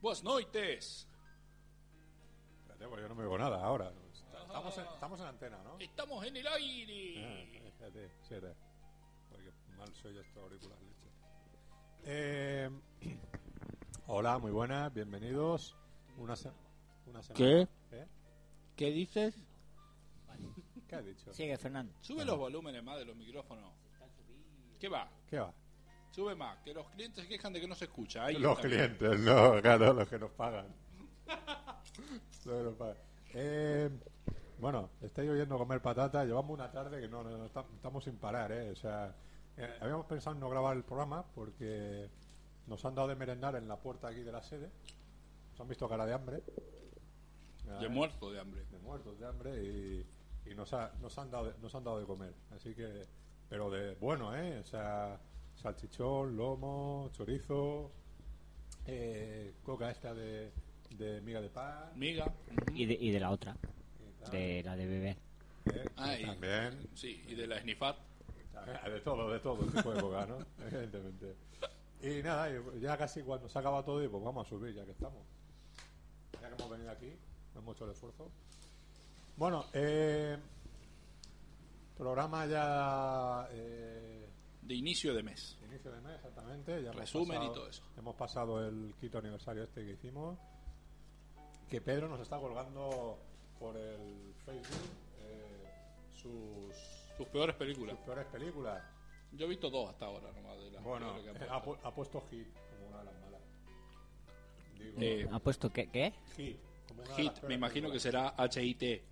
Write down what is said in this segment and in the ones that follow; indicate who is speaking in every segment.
Speaker 1: Buenas noites.
Speaker 2: Espérate, porque yo no me veo nada ahora. Estamos en, estamos en antena, ¿no?
Speaker 1: Estamos en el aire.
Speaker 2: Espérate, espérate. Porque mal se oye estos auriculares, leche. Eh, hola, muy buenas, bienvenidos. Una, se- una semana. ¿Qué?
Speaker 3: ¿Qué dices?
Speaker 2: ¿Qué has dicho?
Speaker 3: Sigue, Fernando.
Speaker 1: Sube los volúmenes más de los micrófonos. ¿Qué va?
Speaker 2: ¿Qué va?
Speaker 1: Sube más. Que los clientes se quejan de que no se escucha. Ahí
Speaker 2: Los
Speaker 1: está.
Speaker 2: clientes, no, claro, los que nos pagan. Los que nos pagan. Eh, bueno, estáis oyendo comer patata. Llevamos una tarde que no, no, no, tam- estamos sin parar, ¿eh? O sea, eh, habíamos pensado en no grabar el programa porque nos han dado de merendar en la puerta aquí de la sede. Nos han visto cara de hambre.
Speaker 1: De muerto de hambre.
Speaker 2: de muertos de hambre y, y nos, ha- nos han dado, de- nos han dado de comer. Así que, pero de bueno, ¿eh? O sea, salchichón, lomo, chorizo, eh, coca esta de, de miga de pan.
Speaker 1: Miga.
Speaker 3: Y de, y de la otra, de la de beber.
Speaker 2: ¿eh?
Speaker 1: Ah, y-
Speaker 2: También,
Speaker 1: Sí, y de la snifat.
Speaker 2: Ah, De todo, de todo, tipo de coca, ¿no? Evidentemente. Y nada, y ya casi cuando se acaba todo, y pues vamos a subir, ya que estamos. Ya que hemos venido aquí, hemos hecho el esfuerzo. Bueno, eh, programa ya eh,
Speaker 1: De inicio de mes.
Speaker 2: de inicio de mes, exactamente. Ya hemos
Speaker 1: Resumen y
Speaker 2: pasado-
Speaker 1: todo eso.
Speaker 2: Hemos pasado el quinto aniversario este que hicimos. Que Pedro nos está colgando por el Facebook eh, sus,
Speaker 1: Sus peores películas.
Speaker 2: sus peores películas.
Speaker 1: Yo he visto dos hasta ahora nomás de las
Speaker 2: Bueno,
Speaker 1: peores que han
Speaker 2: eh,
Speaker 1: puesto.
Speaker 2: ha, pu- ha puesto hit como una de las malas. Digo,
Speaker 1: Eh,
Speaker 3: ¿Ha puesto qué? qué?
Speaker 2: hit. Como una de las
Speaker 1: Hit,
Speaker 2: peores
Speaker 1: me imagino que
Speaker 2: películas.
Speaker 1: será HIT.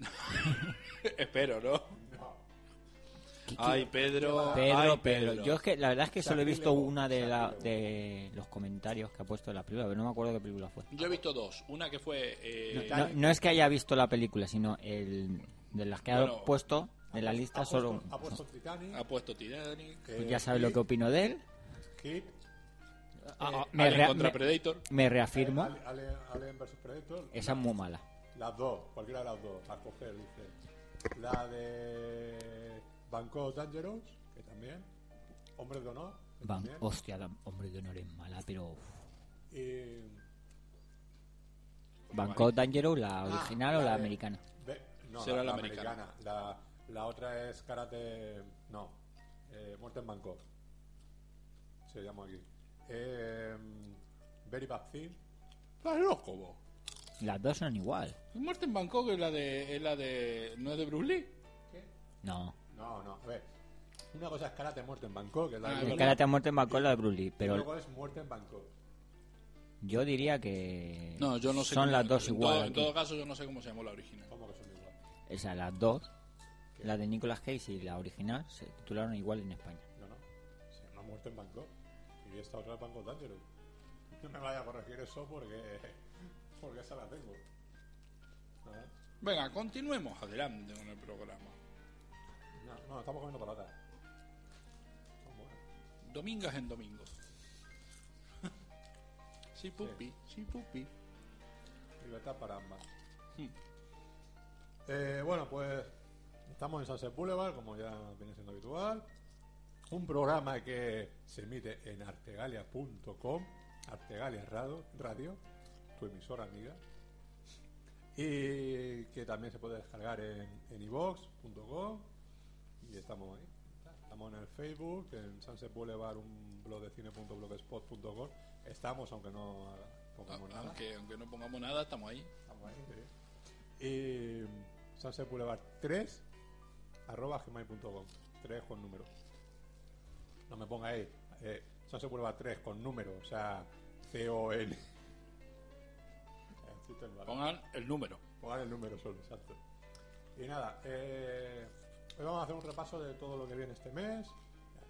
Speaker 1: Espero, ¿no?
Speaker 3: ¿Qué- qué?
Speaker 1: Ay, Pedro. ay,
Speaker 3: Pedro, Pedro,
Speaker 1: Pedro.
Speaker 3: Yo es que la verdad es que solo he visto
Speaker 2: Shaquille
Speaker 3: una de,
Speaker 2: O'Neal,
Speaker 3: la,
Speaker 2: Shaquille
Speaker 3: de los comentarios que ha puesto de la película, pero no me acuerdo qué película fue.
Speaker 1: Yo he visto dos. Una que fue. eh,
Speaker 3: No, no es que haya visto la película, sino el de las que ha
Speaker 1: Bueno,
Speaker 3: puesto de la lista
Speaker 2: Ha
Speaker 3: solo
Speaker 2: puesto- Ha
Speaker 3: uno.
Speaker 2: puesto Titanic.
Speaker 1: Ha puesto Titanic.
Speaker 3: Pues
Speaker 2: eh,
Speaker 3: ya sabes lo
Speaker 2: Hit,
Speaker 3: que opino de él.
Speaker 2: Hit,
Speaker 3: Ah, me,
Speaker 1: Alien
Speaker 3: rea-
Speaker 1: contra
Speaker 3: me,
Speaker 1: Predator.
Speaker 3: me reafirmo,
Speaker 2: Ali- Alien, Alien vs Predator.
Speaker 3: esa es muy mala.
Speaker 2: Las dos, cualquiera de las dos, a coger, dice. La de Bangkok Dangerous, que también. Hombres de honor. que
Speaker 3: Van,
Speaker 2: también.
Speaker 3: hostia, la- hombre de honor es mala, pero... uf.
Speaker 2: Y-
Speaker 3: Bangkok Dangerous, la
Speaker 2: Ah,
Speaker 3: original o la
Speaker 2: de-
Speaker 3: americana.
Speaker 2: de- no,
Speaker 1: Será
Speaker 2: la,
Speaker 1: la
Speaker 2: la
Speaker 1: americana.
Speaker 2: americana. La, la otra es Karate. No, eh, Muerte en Bangkok. Se llama aquí. Eh, Very Bad Thing.
Speaker 1: Estás loco, vos.
Speaker 3: Las dos son igual.
Speaker 1: Muerte en Bangkok es la de. Es la de ¿No es de Bruce Lee?
Speaker 3: No.
Speaker 2: No, no, a ver. Una cosa es Karate Muerte en Bangkok, que es la
Speaker 1: Ah,
Speaker 2: de
Speaker 1: es
Speaker 3: El
Speaker 2: Bruce
Speaker 3: karate a muerte en Bangkok es la de Bruce Lee,
Speaker 2: Lee, y luego
Speaker 3: pero
Speaker 2: es Muerte en Bangkok.
Speaker 3: yo diría que
Speaker 1: No, yo no sé.
Speaker 3: son
Speaker 1: cómo-
Speaker 3: las dos
Speaker 1: en
Speaker 3: igual.
Speaker 1: todo- en
Speaker 3: aquí.
Speaker 1: todo caso, yo no sé cómo se llamó la original.
Speaker 2: ¿Cómo que son iguales?
Speaker 3: O sea, las dos, la de Nicolas Cage y la original, se titularon igual en España.
Speaker 2: No, no. Se llama Muerte en Bangkok. Y esta otra es Bangkok Dangerous. No me vaya a corregir eso porque. Porque esa la tengo. ¿Vale?
Speaker 1: Venga, continuemos adelante con el programa.
Speaker 2: No, no, estamos comiendo patatas. Son buenas.
Speaker 1: Domingas en domingo. sí, pupi. Sí, pupi.
Speaker 2: Libertad para ambas. Hmm. Eh, bueno, pues estamos en Sunset Boulevard, como ya viene siendo habitual. Un programa que se emite en artegalia.com, Artegalia Rado- Radio, tu emisora amiga. Y que también se puede descargar en, en iVox.com. Y estamos ahí. Estamos en el Facebook, en Sunset Boulevard, un blog de cine.blogspot.com. Estamos, aunque no pongamos nada.
Speaker 1: Ah, Aunque, aunque no pongamos nada, estamos ahí.
Speaker 2: Estamos ahí, sí. Y Eh, Sunset Boulevard 3, arroba gmail.com. 3 con número. No me pongáis eh, Sunset Boulevard 3 con número, o sea, C-O-N. Así te lo-
Speaker 1: Pongan el número.
Speaker 2: Pongan el número solo, exacto. Y nada, eh, hoy vamos a hacer un repaso de todo lo que viene este mes.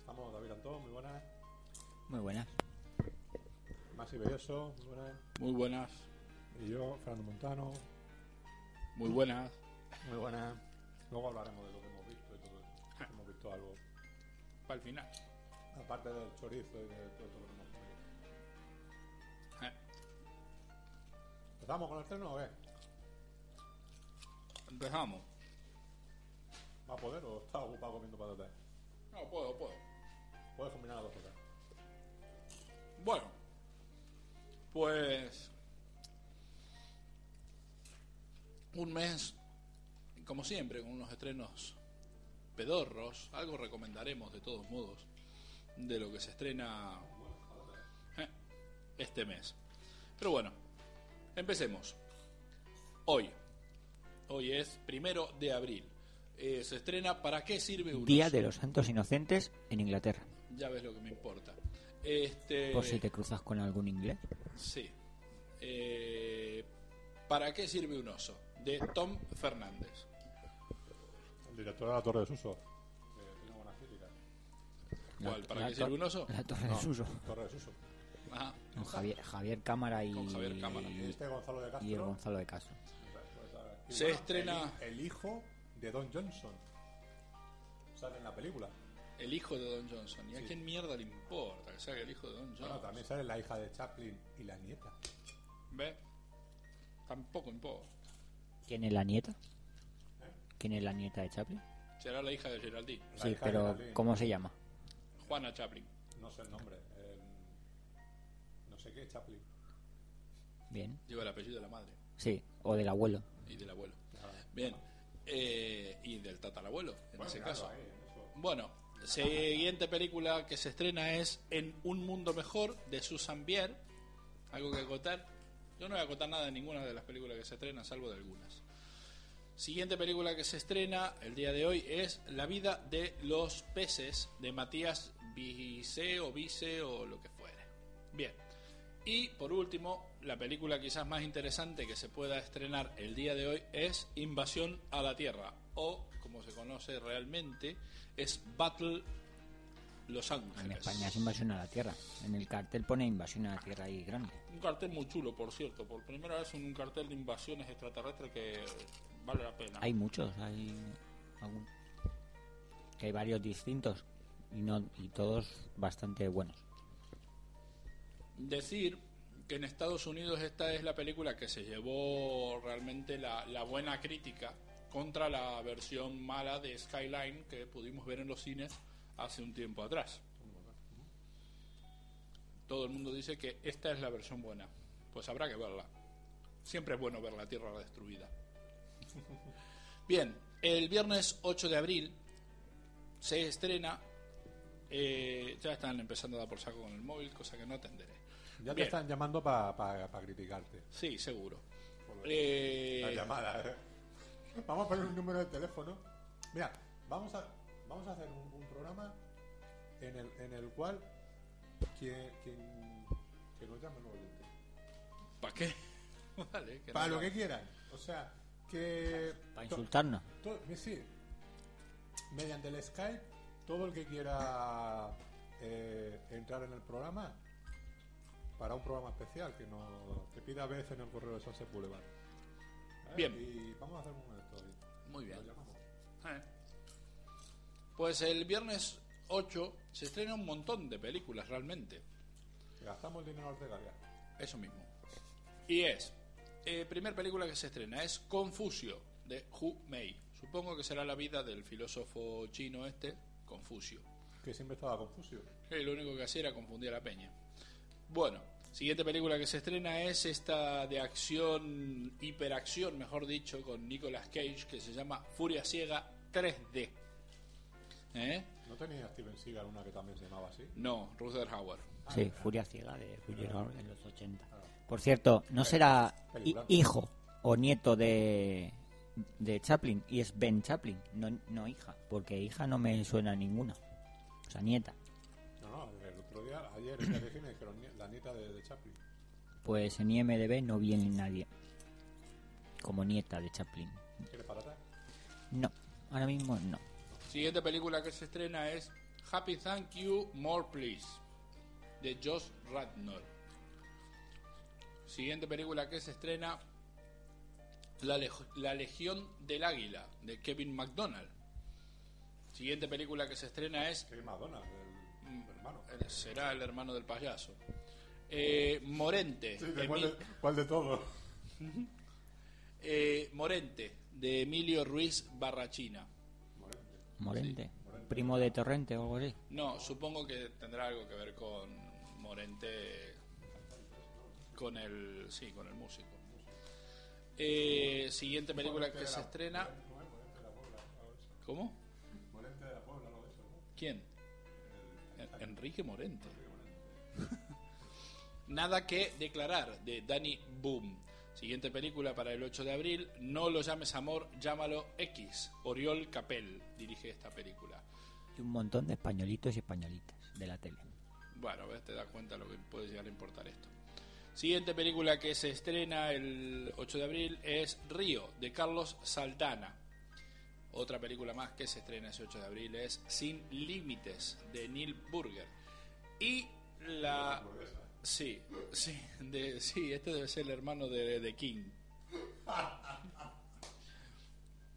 Speaker 2: Estamos David Antón, muy buenas.
Speaker 3: Muy buenas.
Speaker 2: Masi Belloso, muy buenas.
Speaker 1: Muy buenas.
Speaker 2: Y yo, Fernando Montano,
Speaker 1: Muy buenas.
Speaker 2: muy buenas. Luego hablaremos de lo que hemos visto y todo eso.
Speaker 3: Ah.
Speaker 2: Si hemos visto algo.
Speaker 1: Para el final.
Speaker 2: Aparte del chorizo y de todo lo que hemos comido.
Speaker 1: Eh,
Speaker 2: ¿Empezamos con el estreno o qué?
Speaker 1: Empezamos.
Speaker 2: ¿Va a poder o está ocupado comiendo patatas?
Speaker 1: No, puedo, puedo.
Speaker 2: Puedes combinar las dos cosas.
Speaker 1: Bueno. Pues... Un mes, como siempre, con unos estrenos pedorros. Algo recomendaremos de todos modos de lo que se estrena eh, este mes. Pero bueno, empecemos. Hoy. Hoy es primero de abril. Eh, se estrena ¿Para qué sirve un
Speaker 3: Día
Speaker 1: oso?
Speaker 3: de los Santos Inocentes en Inglaterra.
Speaker 1: Ya ves lo que me importa. Este,
Speaker 3: Por si te cruzas con algún inglés.
Speaker 1: Sí. Eh, ¿Para qué sirve un oso? De Tom Fernández.
Speaker 2: El director de la Torre de Suso. que Eh, tiene buenas críticas.
Speaker 1: ¿Cuál?
Speaker 2: Ah,
Speaker 3: La-
Speaker 1: ¿Para
Speaker 3: la
Speaker 1: qué sirve
Speaker 3: tor-
Speaker 1: un oso?
Speaker 3: La Torre de Suso.
Speaker 2: Torre de Suso.
Speaker 1: Ajá.
Speaker 3: Con Javier, Javier Cámara y,
Speaker 1: Con Javier Cámara.
Speaker 2: Y este Gonzalo de Castro.
Speaker 3: y el Gonzalo de Castro.
Speaker 2: Y
Speaker 1: Se estrena-
Speaker 2: El, el hijo de Don Johnson. Sale en la película.
Speaker 1: El hijo de Don Johnson. ¿Y a
Speaker 2: Sí.
Speaker 1: quién mierda le importa que salga el hijo de Don Johnson?
Speaker 2: Bueno, también sale la hija de Chaplin y la nieta.
Speaker 1: ¿Ve? Tampoco importa.
Speaker 3: ¿Quién es la nieta? ¿Quién es la nieta de Chaplin?
Speaker 1: Será la hija de Geraldine.
Speaker 2: La
Speaker 3: Sí,
Speaker 2: hija de
Speaker 3: pero
Speaker 2: Chaplin.
Speaker 3: ¿cómo se llama?
Speaker 1: Juana Chaplin.
Speaker 2: No sé el nombre. eh, no sé qué Chaplin.
Speaker 3: Bien.
Speaker 1: Lleva el apellido de la madre
Speaker 3: Sí, o del abuelo.
Speaker 1: y del abuelo. Bien. Eh, y del tatarabuelo, en ese
Speaker 2: claro,
Speaker 1: caso.
Speaker 2: ahí, en eso.
Speaker 1: Bueno, siguiente película que se estrena es En un mundo mejor de Susan Bier. Algo que acotar. Yo no voy a acotar nada de ninguna de las películas que se estrenan, salvo de algunas. Siguiente película que se estrena el día de hoy es La vida de los peces de Matías Vice o Vice o lo que fuere. Bien. Y por último, la película quizás más interesante que se pueda estrenar el día de hoy es Invasión a la Tierra o como se conoce realmente es Battle Los Ángeles.
Speaker 3: En España es invasión a la tierra. En el cartel pone invasión a la tierra ahí grande.
Speaker 1: Un cartel muy chulo, por cierto. Por primera vez un cartel de invasiones extraterrestres que vale la pena.
Speaker 3: Hay muchos, hay algún- que hay varios distintos y no y todos bastante buenos.
Speaker 1: decir que en Estados Unidos esta es la película que se llevó realmente la, la buena crítica contra la versión mala de Skyline que pudimos ver en los cines hace un tiempo atrás. Todo el mundo dice que esta es la versión buena. Pues habrá que verla. Siempre es bueno ver la Tierra destruida. Bien, el viernes 8 de abril se estrena... eh, ya están empezando a dar por saco con el móvil, cosa que no atenderé.
Speaker 2: Ya te
Speaker 1: Bien.
Speaker 2: están llamando para criticarte.
Speaker 1: Sí, seguro.
Speaker 2: Por lo-
Speaker 1: Eh,
Speaker 2: La llamada. ¿eh? Vamos a poner un número de teléfono. Mira, vamos a, vamos a hacer un, un programa en el, en el cual quien, quien, que nos llame nuevo oyente.
Speaker 1: ¿Para qué? Vale, que
Speaker 2: Para
Speaker 1: no-
Speaker 2: lo que quieran. O sea, que.
Speaker 3: Para
Speaker 2: to-
Speaker 3: insultarnos.
Speaker 2: to- sí. Mediante el Skype, todo el que quiera eh, entrar en el programa, para un programa especial, que nos que pida vez en el correo de Sunset Boulevard. ¿Eh?
Speaker 1: Bien.
Speaker 2: Y vamos a hacer un momento hoy.
Speaker 1: Muy bien.
Speaker 2: Lo llamamos.
Speaker 1: Eh. Pues el viernes 8 se estrena un montón de películas realmente.
Speaker 2: Gastamos el dinero al regalar.
Speaker 1: Eso mismo. Y es, eh, primer película que se estrena es Confucio, de Hu Mei. Supongo que será la vida del filósofo chino este, Confucio.
Speaker 2: Que siempre estaba confuso.
Speaker 1: Eh, lo único que hacía era confundir a la peña. Bueno, Siguiente película que se estrena es esta de acción, hiperacción, mejor dicho, con Nicolas Cage, que se llama Furia Ciega 3D. ¿Eh?
Speaker 2: ¿No tenía Steven Seagal una que también se llamaba así?
Speaker 1: No, Ruther Hauer.
Speaker 3: Sí, Furia Ciega de Julio Robert en los 80. Por cierto, ¿no será hi- hijo o nieto de, de Chaplin? Y es Ben Chaplin, no, no hija, porque hija no me suena a ninguna. O sea, nieta.
Speaker 2: No, no, el otro día, ayer en el cine, dijeron "Nie- la nieta de, de Chaplin.
Speaker 3: Pues en IMDB no viene nadie como nieta de Chaplin.
Speaker 2: ¿Quieres patata?
Speaker 3: No, ahora mismo no.
Speaker 1: Siguiente película que se estrena es Happy Thank You, More Please, de Josh Radnor. Siguiente película que se estrena La, Leg- La Legión del Águila, de Kevin McDonald. Siguiente película que se estrena es
Speaker 2: Que es Madonna, el
Speaker 1: Mm,
Speaker 2: hermano.
Speaker 1: el- Será el hermano del payaso. Eh, Morente.
Speaker 2: Sí, de
Speaker 1: Emi-
Speaker 2: ¿cuál, de, ¿Cuál de todo?
Speaker 1: eh, Morente, de Emilio Ruiz Barrachina.
Speaker 3: Morente, primo de Torrente o algo así.
Speaker 1: No, supongo que tendrá algo que ver con Morente, con el, sí, con el músico. Eh, siguiente película que se estrena. ¿Cómo? ¿Quién? En- Enrique Morente. Nada que declarar de Danny Boom. Siguiente película para el 8 de abril. No lo llames amor, llámalo X. Oriol Capel dirige esta película.
Speaker 3: Y un montón de españolitos y españolitas de la tele.
Speaker 1: Bueno, ves, te das cuenta lo que puede llegar a importar esto. Siguiente película que se estrena el 8 de abril es Río, de Carlos Saldana. Otra película más que se estrena ese 8 de abril es Sin Límites, de Neil Burger. Y la... Sí, sí, de- sí, este debe ser el hermano de, de King.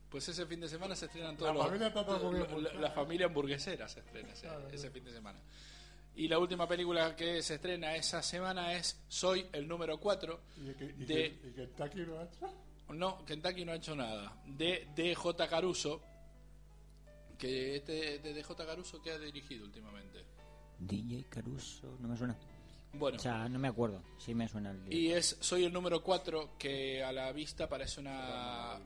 Speaker 1: Pues ese fin de semana se estrenan todos los...
Speaker 2: familia está toda muy
Speaker 1: la-
Speaker 2: bien.
Speaker 1: la, la familia hamburguesera se estrena ese, ese fin de semana. Y la última película que se estrena esa semana es Soy el número 4
Speaker 2: Y que, y
Speaker 1: de...
Speaker 2: que, y que está aquí no ha hecho.
Speaker 1: No, Kentucky no ha hecho nada. De DJ Caruso, que este de DJ Caruso que ha dirigido últimamente.
Speaker 3: DJ Caruso, no me suena.
Speaker 1: Bueno,
Speaker 3: O sea, no me acuerdo. Sí me suena el
Speaker 1: y es Soy el número 4, que a la vista parece una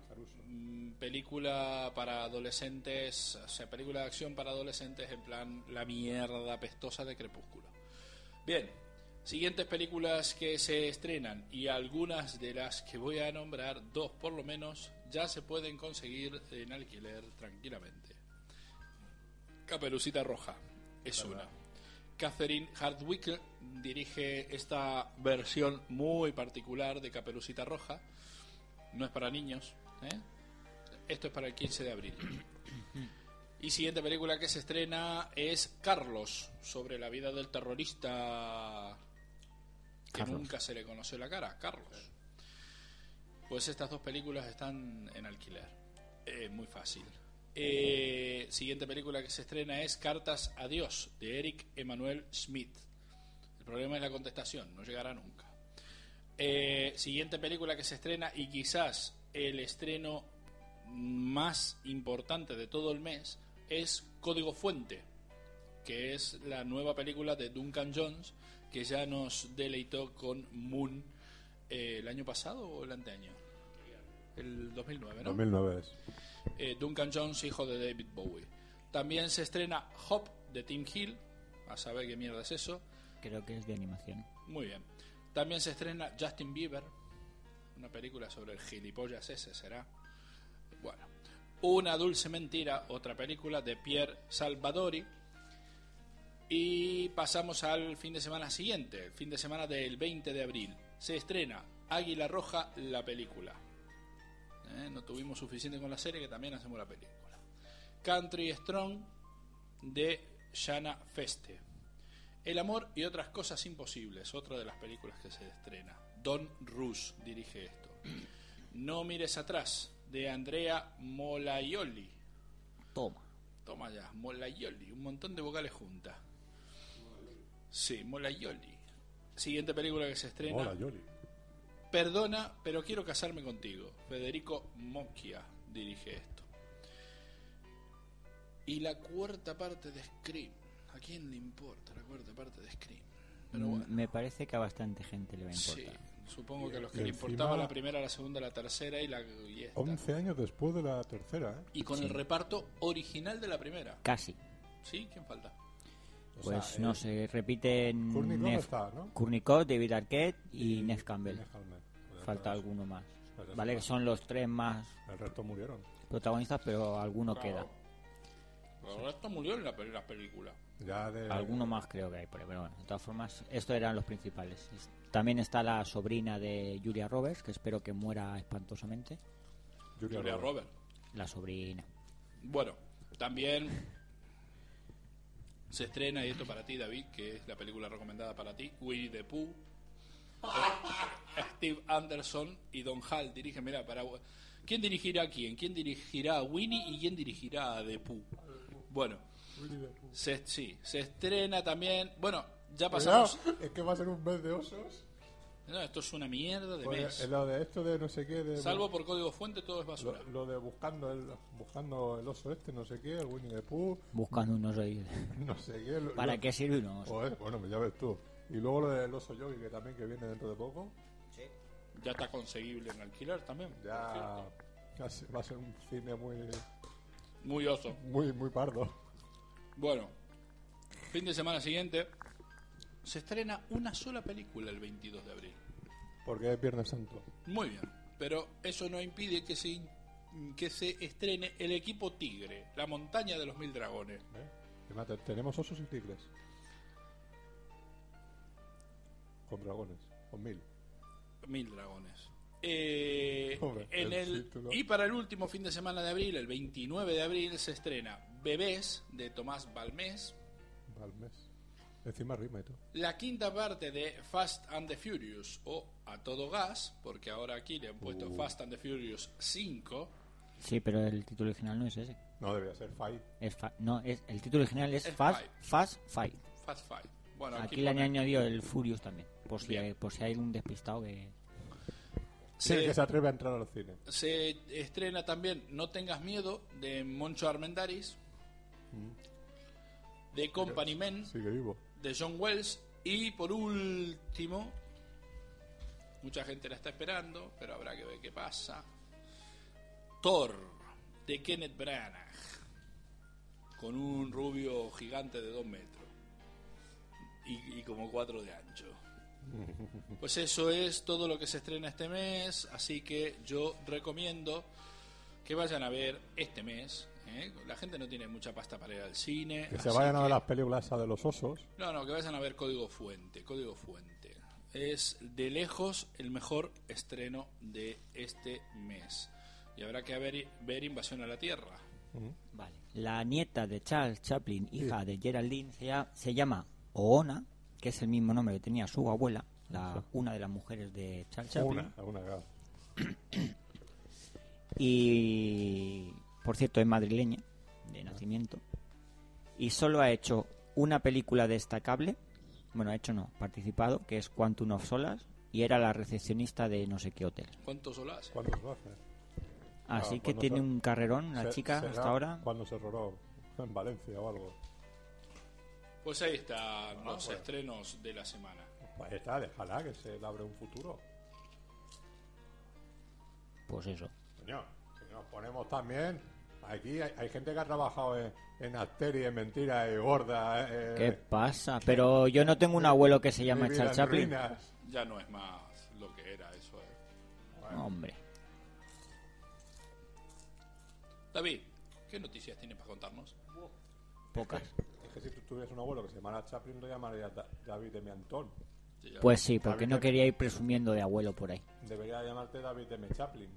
Speaker 1: mm, película para adolescentes, o sea, película de acción para adolescentes en plan la mierda pestosa de Crepúsculo. Bien, siguientes películas que se estrenan y algunas de las que voy a nombrar, dos por lo menos, ya se pueden conseguir en alquiler tranquilamente. Caperucita Roja es una. Catherine Hardwick dirige esta versión muy particular de Caperucita Roja. No es para niños. ¿eh? Esto es para el 15 de abril. Y siguiente película que se estrena es Carlos, sobre la vida del terrorista que
Speaker 3: Carlos.
Speaker 1: nunca se le conoció la cara, Carlos. Pues estas dos películas están en alquiler. Eh, muy fácil. Eh, siguiente película que se estrena es Cartas a Dios, de Eric Emanuel Smith. El problema es la contestación, no llegará nunca. Eh, siguiente película que se estrena y quizás el estreno más importante de todo el mes es Código Fuente, que es la nueva película de Duncan Jones que ya nos deleitó con Moon eh, el año pasado o el anteaño. El 2009, ¿no?
Speaker 2: 2009 es.
Speaker 1: eh, Duncan Jones, hijo de David Bowie. También se estrena Hop de Tim Hill, a saber qué mierda es eso.
Speaker 3: Creo que es de animación.
Speaker 1: Muy bien. También se estrena Justin Bieber, una película sobre el gilipollas ese, será. Bueno. Una dulce mentira, otra película de Pierre Salvadori. Y pasamos al fin de semana siguiente, el fin de semana del 20 de abril. Se estrena Águila Roja, la película. ¿Eh? No tuvimos suficiente con la serie, que también hacemos la película. Country Strong de Shana Feste. El amor y otras cosas imposibles, otra de las películas que se estrena. Don Rus dirige esto. No mires atrás, de Andrea Molaioli.
Speaker 3: Toma.
Speaker 1: Toma ya, Molaioli, un montón de vocales juntas. Sí, Molaioli. Siguiente película que se estrena.
Speaker 2: Hola, Yoli.
Speaker 1: Perdona, pero quiero casarme contigo. Federico Mocchia dirige esto. Y la cuarta parte de Scream. ¿A quién le importa la cuarta parte de Scream? Pero bueno.
Speaker 3: Mm, Me parece que a bastante gente le va a
Speaker 1: Sí,
Speaker 3: importar.
Speaker 1: supongo que a los que
Speaker 2: Y
Speaker 1: le
Speaker 2: encima-
Speaker 1: importaba la primera, la segunda, la tercera y la y esta.
Speaker 2: 11 años después de la tercera, ¿eh?
Speaker 1: Y con el reparto original de la primera.
Speaker 3: Casi.
Speaker 1: ¿Sí? ¿Quién falta?
Speaker 2: O
Speaker 3: Pues
Speaker 2: sea,
Speaker 3: no
Speaker 2: eh,
Speaker 3: sé, repiten
Speaker 2: Courtney Love
Speaker 3: Nev
Speaker 2: está, ¿no?
Speaker 3: Kurnikov, David Arquette y, Nev Campbell.
Speaker 2: Neve Campbell. Joder,
Speaker 3: Falta
Speaker 2: pues,
Speaker 3: alguno más.
Speaker 2: pues ya
Speaker 3: Vale, que
Speaker 2: está.
Speaker 3: son los tres más
Speaker 2: El resto murieron.
Speaker 3: protagonistas, pero alguno queda.
Speaker 1: Pero esto murió en la, pe- la película.
Speaker 2: Ya de...
Speaker 3: Alguno más creo que hay por ahí, pero bueno, de todas formas, estos eran los principales. Es- También está la sobrina de Julia Roberts, que espero que muera espantosamente.
Speaker 2: Julia
Speaker 1: Julia
Speaker 2: Roberts.
Speaker 1: Robert.
Speaker 3: La sobrina.
Speaker 1: Bueno, también se estrena, y esto para ti, David, que es la película recomendada para ti, Winnie the Pooh. Eh, Steve Anderson y Don Hall dirigen, mira, para... ¿Quién dirigirá a quién? ¿Quién dirigirá a Winnie y quién dirigirá a The Pooh? Bueno, se, sí, se estrena también... Bueno, ya
Speaker 2: Cuidado,
Speaker 1: pasamos...
Speaker 2: es que va a ser un mes de osos.
Speaker 1: No, esto es una mierda de
Speaker 2: Porque
Speaker 1: mes.
Speaker 2: lo de esto de no sé qué... De,
Speaker 1: Salvo por código fuente, todo es
Speaker 2: Lo,
Speaker 1: basura.
Speaker 2: lo de buscando el, buscando el oso este, no sé qué, el Winnie the Pooh,
Speaker 3: Buscando unos oídos.
Speaker 2: no sé qué. lo-
Speaker 3: ¿Para
Speaker 2: lo-
Speaker 3: qué sirve unos?
Speaker 2: Joder, bueno, ya ves tú. Y luego lo del oso yogi, que también que viene dentro de poco.
Speaker 1: Ya está conseguible en alquiler también. por
Speaker 2: Ya,
Speaker 1: cierto.
Speaker 2: ya se- va a ser un cine muy,
Speaker 1: Muy oso.
Speaker 2: muy, muy pardo.
Speaker 1: Bueno, fin de semana siguiente se estrena una sola película el 22 de abril.
Speaker 2: Porque es Viernes Santo. ¿eh?
Speaker 1: Muy bien, pero eso no impide que se, in- que se estrene El equipo Tigre, La montaña de los mil dragones.
Speaker 2: ¿eh? Y mate- tenemos osos y tigres. Con dragones. Con mil.
Speaker 1: Mil dragones. Eh,
Speaker 2: Hombre,
Speaker 1: en
Speaker 2: el
Speaker 1: el,
Speaker 2: título.
Speaker 1: y para el último fin de semana de abril, el 29 de abril, se estrena Bebés de Tomás Balmés,
Speaker 2: Al mes. Encima rima y todo.
Speaker 1: La quinta parte de Fast and the Furious o A Todo Gas, porque ahora aquí le han puesto
Speaker 2: Uh.
Speaker 1: Fast and the Furious 5.
Speaker 3: Sí, pero el título original no es ese.
Speaker 2: No, debía ser Fight.
Speaker 3: Es fa- no, es, el título original es
Speaker 1: Es
Speaker 3: Fast,
Speaker 1: Five.
Speaker 3: Fast Fight.
Speaker 1: Fast Five. Bueno, aquí,
Speaker 3: Aquí le han
Speaker 1: pone-
Speaker 3: añadido el Furious también, por si,
Speaker 1: Bien.
Speaker 3: hay, por si hay un despistado que...
Speaker 2: Sí.
Speaker 1: se,
Speaker 2: que se atreve a entrar al cine.
Speaker 1: se estrena también No Tengas Miedo de Moncho Armendaris,
Speaker 2: Mm.
Speaker 1: de Company Men
Speaker 2: Sigue vivo.
Speaker 1: de John Wells y por último, mucha gente la está esperando, pero habrá que ver qué pasa. Thor de Kenneth Branagh con un rubio gigante de 2 metros y, y como 4 de ancho. Pues eso es todo lo que se estrena este mes, así que yo recomiendo que vayan a ver este mes. ¿eh? La gente no tiene mucha pasta para ir al cine.
Speaker 2: Que se
Speaker 1: así
Speaker 2: vayan a
Speaker 1: que-
Speaker 2: ver las películas esas de los osos.
Speaker 1: no, no, que vayan a ver Código Fuente. Código Fuente. Es de lejos el mejor estreno de este mes. Y habrá que ver, ver Invasión a la Tierra.
Speaker 3: Vale. La nieta de Charles Chaplin, hija de Geraldine, se, lla- se llama Oona, que es el mismo nombre que tenía su abuela, la, una de las mujeres de Charles Chaplin.
Speaker 2: Una, una cagada.
Speaker 3: Y, por cierto, es madrileña, de nacimiento. Y solo ha hecho una película destacable, bueno, ha hecho no, participado, que es Quantum of Solas, y era la recepcionista de no sé qué hotel.
Speaker 1: ¿Cuántos solas?
Speaker 2: ¿Cuántos lo hace?
Speaker 3: Así que
Speaker 2: Ah, bueno,
Speaker 3: tiene
Speaker 2: pero-
Speaker 3: un carrerón la
Speaker 2: Se-
Speaker 3: chica
Speaker 2: será
Speaker 3: hasta ahora.
Speaker 2: Cuando se rodó en Valencia o algo.
Speaker 1: Pues ahí están los
Speaker 2: bueno.
Speaker 1: estrenos de la semana.
Speaker 2: Pues está, déjala que se le abre un futuro.
Speaker 3: Pues eso.
Speaker 2: Coño, si nos ponemos también. Aquí hay, hay gente que ha trabajado en, en Asteri, en Mentira, y Gorda. eh,
Speaker 3: ¿Qué pasa? Pero yo no tengo un abuelo que se llama
Speaker 2: Vivir
Speaker 3: Charles
Speaker 2: en
Speaker 3: Chaplin.
Speaker 2: Ruinas.
Speaker 1: Ya no es más lo que era eso. eh.
Speaker 3: Hombre.
Speaker 1: David, ¿qué noticias tienes para contarnos?
Speaker 3: Pocas.
Speaker 2: Es que si tú tuvieras un abuelo que se llamara Chaplin, lo llamarías Da- David de Miantón.
Speaker 1: Sí, ya-
Speaker 3: Pues sí, porque no quería ir presumiendo de abuelo por ahí.
Speaker 2: Debería llamarte David de Chaplin.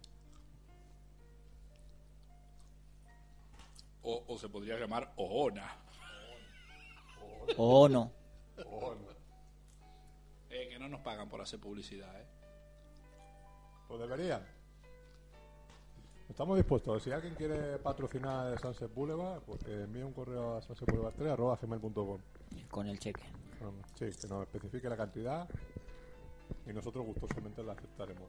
Speaker 1: O, o se podría llamar Oona.
Speaker 3: O no.
Speaker 2: O no.
Speaker 1: Eh, que no nos pagan por hacer publicidad, ¿eh?
Speaker 2: Pues debería. Estamos dispuestos. Si alguien quiere patrocinar Sunset Boulevard, pues que envíe un correo a sunsetboulevard3.gmail.com
Speaker 3: Con el cheque.
Speaker 2: Bueno, Sí, que nos especifique la cantidad y nosotros gustosamente la aceptaremos.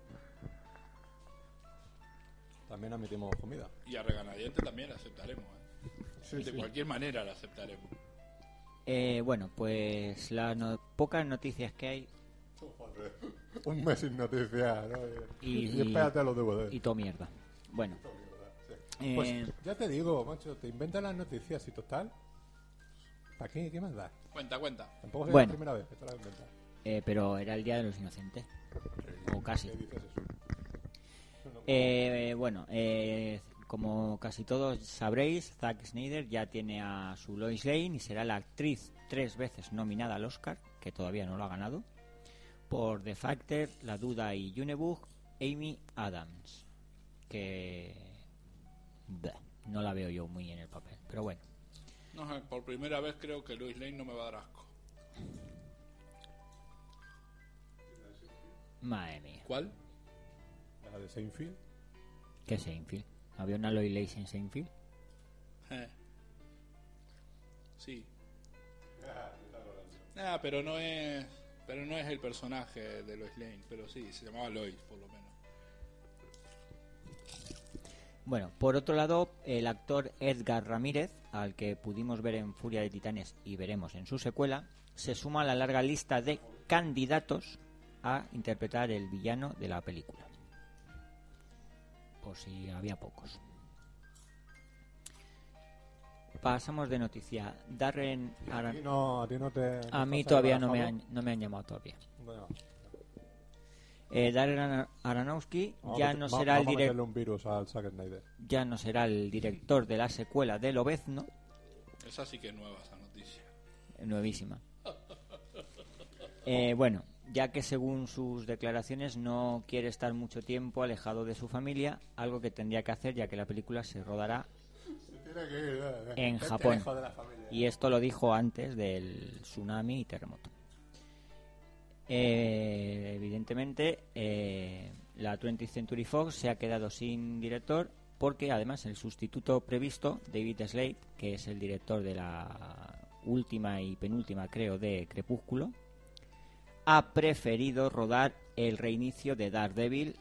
Speaker 2: También admitimos comida.
Speaker 1: Y a reganadientes también la aceptaremos, ¿eh? De cualquier manera la aceptaremos.
Speaker 3: Eh, bueno, pues las no- pocas noticias que hay
Speaker 2: Un mes sin noticias, ¿no? Y,
Speaker 3: Y-
Speaker 2: y espérate a los DVDs.
Speaker 3: y todo mierda. Bueno,
Speaker 2: Pues
Speaker 3: eh,
Speaker 2: ya te digo, macho, te inventan las noticias y total. ¿Para qué? ¿Qué más da?
Speaker 1: Cuenta, cuenta.
Speaker 2: Tampoco es
Speaker 3: Bueno.
Speaker 2: la primera vez que te las inventan.
Speaker 3: eh, pero era el Día de los Inocentes. O casi.
Speaker 2: ¿Qué dices eso?
Speaker 3: Eh, bueno, eh, como casi todos sabréis, Zack Snyder ya tiene a su Lois Lane y será la actriz tres veces nominada al Oscar, que todavía no lo ha ganado, por The Factor, La Duda y Junebug, Amy Adams, que Bleh, no la veo yo muy en el papel, pero bueno.
Speaker 1: No, sé, por primera vez creo que Luis Lane no me va a dar asco.
Speaker 3: Madre mía,
Speaker 1: ¿Cuál?
Speaker 2: La de Seinfeld.
Speaker 3: qué Seinfeld. ¿Había una Lois Lane en Seinfeld?
Speaker 1: Eh. Sí. Ah, pero no es. Pero no es el personaje de Lois Lane, pero sí, se llamaba Lois, por lo menos.
Speaker 3: Bueno, por otro lado, el actor Edgar Ramírez, al que pudimos ver en Furia de Titanes y veremos en su secuela, se suma a la larga lista de candidatos a interpretar el villano de la película. Por si había pocos. Pasamos de noticia. Darren
Speaker 2: A
Speaker 3: Aran...
Speaker 2: ti no, a ti no te.
Speaker 3: Ah.
Speaker 2: no
Speaker 3: A mí
Speaker 2: te
Speaker 3: todavía
Speaker 2: saca
Speaker 3: no me
Speaker 2: nada,
Speaker 3: han, no me han llamado todavía.
Speaker 2: Bueno,
Speaker 3: Eh, Darren Ara- Aronofsky
Speaker 2: vamos a
Speaker 3: ya
Speaker 2: meter-
Speaker 3: no
Speaker 2: va-
Speaker 3: será el
Speaker 2: vamos a
Speaker 3: director.
Speaker 2: meterle un virus al Zack Snyder.
Speaker 3: ya no será el director de la secuela de Lobezno,
Speaker 1: Esa sí que es nueva esa noticia.
Speaker 3: nuevísima. Eh, bueno, ya que según sus declaraciones no quiere estar mucho tiempo alejado de su familia, algo que tendría que hacer ya que la película se rodará
Speaker 2: Tiene que ir, eh, eh.
Speaker 3: en
Speaker 2: Vete
Speaker 3: Japón.
Speaker 2: lejos de la familia.
Speaker 3: Y esto lo dijo antes del tsunami y terremoto. Eh, evidentemente, eh, la 20th Century Fox se ha quedado sin director porque además el sustituto previsto, David Slade, que es el director de la última y penúltima, creo, de Crepúsculo, ha preferido rodar el reinicio de Daredevil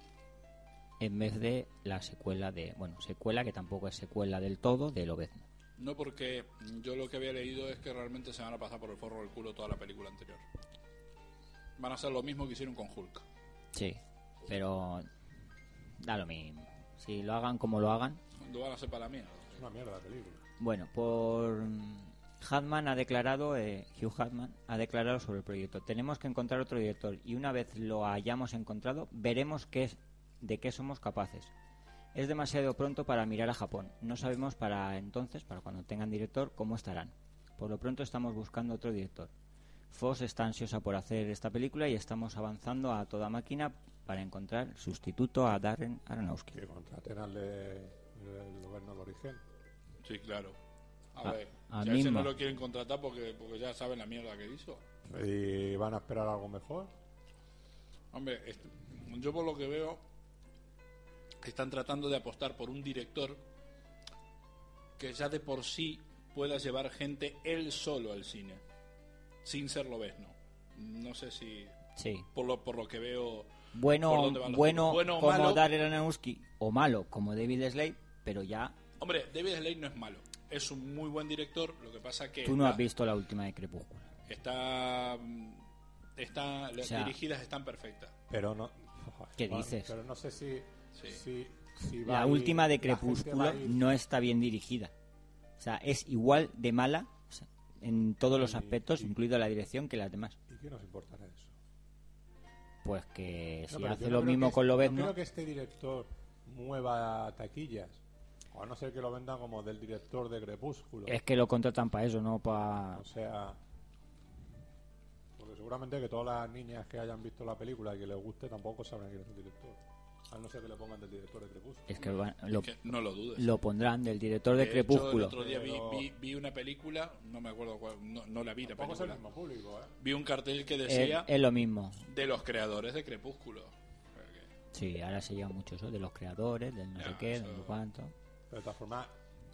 Speaker 3: en vez de la secuela de, bueno, secuela que tampoco es secuela del todo de Lobezno.
Speaker 1: No porque yo lo que había leído es que realmente se van a pasar por el forro del culo toda la película anterior. Van a hacer lo mismo que hicieron con Hulk.
Speaker 3: Sí, pero da lo mismo. Si lo hagan como lo hagan.
Speaker 1: Lo van a hacer para la mierda.
Speaker 2: Es una mierda la película.
Speaker 3: Bueno, por mm, Hartman ha declarado, eh, Hugh Hartman ha declarado sobre el proyecto. Tenemos que encontrar otro director y una vez lo hayamos encontrado, veremos qué es, de qué somos capaces. Es demasiado pronto para mirar a Japón. No sabemos para entonces, para cuando tengan director, cómo estarán. Por lo pronto estamos buscando otro director. Foss está ansiosa por hacer esta película y estamos avanzando a toda máquina para encontrar sustituto a Darren Aronofsky.
Speaker 2: Que contraten al de- del gobierno de origen.
Speaker 1: Sí, claro. Ah, A,
Speaker 3: A-
Speaker 1: ver,
Speaker 3: a
Speaker 1: si a ese
Speaker 3: mismo.
Speaker 1: no lo quieren contratar porque, porque ya saben la mierda que hizo.
Speaker 2: ¿Y van a esperar algo mejor?
Speaker 1: Hombre, est- yo por lo que veo, están tratando de apostar por un director que ya de por sí pueda llevar gente él solo al cine, sin ser lobezno. No sé si,
Speaker 3: Sí,
Speaker 1: por lo, por lo que veo, ¿Por
Speaker 3: bueno,
Speaker 1: dónde van los tiros?
Speaker 3: bueno,
Speaker 1: Bueno o
Speaker 3: como
Speaker 1: malo.
Speaker 3: Darren Aronofsky o malo como David Slade, pero ya
Speaker 1: Hombre, David Slade no es malo. Es un muy buen director. Lo que pasa que
Speaker 3: tú no
Speaker 1: está-
Speaker 3: has visto la última de Crepúsculo.
Speaker 1: está, está- las
Speaker 3: sea-
Speaker 1: dirigidas están perfectas.
Speaker 2: Pero no.
Speaker 3: ¿Qué
Speaker 2: Bueno,
Speaker 3: dices?
Speaker 2: Pero no sé si.
Speaker 1: Sí.
Speaker 2: si- si va
Speaker 3: La
Speaker 2: a ir-
Speaker 3: última de
Speaker 2: la gente va
Speaker 3: Crepúsculo
Speaker 2: a ir-
Speaker 3: no está bien dirigida. O sea, es igual de mala o sea, en todos los aspectos, incluida la dirección, que las demás.
Speaker 2: ¿Y qué nos importará eso?
Speaker 3: Pues que si
Speaker 2: No, pero yo
Speaker 3: hace
Speaker 2: no
Speaker 3: lo
Speaker 2: creo
Speaker 3: mismo
Speaker 2: que
Speaker 3: con
Speaker 2: este-
Speaker 3: lo
Speaker 2: No
Speaker 3: ¿no?
Speaker 2: creo que este director mueva taquillas. O a no ser que lo vendan como del director de Crepúsculo.
Speaker 3: es que lo contratan para eso, no para...
Speaker 2: O sea. Porque seguramente que todas las niñas que hayan visto la película y que les guste tampoco sabrán quién es el director. A no ser que le pongan del director de Crepúsculo.
Speaker 3: Es que van- lo,
Speaker 1: Que no lo dudes.
Speaker 3: lo pondrán del director de
Speaker 1: De hecho,
Speaker 3: Crepúsculo.
Speaker 1: el otro día vi,
Speaker 2: Pero-
Speaker 1: vi- vi una película, no me acuerdo cuál, no, no la vi la
Speaker 2: Tampoco es el
Speaker 1: película.
Speaker 2: mismo público, ¿eh?
Speaker 1: Vi un cartel que
Speaker 3: Es,
Speaker 1: decía
Speaker 3: es lo mismo.
Speaker 1: de los creadores de Crepúsculo.
Speaker 3: Sí, ahora se lleva mucho eso, de los creadores, del no sé
Speaker 1: Ya,
Speaker 3: qué,
Speaker 1: eso-
Speaker 3: del no sé cuánto.
Speaker 2: Pero de todas formas,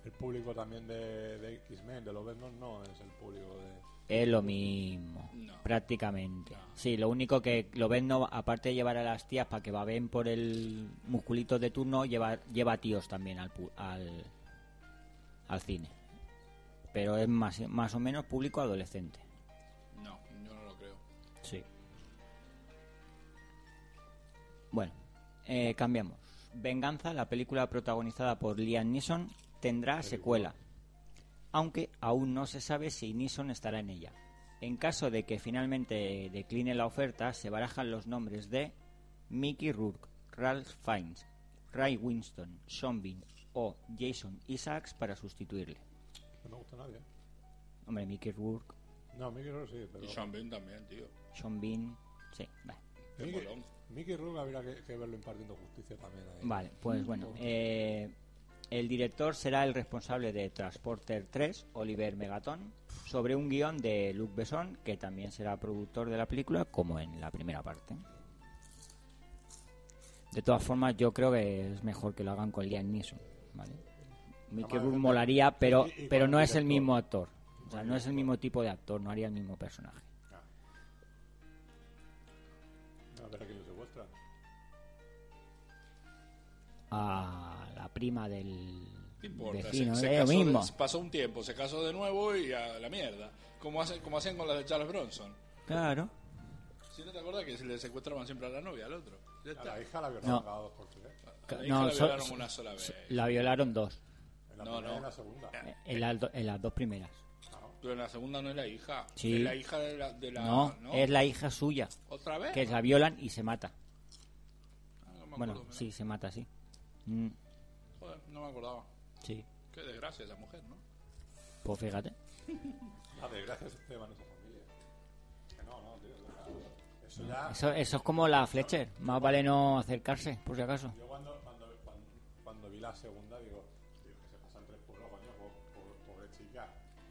Speaker 2: el público también de, de X-Men, de los Vendos, no es el público de.
Speaker 3: Es lo mismo,
Speaker 1: No.
Speaker 3: prácticamente.
Speaker 1: No.
Speaker 3: Sí, lo único que lo ven, no, aparte de llevar a las tías para que baben por el musculito de turno, lleva, lleva tíos también al, pu- al, al cine. pero es más, más o menos público adolescente.
Speaker 1: No, yo no lo creo.
Speaker 3: Sí. Bueno, eh, cambiamos. Venganza, la película protagonizada por Liam Neeson, tendrá secuela, aunque aún no se sabe si Neeson estará en ella. En caso de que finalmente decline la oferta, se barajan los nombres de Mickey Rourke, Ralph Fiennes, Ray Winston, Sean Bean o Jason Isaacs para sustituirle.
Speaker 2: No me gusta nadie. ¿eh?
Speaker 3: Hombre, Mickey Rourke,
Speaker 2: No, Mickey Rourke sí, pero.
Speaker 1: Y Sean Bean también, tío.
Speaker 3: Sean Bean, sí, vale.
Speaker 1: Qué
Speaker 2: Mickey,
Speaker 1: molón.
Speaker 2: Mickey Rourke habría que, que verlo impartiendo justicia también ahí.
Speaker 3: Vale, pues bueno, eh, el director será el responsable de Transporter 3, Oliver Megaton, sobre un guión de Luc Besson, que también será productor de la película, como en la primera parte. De todas formas, yo creo que es mejor que lo hagan con Liam Neeson, ¿vale? Mickey
Speaker 2: Además,
Speaker 3: Rourke
Speaker 2: depende-
Speaker 3: molaría, pero,
Speaker 2: y- y
Speaker 3: pero
Speaker 2: con
Speaker 3: no
Speaker 2: el
Speaker 3: es el
Speaker 2: director.
Speaker 3: mismo actor. O sea, no es el mismo tipo de actor, no haría el mismo personaje.
Speaker 2: A ver a quién lo secuestra.
Speaker 3: A la prima del
Speaker 1: ¿Qué importa?
Speaker 3: vecino,
Speaker 1: se, se
Speaker 3: es lo
Speaker 1: casó de-
Speaker 3: mismo.
Speaker 1: pasó un tiempo, se casó de nuevo y a la mierda. Como, hacen como hacían con las de Charles Bronson.
Speaker 3: Claro.
Speaker 1: Si no te acuerdas que se le secuestraban siempre a la novia, al otro. Ya
Speaker 2: A
Speaker 1: está.
Speaker 2: la hija la violaron
Speaker 3: No.
Speaker 2: cada dos por tres. ¿eh?
Speaker 1: A la hija
Speaker 3: No,
Speaker 1: la
Speaker 3: so-
Speaker 1: violaron
Speaker 3: so-
Speaker 1: una sola vez.
Speaker 3: so- la violaron dos.
Speaker 2: En la
Speaker 1: No,
Speaker 2: primera y
Speaker 1: no.
Speaker 2: en la segunda.
Speaker 3: En, las do- en las dos primeras.
Speaker 1: Pero en la segunda no es la hija.
Speaker 3: Sí.
Speaker 1: Es la hija de la... de la-
Speaker 3: no, es la hija suya,
Speaker 1: ¿Otra vez?
Speaker 3: que la violan y se mata.
Speaker 1: Ah, no me
Speaker 3: Bueno,
Speaker 1: acuerdo,
Speaker 3: sí, se mata, sí. Mm,
Speaker 1: mira. Joder, no me acordaba.
Speaker 3: sí,
Speaker 1: Qué desgracia esa mujer, ¿no?
Speaker 3: pues fíjate.
Speaker 2: La desgracia es Ah, Esteban y su familia. Que no, no, tío. que- Eso ya.
Speaker 3: Eso, eso es como la Fletcher. Más vale no acercarse, por si acaso.
Speaker 2: Yo cuando, cuando, cuando, cuando vi la segunda, digo, tío, que se pasan tres pueblos, coño, po- po- pobre chica.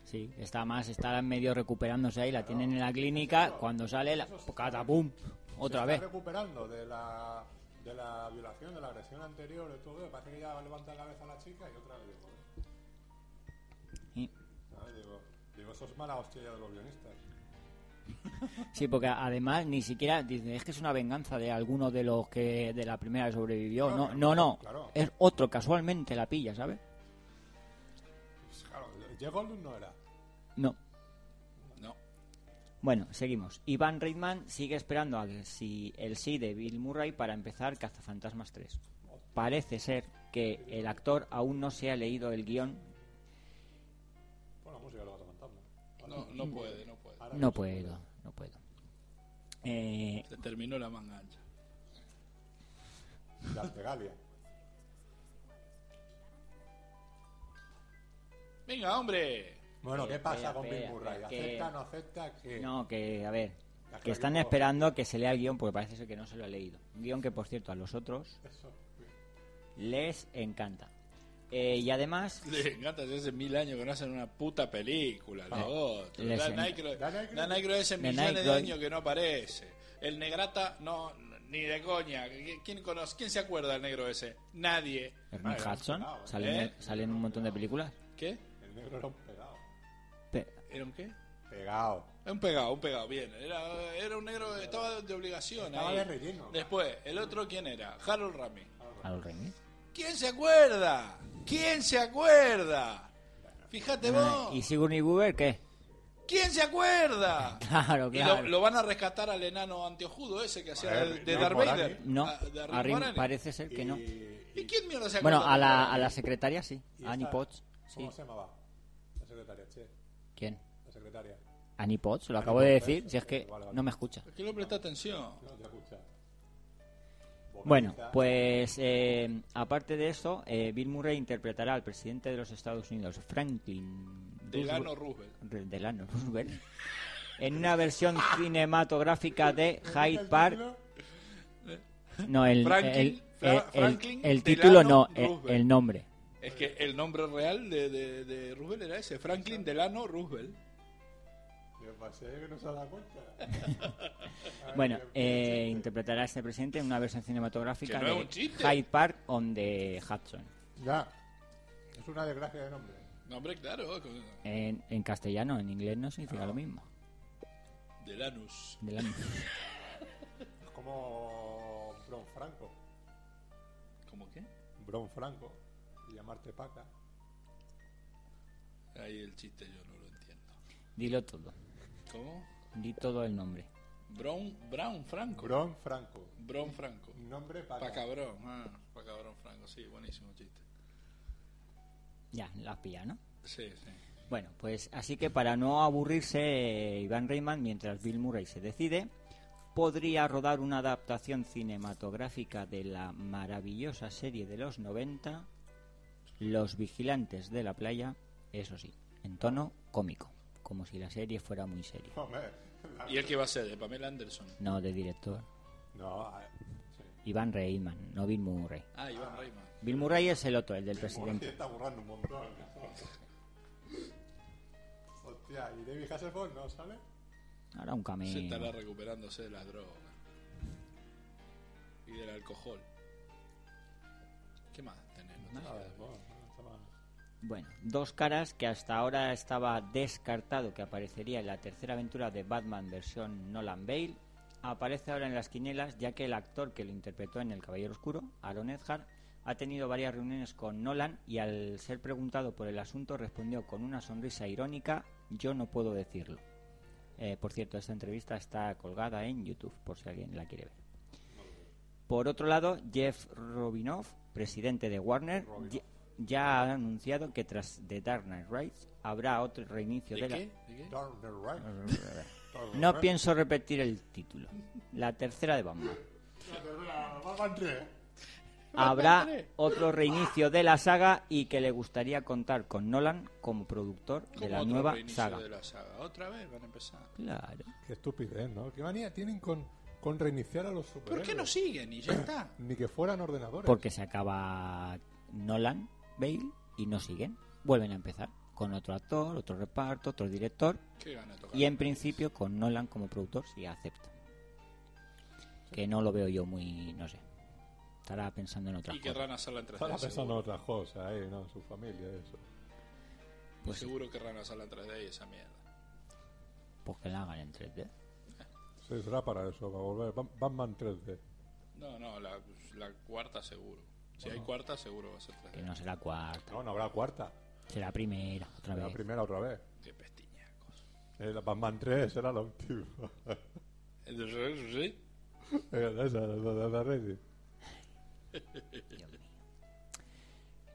Speaker 3: Sí, está más, está medio recuperándose ahí. La tienen en la clínica. Cuando sale, la, catapum, otra
Speaker 2: se
Speaker 3: vez.
Speaker 2: Está recuperando de la, de la violación, de la agresión anterior, de todo. y Parece que ya va a levantar la cabeza a la chica y otra vez. Digo, joder,
Speaker 3: Sí.
Speaker 2: ¿sabes? Digo, digo, eso es mala hostia ya de los guionistas.
Speaker 3: Sí, porque además ni siquiera dice, es que es una venganza de alguno de los que de la primera que sobrevivió. No,
Speaker 2: Claro,
Speaker 3: no, no.
Speaker 2: claro.
Speaker 3: Es otro, casualmente la pilla, ¿sabes?
Speaker 2: Pues, claro, Jeff Goldblum no era.
Speaker 3: No.
Speaker 1: No.
Speaker 3: Bueno, seguimos. Iván Reitman sigue esperando a que si el sí de Bill Murray para empezar Cazafantasmas 3. Parece ser que el actor aún no se ha leído el guión.
Speaker 2: Pon la música de los fantasmas.
Speaker 1: No, no puede, no puede.
Speaker 2: Ahora
Speaker 3: No
Speaker 2: se puede.
Speaker 3: puedo, no puedo. Eh,
Speaker 1: Se terminó la manga ancha.
Speaker 2: Las de Galia.
Speaker 1: ¡Venga, hombre!
Speaker 2: Bueno, ¿qué
Speaker 3: Espera,
Speaker 2: pasa con Bill
Speaker 3: espera,
Speaker 2: Murray?
Speaker 3: espera, que-
Speaker 2: ¿Acepta, no acepta? ¿Qué?
Speaker 3: no, que a ver,
Speaker 2: Las
Speaker 3: que
Speaker 2: que
Speaker 3: están
Speaker 2: yo-
Speaker 3: esperando que se lea el guión porque parece ser que no se lo ha leído. Un guión que, por cierto, a los otros
Speaker 2: Eso.
Speaker 3: les encanta. Eh, y además,
Speaker 1: Les encanta desde hace mil años que no hacen una puta película,
Speaker 3: Eh,
Speaker 1: los otros.
Speaker 3: Les
Speaker 1: Dan
Speaker 3: encanta.
Speaker 1: Aykroyd,
Speaker 2: Dan Aykroyd.
Speaker 1: Dan Aykroyd hace
Speaker 3: Dan
Speaker 1: millones de
Speaker 3: Aykroyd.
Speaker 1: años que no aparece. El Negrata, no, ni de coña. ¿Quién, conoce, ¿Quién se acuerda del negro ese? Nadie. Ah,
Speaker 3: Ernest
Speaker 2: Vale,
Speaker 3: Hudson
Speaker 2: vamos,
Speaker 3: sale, en-
Speaker 1: ¿eh?
Speaker 3: sale en un montón de películas.
Speaker 1: ¿Qué?
Speaker 2: El negro era un pegado.
Speaker 3: Pe-
Speaker 1: ¿Era un qué?
Speaker 2: Pegado.
Speaker 1: Un pegado, un pegado, bien. Era, era un negro, estaba de obligación.
Speaker 2: Estaba
Speaker 1: ahí.
Speaker 2: de relleno.
Speaker 1: Después, el otro, ¿quién era? Harold Ramis.
Speaker 3: Harold Ramis.
Speaker 1: ¿Quién se acuerda? ¿Quién se acuerda? Fíjate
Speaker 3: Ah,
Speaker 1: vos.
Speaker 3: ¿Y Sigourney Weaver qué?
Speaker 1: ¿Quién se acuerda?
Speaker 3: Claro,
Speaker 1: Y
Speaker 3: claro.
Speaker 1: lo, lo van a rescatar al enano anteojudo ese que hacía
Speaker 2: A
Speaker 1: de,
Speaker 2: ver,
Speaker 1: de
Speaker 2: Rick
Speaker 1: Darth
Speaker 2: Moranis.
Speaker 1: Vader.
Speaker 3: No,
Speaker 1: A- Ah, de Rick
Speaker 3: a Rim-
Speaker 1: Moranis.
Speaker 3: parece ser que no.
Speaker 2: Y-
Speaker 1: ¿Y quién mierda se acuerda?
Speaker 3: Bueno, a
Speaker 1: de
Speaker 3: la,
Speaker 1: Moranis?
Speaker 3: a la secretaria sí,
Speaker 2: y
Speaker 3: a Annie
Speaker 2: esta-
Speaker 3: Potts. Sí.
Speaker 2: ¿Cómo se llamaba? La secretaria, che.
Speaker 3: ¿Quién?
Speaker 2: La secretaria.
Speaker 3: Annie Potts, lo acabo de
Speaker 2: Potts,
Speaker 3: decir,
Speaker 2: eso,
Speaker 3: si es que
Speaker 2: vale, vale.
Speaker 3: no me escucha.
Speaker 1: Es que no presta atención.
Speaker 2: No te escucha.
Speaker 3: Bueno,
Speaker 2: Bonita.
Speaker 3: pues eh, aparte de eso, eh, Bill Murray interpretará al presidente de los Estados Unidos, Franklin
Speaker 1: Delano
Speaker 3: Roosevelt-
Speaker 1: Roosevelt.
Speaker 3: Re- Delano Roosevelt, en una versión cinematográfica de Hyde Park. No, el,
Speaker 1: Franklin-
Speaker 3: el-
Speaker 1: Fra-
Speaker 3: el- el-
Speaker 1: Franklin
Speaker 3: el
Speaker 1: Delano
Speaker 3: título no, el,
Speaker 1: Roosevelt.
Speaker 3: el nombre.
Speaker 1: Es que el nombre real de, de, de Roosevelt era ese, Franklin Delano Roosevelt.
Speaker 2: Yo pasé que no se ha dado cuenta.
Speaker 3: Bueno, eh, interpretará a este presidente en una versión cinematográfica
Speaker 1: Que no es un
Speaker 3: de
Speaker 1: chiste.
Speaker 3: Hyde Park on the Hudson.
Speaker 2: Ya. Es una desgracia de nombre.
Speaker 1: No, hombre, claro, con-
Speaker 3: En, en castellano, en inglés no
Speaker 1: Ah.
Speaker 3: significa lo mismo.
Speaker 1: Delanus.
Speaker 3: De la-
Speaker 2: Es como Bron Franco.
Speaker 1: ¿Cómo qué?
Speaker 2: Bron Franco. Y llamarte Paca.
Speaker 1: Ahí el chiste yo no lo entiendo.
Speaker 3: Dilo todo.
Speaker 1: ¿Cómo?
Speaker 3: Di todo el nombre.
Speaker 1: Brown, Brown Franco.
Speaker 2: Bron Franco.
Speaker 1: Brown Franco.
Speaker 2: Nombre
Speaker 1: Pa'
Speaker 2: para.
Speaker 1: cabrón, ah, pa' cabrón Franco, sí, buenísimo chiste.
Speaker 3: Ya, la has pillado, ¿no?
Speaker 1: Sí, sí.
Speaker 3: Bueno, pues así que para no aburrirse, eh, Iván Reitman, mientras Bill Murray se decide, podría rodar una adaptación cinematográfica de la maravillosa serie de los 90, Los Vigilantes de la Playa, eso sí, en tono cómico, como si la serie fuera muy seria.
Speaker 2: Hombre,
Speaker 1: ¿Y el que va a ser? De Pamela Anderson.
Speaker 3: No, de director,
Speaker 2: No, a- sí.
Speaker 3: Iván Reitman, no Bill Murray.
Speaker 1: Ah, Iván Reitman.
Speaker 3: Bill Murray es el otro, el del
Speaker 2: Morrissey
Speaker 3: presidente.
Speaker 2: está burlando un montón. Hostia, ¿y David Hasselhoff no sale?
Speaker 3: Ahora un
Speaker 1: Se estará
Speaker 3: cameo.
Speaker 1: recuperándose de las drogas. Y del alcohol. ¿Qué más tenemos?
Speaker 2: Ah, bueno, no está mal.
Speaker 3: Bueno, dos caras que hasta ahora estaba descartado que aparecería en la tercera aventura de Batman versión Nolan Bale, aparece ahora en las quinielas ya que el actor que lo interpretó en El Caballero Oscuro, Aaron Edgard, ha tenido varias reuniones con Nolan y al ser preguntado por el asunto respondió con una sonrisa irónica, yo no puedo decirlo. Eh, por cierto, esta entrevista está colgada en YouTube por si alguien la quiere ver. Por otro lado, Jeff Robinoff, presidente de Warner, ya, ya ha anunciado que tras The Dark Knight Rises habrá otro reinicio
Speaker 1: ¿De
Speaker 3: de, la...
Speaker 1: qué? ¿De qué?
Speaker 2: Darn the right. Darn the
Speaker 3: No
Speaker 2: right.
Speaker 3: pienso repetir el título. La tercera de Batman.
Speaker 2: Batman 3.
Speaker 3: Habrá otro reinicio de la saga y que le gustaría contar con Nolan como productor
Speaker 1: Como
Speaker 3: de la
Speaker 1: otro
Speaker 3: nueva
Speaker 1: reinicio
Speaker 3: saga.
Speaker 1: de la saga. Otra vez van a empezar.
Speaker 3: Claro.
Speaker 2: Qué estupidez, ¿no? Qué manía tienen con, con reiniciar a los
Speaker 1: ¿Por
Speaker 2: superhéroes.
Speaker 1: qué no siguen y ya está?
Speaker 2: Ni que fueran ordenadores.
Speaker 3: Porque se acaba Nolan, Bale y no siguen. Vuelven a empezar con otro actor, otro reparto, otro director
Speaker 1: ¿Qué gana tocar?
Speaker 3: y en principio con Nolan como productor si acepta. Que no lo veo yo muy, no sé. Estará pensando en otras
Speaker 1: Y
Speaker 3: cosas.
Speaker 1: querrán hacerla en
Speaker 2: Estaba
Speaker 1: 3D.
Speaker 2: pensando en
Speaker 1: Seguro.
Speaker 2: otras cosas, ahí, ¿no? Su familia, eso.
Speaker 3: Pues sí,
Speaker 1: seguro querrán hacerla en 3D y esa mierda.
Speaker 3: pues que la hagan en 3D.
Speaker 2: Sí, será para eso, para volver. Ba- Batman 3D.
Speaker 1: No, no, la, la cuarta seguro. Si hay cuarta, seguro va a ser 3D.
Speaker 3: Que no será cuarta,
Speaker 2: No, no habrá cuarta.
Speaker 3: será primera, otra
Speaker 2: La
Speaker 3: vez.
Speaker 2: primera otra vez.
Speaker 1: Qué pestiñacos.
Speaker 2: El Batman 3 será la última.
Speaker 1: ¿Sí?
Speaker 2: Esa, esa, esa, esa, esa.
Speaker 3: Dios mío.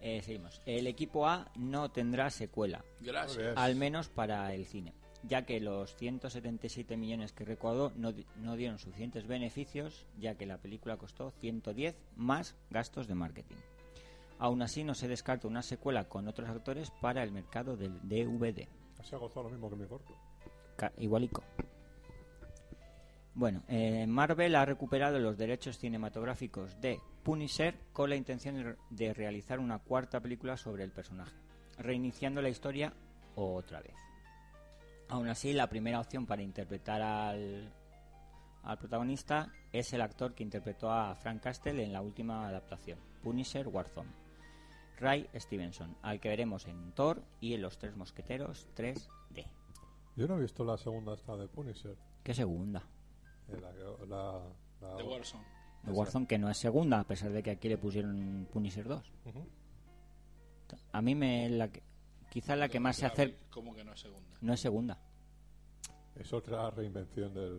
Speaker 3: Eh, seguimos. El equipo A no tendrá secuela,
Speaker 1: Gracias.
Speaker 2: Muy bien.
Speaker 3: al menos para el cine, ya que los 177 millones que recaudó no, di- no dieron suficientes beneficios, ya que la película costó 110 más gastos de marketing. Aún así, no se descarta una secuela con otros actores para el mercado del DVD.
Speaker 2: Se ha gozado lo mismo que mi corto.
Speaker 3: Ca- Igualico. Bueno, eh, Marvel ha recuperado los derechos cinematográficos de Punisher con la intención de re- de realizar una cuarta película sobre el personaje, reiniciando la historia otra vez. Aún así, la primera opción para interpretar al, al protagonista es el actor que interpretó a Frank Castle en la última adaptación, Punisher Warzone, Ray Stevenson, al que veremos en Thor y en Los Tres Mosqueteros 3D.
Speaker 2: Yo no he visto la segunda esta de Punisher.
Speaker 3: ¿Qué segunda?
Speaker 2: Eh, La, que- la, la-
Speaker 1: De Warzone.
Speaker 3: De Warzone que no es segunda, a pesar de que aquí le pusieron Punisher 2.
Speaker 2: Ujú.
Speaker 3: A mí me la que- quizá la que más se acerca
Speaker 1: Como que no es segunda.
Speaker 3: no es segunda.
Speaker 2: Es otra reinvención del.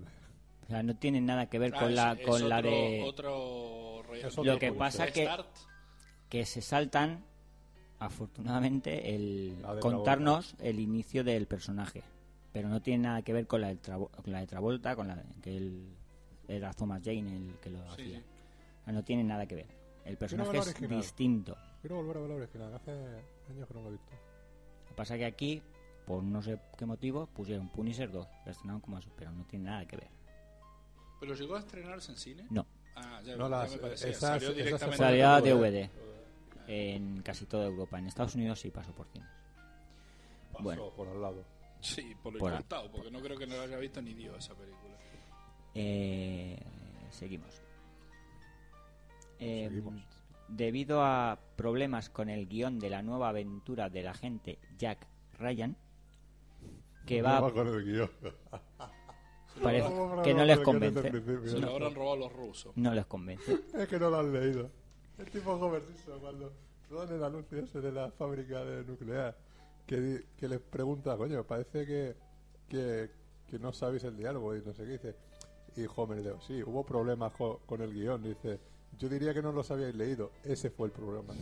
Speaker 3: O sea, no tiene nada que ver
Speaker 1: Ah,
Speaker 3: con
Speaker 1: es-
Speaker 3: la
Speaker 1: es
Speaker 3: con la
Speaker 1: otro-
Speaker 3: de
Speaker 1: Otro re-
Speaker 2: Es otro Lo que
Speaker 3: pasa que-
Speaker 1: restart.
Speaker 3: que se saltan afortunadamente el
Speaker 2: La de
Speaker 3: contarnos el inicio del personaje, pero no tiene nada que ver con la de, Travo- con la de Travolta, con la de- que él era Thomas Jane el que lo
Speaker 1: Sí,
Speaker 3: hacía.
Speaker 1: sí.
Speaker 3: O sea, No tiene nada que ver. El personaje
Speaker 2: la
Speaker 3: es
Speaker 2: original.
Speaker 3: distinto.
Speaker 2: Quiero volver a ver la original. que Hace años que no lo he visto.
Speaker 3: Lo que pasa que aquí, por no sé qué motivo, pusieron Punisher 2. La estrenaron como eso, pero no tiene nada que ver.
Speaker 1: ¿Pero llegó a estrenarse en cine?
Speaker 3: No.
Speaker 1: Ah, ya,
Speaker 2: No,
Speaker 1: ya
Speaker 2: las-
Speaker 1: me parecía.
Speaker 2: esas-
Speaker 1: Salió
Speaker 2: esas
Speaker 1: directamente.
Speaker 2: se
Speaker 3: Salió a
Speaker 2: DVD.
Speaker 3: DVD. En casi toda Europa. En Estados Unidos sí pasó por cines.
Speaker 2: Pasó
Speaker 3: Bueno.
Speaker 2: por al lado.
Speaker 1: Sí, por lo
Speaker 3: Por ahí.
Speaker 1: insultado, porque no creo que no lo haya visto ni Dios esa película.
Speaker 3: Eh, seguimos. Eh,
Speaker 2: Seguimos.
Speaker 3: Debido a problemas con el guión de la nueva aventura del agente Jack Ryan, que va
Speaker 2: No me acuerdo del guión.
Speaker 3: parece
Speaker 2: No me acuerdo
Speaker 3: que no
Speaker 2: del
Speaker 3: les
Speaker 2: guión
Speaker 3: convence.
Speaker 2: desde el
Speaker 1: Se
Speaker 2: principio.
Speaker 1: lo habrán robado los rusos.
Speaker 3: No les convence.
Speaker 2: Es que no lo han leído. El tipo Homer Simpson, cuando roban el anuncio ese de la fábrica de nuclear, que, di- que les pregunta, coño, parece que, que, que no sabéis el diálogo y no sé qué dice. Y Homer dice, sí, hubo problemas jo- con el guión. Dice, yo diría que no los habíais leído. Ese fue el problema.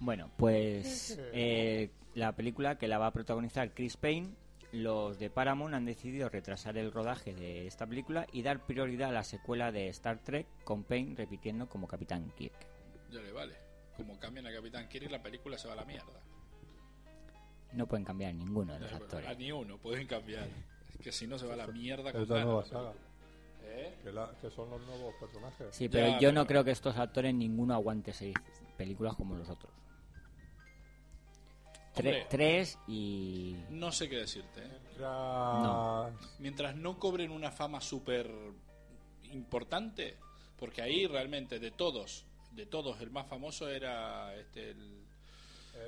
Speaker 3: Bueno, pues eh, la película que la va a protagonizar Chris Payne, los de Paramount han decidido retrasar el rodaje de esta película y dar prioridad a la secuela de Star Trek con Payne repitiendo como Capitán Kirk.
Speaker 1: Ya le vale. Como cambian a Capitán Kirk, la película se va a la mierda.
Speaker 3: No pueden cambiar ninguno de los
Speaker 1: A
Speaker 3: actores.
Speaker 1: ni uno, pueden cambiar. Es que si no se va a la mierda con
Speaker 2: Es la
Speaker 1: ganas,
Speaker 2: nueva
Speaker 1: la
Speaker 2: saga.
Speaker 1: película. ¿Eh?
Speaker 2: Que, la- que son los nuevos personajes.
Speaker 3: Sí, pero
Speaker 1: Ya,
Speaker 3: yo no
Speaker 1: pero-
Speaker 3: creo que estos actores ninguno aguante seis películas como los otros. Tre-
Speaker 1: Hombre.
Speaker 3: tres y...
Speaker 1: No sé qué decirte. ¿eh?
Speaker 2: Tras-
Speaker 1: Mientras no cobren una fama súper importante, porque ahí realmente de todos, de todos, el más famoso era este, el,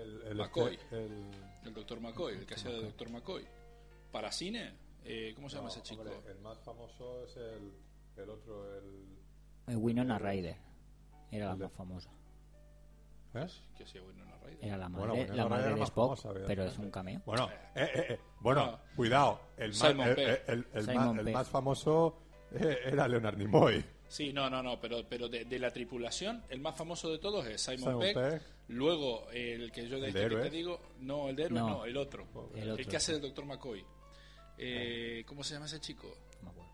Speaker 2: El, el,
Speaker 1: McCoy.
Speaker 2: este- el-
Speaker 1: el Dr. McCoy, el que hacía de Dr. McCoy. Para cine, eh, ¿cómo se llama
Speaker 2: no,
Speaker 1: ese chico?
Speaker 2: hombre, el más famoso es el, el otro, el...
Speaker 3: eh, Winona Ryder. Era la
Speaker 2: El de-
Speaker 3: más famosa.
Speaker 1: Que hacía Winona Ryder.
Speaker 3: Era la
Speaker 2: Bueno,
Speaker 3: madre,
Speaker 2: Winona
Speaker 3: la
Speaker 2: Ryder
Speaker 3: madre
Speaker 2: era
Speaker 3: de
Speaker 2: más
Speaker 3: Spock,
Speaker 2: famosa,
Speaker 3: pero
Speaker 2: evidentemente.
Speaker 3: es un cameo.
Speaker 2: Bueno, eh, eh, eh, bueno,
Speaker 1: No.
Speaker 2: cuidado. El, más,
Speaker 1: Simon
Speaker 2: el,
Speaker 1: Pegg.
Speaker 2: el- el- el
Speaker 3: Simon
Speaker 2: más, el
Speaker 3: Pegg.
Speaker 2: más famoso eh, era Leonard Nimoy.
Speaker 1: Sí, no, no, no, pero, pero de, de la tripulación, el más famoso de todos es Simon,
Speaker 2: Simon
Speaker 1: Pegg.
Speaker 2: Pegg.
Speaker 1: Luego, el que yo de
Speaker 2: ¿El
Speaker 1: este
Speaker 2: de
Speaker 1: que te
Speaker 2: Héroes?
Speaker 1: digo, no, el de héroe, no,
Speaker 3: No,
Speaker 1: el, otro.
Speaker 3: el otro.
Speaker 1: que hace el doctor McCoy. Eh, ¿Cómo se llama ese chico?
Speaker 3: No me acuerdo.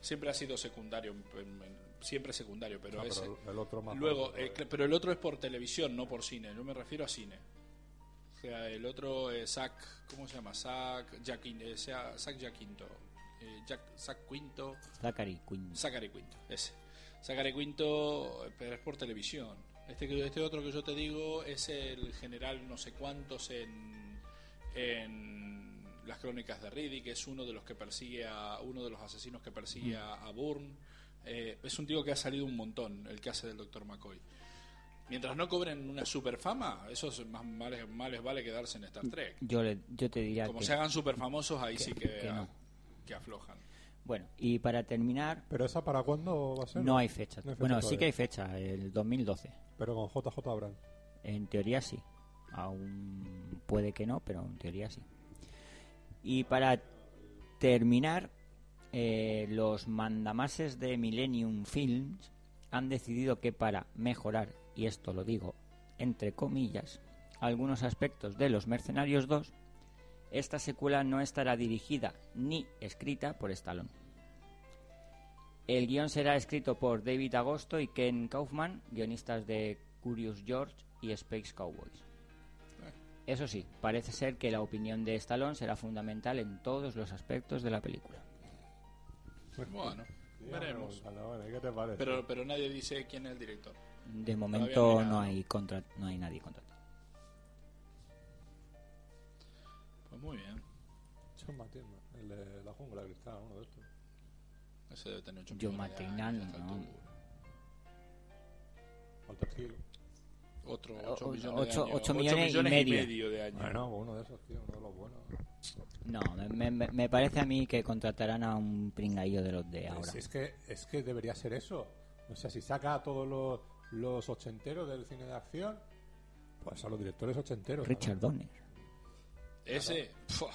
Speaker 1: Siempre ha sido secundario, en- en- en- siempre secundario, pero
Speaker 2: Ah,
Speaker 1: ese.
Speaker 2: pero el otro más
Speaker 1: Luego,
Speaker 2: famoso,
Speaker 1: eh, cl- pero el otro es por televisión, no por cine. Yo me refiero a cine. O sea, el otro es Zack, ¿cómo se llama? Zack Jaquin, eh, sea- Zack Jaquinto. Eh, Jack, Zack Quinto.
Speaker 3: Zachary Quinn.
Speaker 1: Sacaré Quinto, ese. Sacaré Quinto, eh, pero es por televisión. Este, que- este otro que yo te digo es el general no sé cuántos en, en las crónicas de Riddick, que es uno de los que persigue a uno de los asesinos que persigue a, a Bourne. Eh, es un tío que ha salido un montón, el que hace del Dr. McCoy. Mientras no cobren una super fama, eso es más, más les- más les vale quedarse en Star Trek.
Speaker 3: Yo, le- yo te diría
Speaker 1: Como
Speaker 3: que...
Speaker 1: se hagan super famosos, ahí sí que,
Speaker 3: que no.
Speaker 1: que aflojan.
Speaker 3: Bueno, y para terminar,
Speaker 2: ¿Pero esa para cuándo va a ser?
Speaker 3: no hay fecha.
Speaker 2: No hay fecha
Speaker 3: bueno, sí
Speaker 2: todavía.
Speaker 3: que hay fecha, el 2012.
Speaker 2: Pero con JJ Abrams.
Speaker 3: En teoría sí. Aún puede que no, pero en teoría sí. Y para terminar, eh, los mandamases de Millennium Films han decidido que para mejorar, y esto lo digo entre comillas, algunos aspectos de Los Mercenarios 2, esta secuela no estará dirigida ni escrita por Stallone. El guión será escrito por David Agosto y Ken Kaufman, guionistas de Curious George y Space Cowboys. Eso sí, parece ser que la opinión de Stallone será fundamental en todos los aspectos de la película.
Speaker 1: Bueno, veremos.
Speaker 2: Bueno, bueno, ¿Qué te parece?
Speaker 1: Pero, pero nadie dice quién es el director.
Speaker 3: De momento
Speaker 1: mirado.
Speaker 3: no hay contra no hay nadie contratado.
Speaker 1: Pues muy bien.
Speaker 2: John Matilda, el de la jungla de cristal, uno de estos.
Speaker 1: Ese debe tener ocho
Speaker 3: Yo
Speaker 1: millones de
Speaker 3: Matignan,
Speaker 1: años, a esta
Speaker 3: no.
Speaker 1: altura.
Speaker 2: Walter Hill.
Speaker 1: Otro
Speaker 3: O-
Speaker 1: 8
Speaker 3: o-
Speaker 1: millones,
Speaker 3: ocho-
Speaker 1: de años.
Speaker 3: ocho
Speaker 1: Ocho
Speaker 3: millones y
Speaker 1: y
Speaker 3: medio.
Speaker 1: medio de años.
Speaker 2: Bueno, uno de esos, tío, uno de los buenos.
Speaker 3: No, me, me- me parece a mí que contratarán a un pringaillo de los de ahora.
Speaker 2: Es, es que, es que debería ser eso. O sea, si saca a todos los, los ochenteros del cine de acción, pues a los directores ochenteros. ¿no?
Speaker 3: Richard Donner.
Speaker 1: Ese, pfua.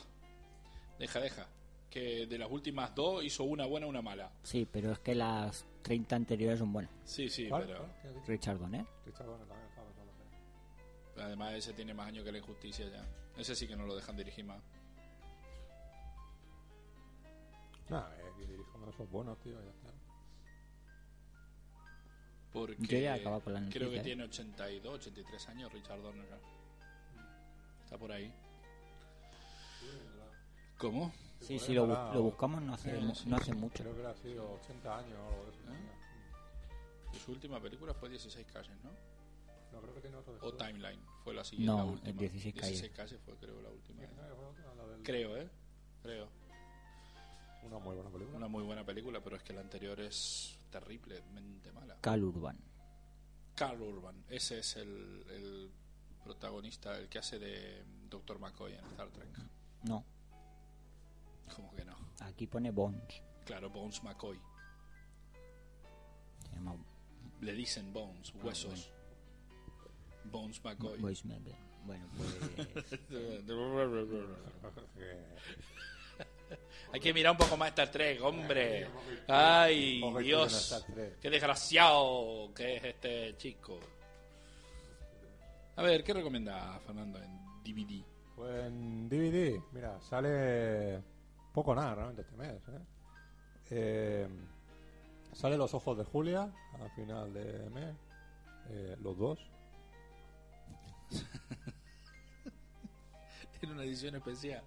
Speaker 1: deja, deja. Que de las últimas dos hizo una buena, una mala.
Speaker 3: Sí, pero es que las 30 anteriores son buenas.
Speaker 1: Sí, sí,
Speaker 2: ¿Cuál?
Speaker 1: pero
Speaker 2: ¿Cuál? ¿Qué has dicho?
Speaker 3: Richard Donner.
Speaker 2: Richard Donner también estaba pensando en él.
Speaker 1: además ese tiene más años que la injusticia ya. Ese sí que no lo dejan dirigir más.
Speaker 2: Nah, eh, que dirija uno de esos buenos, tío, ya está.
Speaker 1: Porque
Speaker 3: Yo ya he acabado con la
Speaker 1: creo que
Speaker 3: noticia, ¿eh?
Speaker 1: tiene 82, 83 años Richard Donner. ya. Está por ahí. ¿Cómo?
Speaker 3: Sí, sí, lo,
Speaker 2: Ojalá,
Speaker 3: bu- lo
Speaker 2: o-
Speaker 3: buscamos no hace, no hace mucho.
Speaker 2: Creo que era así, o 80 años o algo de eso. tenía.
Speaker 1: Su última película fue 16 calles, ¿no?
Speaker 2: No, creo que tiene otro de
Speaker 1: O
Speaker 2: esos.
Speaker 1: Timeline, fue la siguiente,
Speaker 3: No,
Speaker 1: la última.
Speaker 3: el 16 calles.
Speaker 1: fue creo la última.
Speaker 2: Ah, fue otra, la del-
Speaker 1: Creo, ¿eh? Creo.
Speaker 2: Una muy buena película.
Speaker 1: Una muy buena película, pero es que la anterior es terriblemente mala.
Speaker 3: Cal Urban.
Speaker 1: Carl Urban, ese es el, el protagonista, el que hace de Dr. McCoy en Star Trek.
Speaker 3: No,
Speaker 1: Como que no.
Speaker 3: aquí pone Bones.
Speaker 1: Claro, Bones McCoy.
Speaker 3: Se llama Ah,
Speaker 1: Le dicen Bones, huesos. Bones McCoy.
Speaker 3: Boys Melville. Bueno, pues.
Speaker 1: Hay que mirar un poco más Star Trek, hombre. Ay,
Speaker 2: Un poco de
Speaker 1: Dios.
Speaker 2: Star Trek.
Speaker 1: Qué desgraciado que es este chico. A ver, ¿qué recomienda Fernando en DVD?
Speaker 2: Pues en DVD, mira, sale poco o nada realmente este mes. ¿eh? Eh, sale Los Ojos de Julia a final de mes, eh, los dos.
Speaker 1: Tiene una edición especial.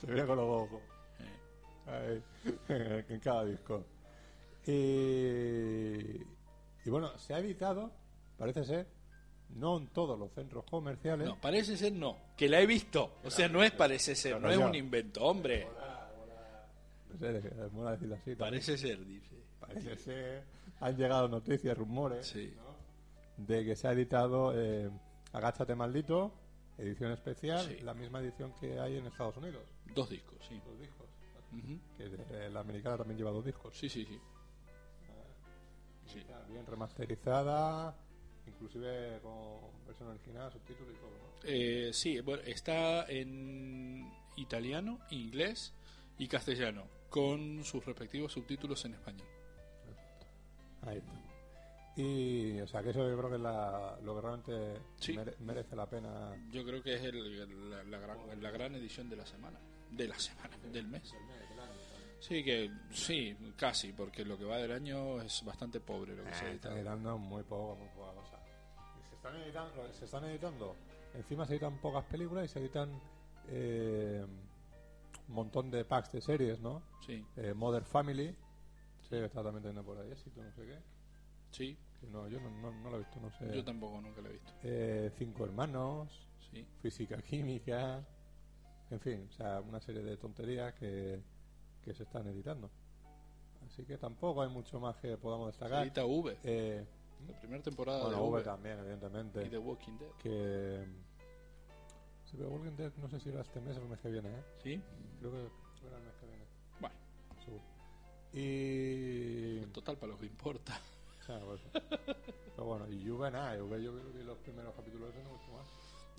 Speaker 2: Se mira con los ojos.
Speaker 1: Eh.
Speaker 2: Ahí, en cada disco. Y, y bueno, se ha editado, parece ser, no en todos los centros comerciales.
Speaker 1: No, parece ser no. Que la he visto. O sea, no es parece ser, no es un invento, hombre.
Speaker 2: No sé, es eh, mola decirlo así. ¿no?
Speaker 1: Parece ser, dice.
Speaker 2: Parece ser. Han llegado noticias, rumores.
Speaker 1: Sí.
Speaker 2: de que se ha editado eh, Agáchate Maldito, edición especial,
Speaker 1: Sí.
Speaker 2: la misma edición que hay en Estados Unidos,
Speaker 1: Dos discos, sí.
Speaker 2: dos discos.
Speaker 1: Ujú.
Speaker 2: Que eh, la americana también lleva dos discos.
Speaker 1: Sí, sí, sí. sí.
Speaker 2: Está bien remasterizada, inclusive con versión original, subtítulos y todo. ¿no?
Speaker 1: Eh, sí, bueno, está en italiano, inglés y castellano, con sus respectivos subtítulos en español.
Speaker 2: Ahí está. Y, o sea, que eso yo creo que es la- lo que realmente
Speaker 1: Sí.
Speaker 2: mere- merece la pena.
Speaker 1: Yo creo que es el- la, la gran, la gran edición de la semana, de la semana, del mes. Sí, que sí, casi, porque lo que va del año es bastante pobre lo que se
Speaker 2: Se están
Speaker 1: edita.
Speaker 2: editando muy poco, muy poca cosa. Y Se están editando, se están editando. Encima se editan pocas películas y se editan eh, un montón de packs de series, ¿no?
Speaker 1: Sí,
Speaker 2: Eh, Mother Family, sí, está también teniendo por ahí éxito, no sé qué.
Speaker 1: sí,
Speaker 2: Que No, yo no, no, no lo he visto, no sé.
Speaker 1: yo tampoco nunca lo he visto.
Speaker 2: Eh, cinco hermanos,
Speaker 1: Sí.
Speaker 2: física, química, en fin, o sea, una serie de tonterías que, que se están editando. Así que tampoco hay mucho más que podamos
Speaker 1: Se
Speaker 2: destacar.
Speaker 1: edita V,
Speaker 2: Eh,
Speaker 1: la primera temporada
Speaker 2: Bueno, V
Speaker 1: de V
Speaker 2: también, evidentemente.
Speaker 1: y The Walking Dead.
Speaker 2: Que. Sí, pero Walking Dead no sé si era este mes o el mes que viene, ¿eh?
Speaker 1: Sí,
Speaker 2: Creo que era el mes que viene,
Speaker 1: bueno,
Speaker 2: seguro. Y.
Speaker 1: en total para lo que importa.
Speaker 2: o sea, pues- pero bueno, y Juve nada, Juve yo creo que los primeros capítulos de no mucho más.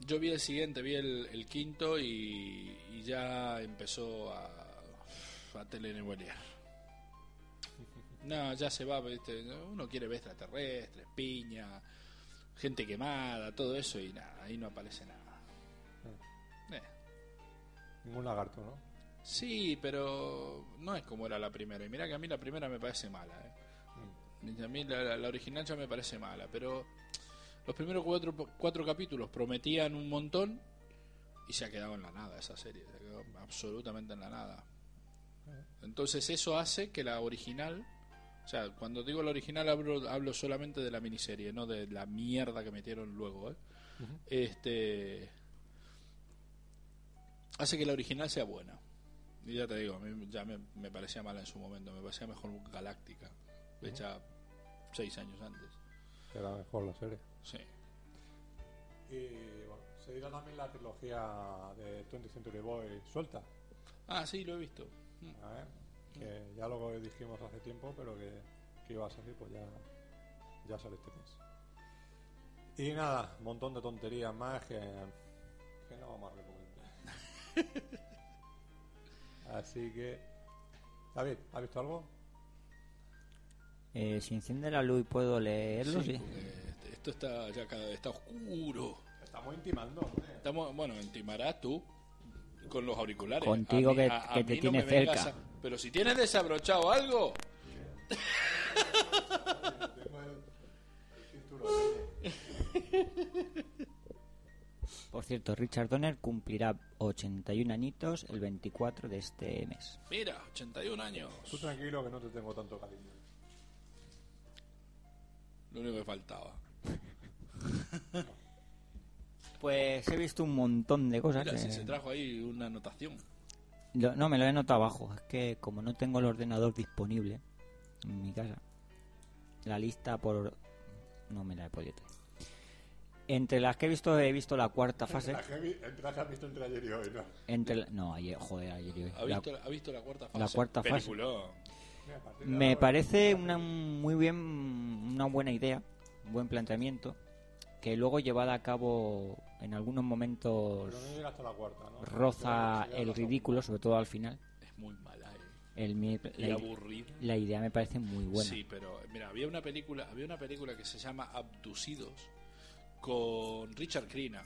Speaker 1: Yo vi el siguiente, vi el, el quinto y, y ya empezó a, a telenovelear. No, ya se va, ¿viste? uno quiere ver extraterrestres, piña, gente quemada, todo eso y nada, ahí no aparece nada. Eh,
Speaker 2: Ningún lagarto, ¿no?
Speaker 1: sí, pero no es como era la primera. Y mira que a mí la primera me parece mala. ¿eh? A mí la, la- la original ya me parece mala, pero los primeros cuatro, cuatro capítulos prometían un montón y se ha quedado en la nada esa serie, se ha quedado absolutamente en la nada. Entonces eso hace que la original, o sea, cuando digo la original hablo, hablo solamente de la miniserie, no de la mierda que metieron luego, ¿eh? Este hace que la original sea buena. Y ya te digo, a mí ya me, me parecía mala en su momento, me parecía mejor Galáctica, hecha seis años antes.
Speaker 2: Que era mejor la serie.
Speaker 1: Sí.
Speaker 2: Y bueno, se dirá también la trilogía de 20th Century Boy suelta,
Speaker 1: Ah, sí, lo he visto. Mm.
Speaker 2: ¿eh? Que ya lo dijimos hace tiempo, pero que, que iba a salir, pues ya, ya sale este mes. Y nada, un montón de tonterías más que, que no vamos a recomendar. Así que. David, ¿has visto algo?
Speaker 3: Eh, si enciende la luz y puedo leerlo, sí.
Speaker 1: Eh, Esto está ya cada vez está oscuro.
Speaker 2: Estamos intimando, ¿eh? hombre.
Speaker 1: Estamos, bueno, entimarás tú con los auriculares.
Speaker 3: Contigo
Speaker 1: A mí-
Speaker 3: que-
Speaker 1: a- a
Speaker 3: que
Speaker 1: mí
Speaker 3: te
Speaker 1: no
Speaker 3: tiene
Speaker 1: me vengas
Speaker 3: cerca.
Speaker 1: a- pero si tienes desabrochado algo,
Speaker 2: Tengo el- el cinturón, ¿eh?
Speaker 3: Por cierto, Richard Donner cumplirá 81 añitos el 24 de este mes.
Speaker 1: mira, 81 años.
Speaker 2: Tú tranquilo que no te tengo tanto cariño.
Speaker 1: Lo único que faltaba.
Speaker 3: Pues he visto un montón de cosas.
Speaker 1: Mira,
Speaker 3: que-
Speaker 1: si se trajo ahí una anotación.
Speaker 3: Lo- no, me lo he notado abajo. Es que como no tengo el ordenador disponible en mi casa, la lista por... No me la he podido traer. Entre las que he visto, he visto la cuarta fase.
Speaker 2: La que vi- la que has visto entre ayer y hoy, ¿no?
Speaker 3: Entre la- No, ayer, joder, ayer y hoy.
Speaker 1: ¿Ha
Speaker 3: La-
Speaker 1: visto, la- ha visto la cuarta fase?
Speaker 3: la cuarta fase.
Speaker 1: Peliculón.
Speaker 2: Mira, a partir de
Speaker 3: Me
Speaker 2: ahora-
Speaker 3: parece una muy bien, una buena idea, un buen planteamiento. que luego llevada a cabo en
Speaker 2: Pero
Speaker 3: algunos
Speaker 2: no
Speaker 3: momentos
Speaker 2: llega hasta la cuarta, ¿no?
Speaker 3: roza
Speaker 2: Pero sí,
Speaker 3: el
Speaker 2: hasta la
Speaker 3: ridículo, sobre todo al final.
Speaker 1: Es muy mala eh.
Speaker 3: El, mi-
Speaker 1: y
Speaker 3: la,
Speaker 1: aburrida.
Speaker 3: la idea me parece muy buena.
Speaker 1: Sí, pero mira, había una película, había una película que se llama Abducidos con Richard Crina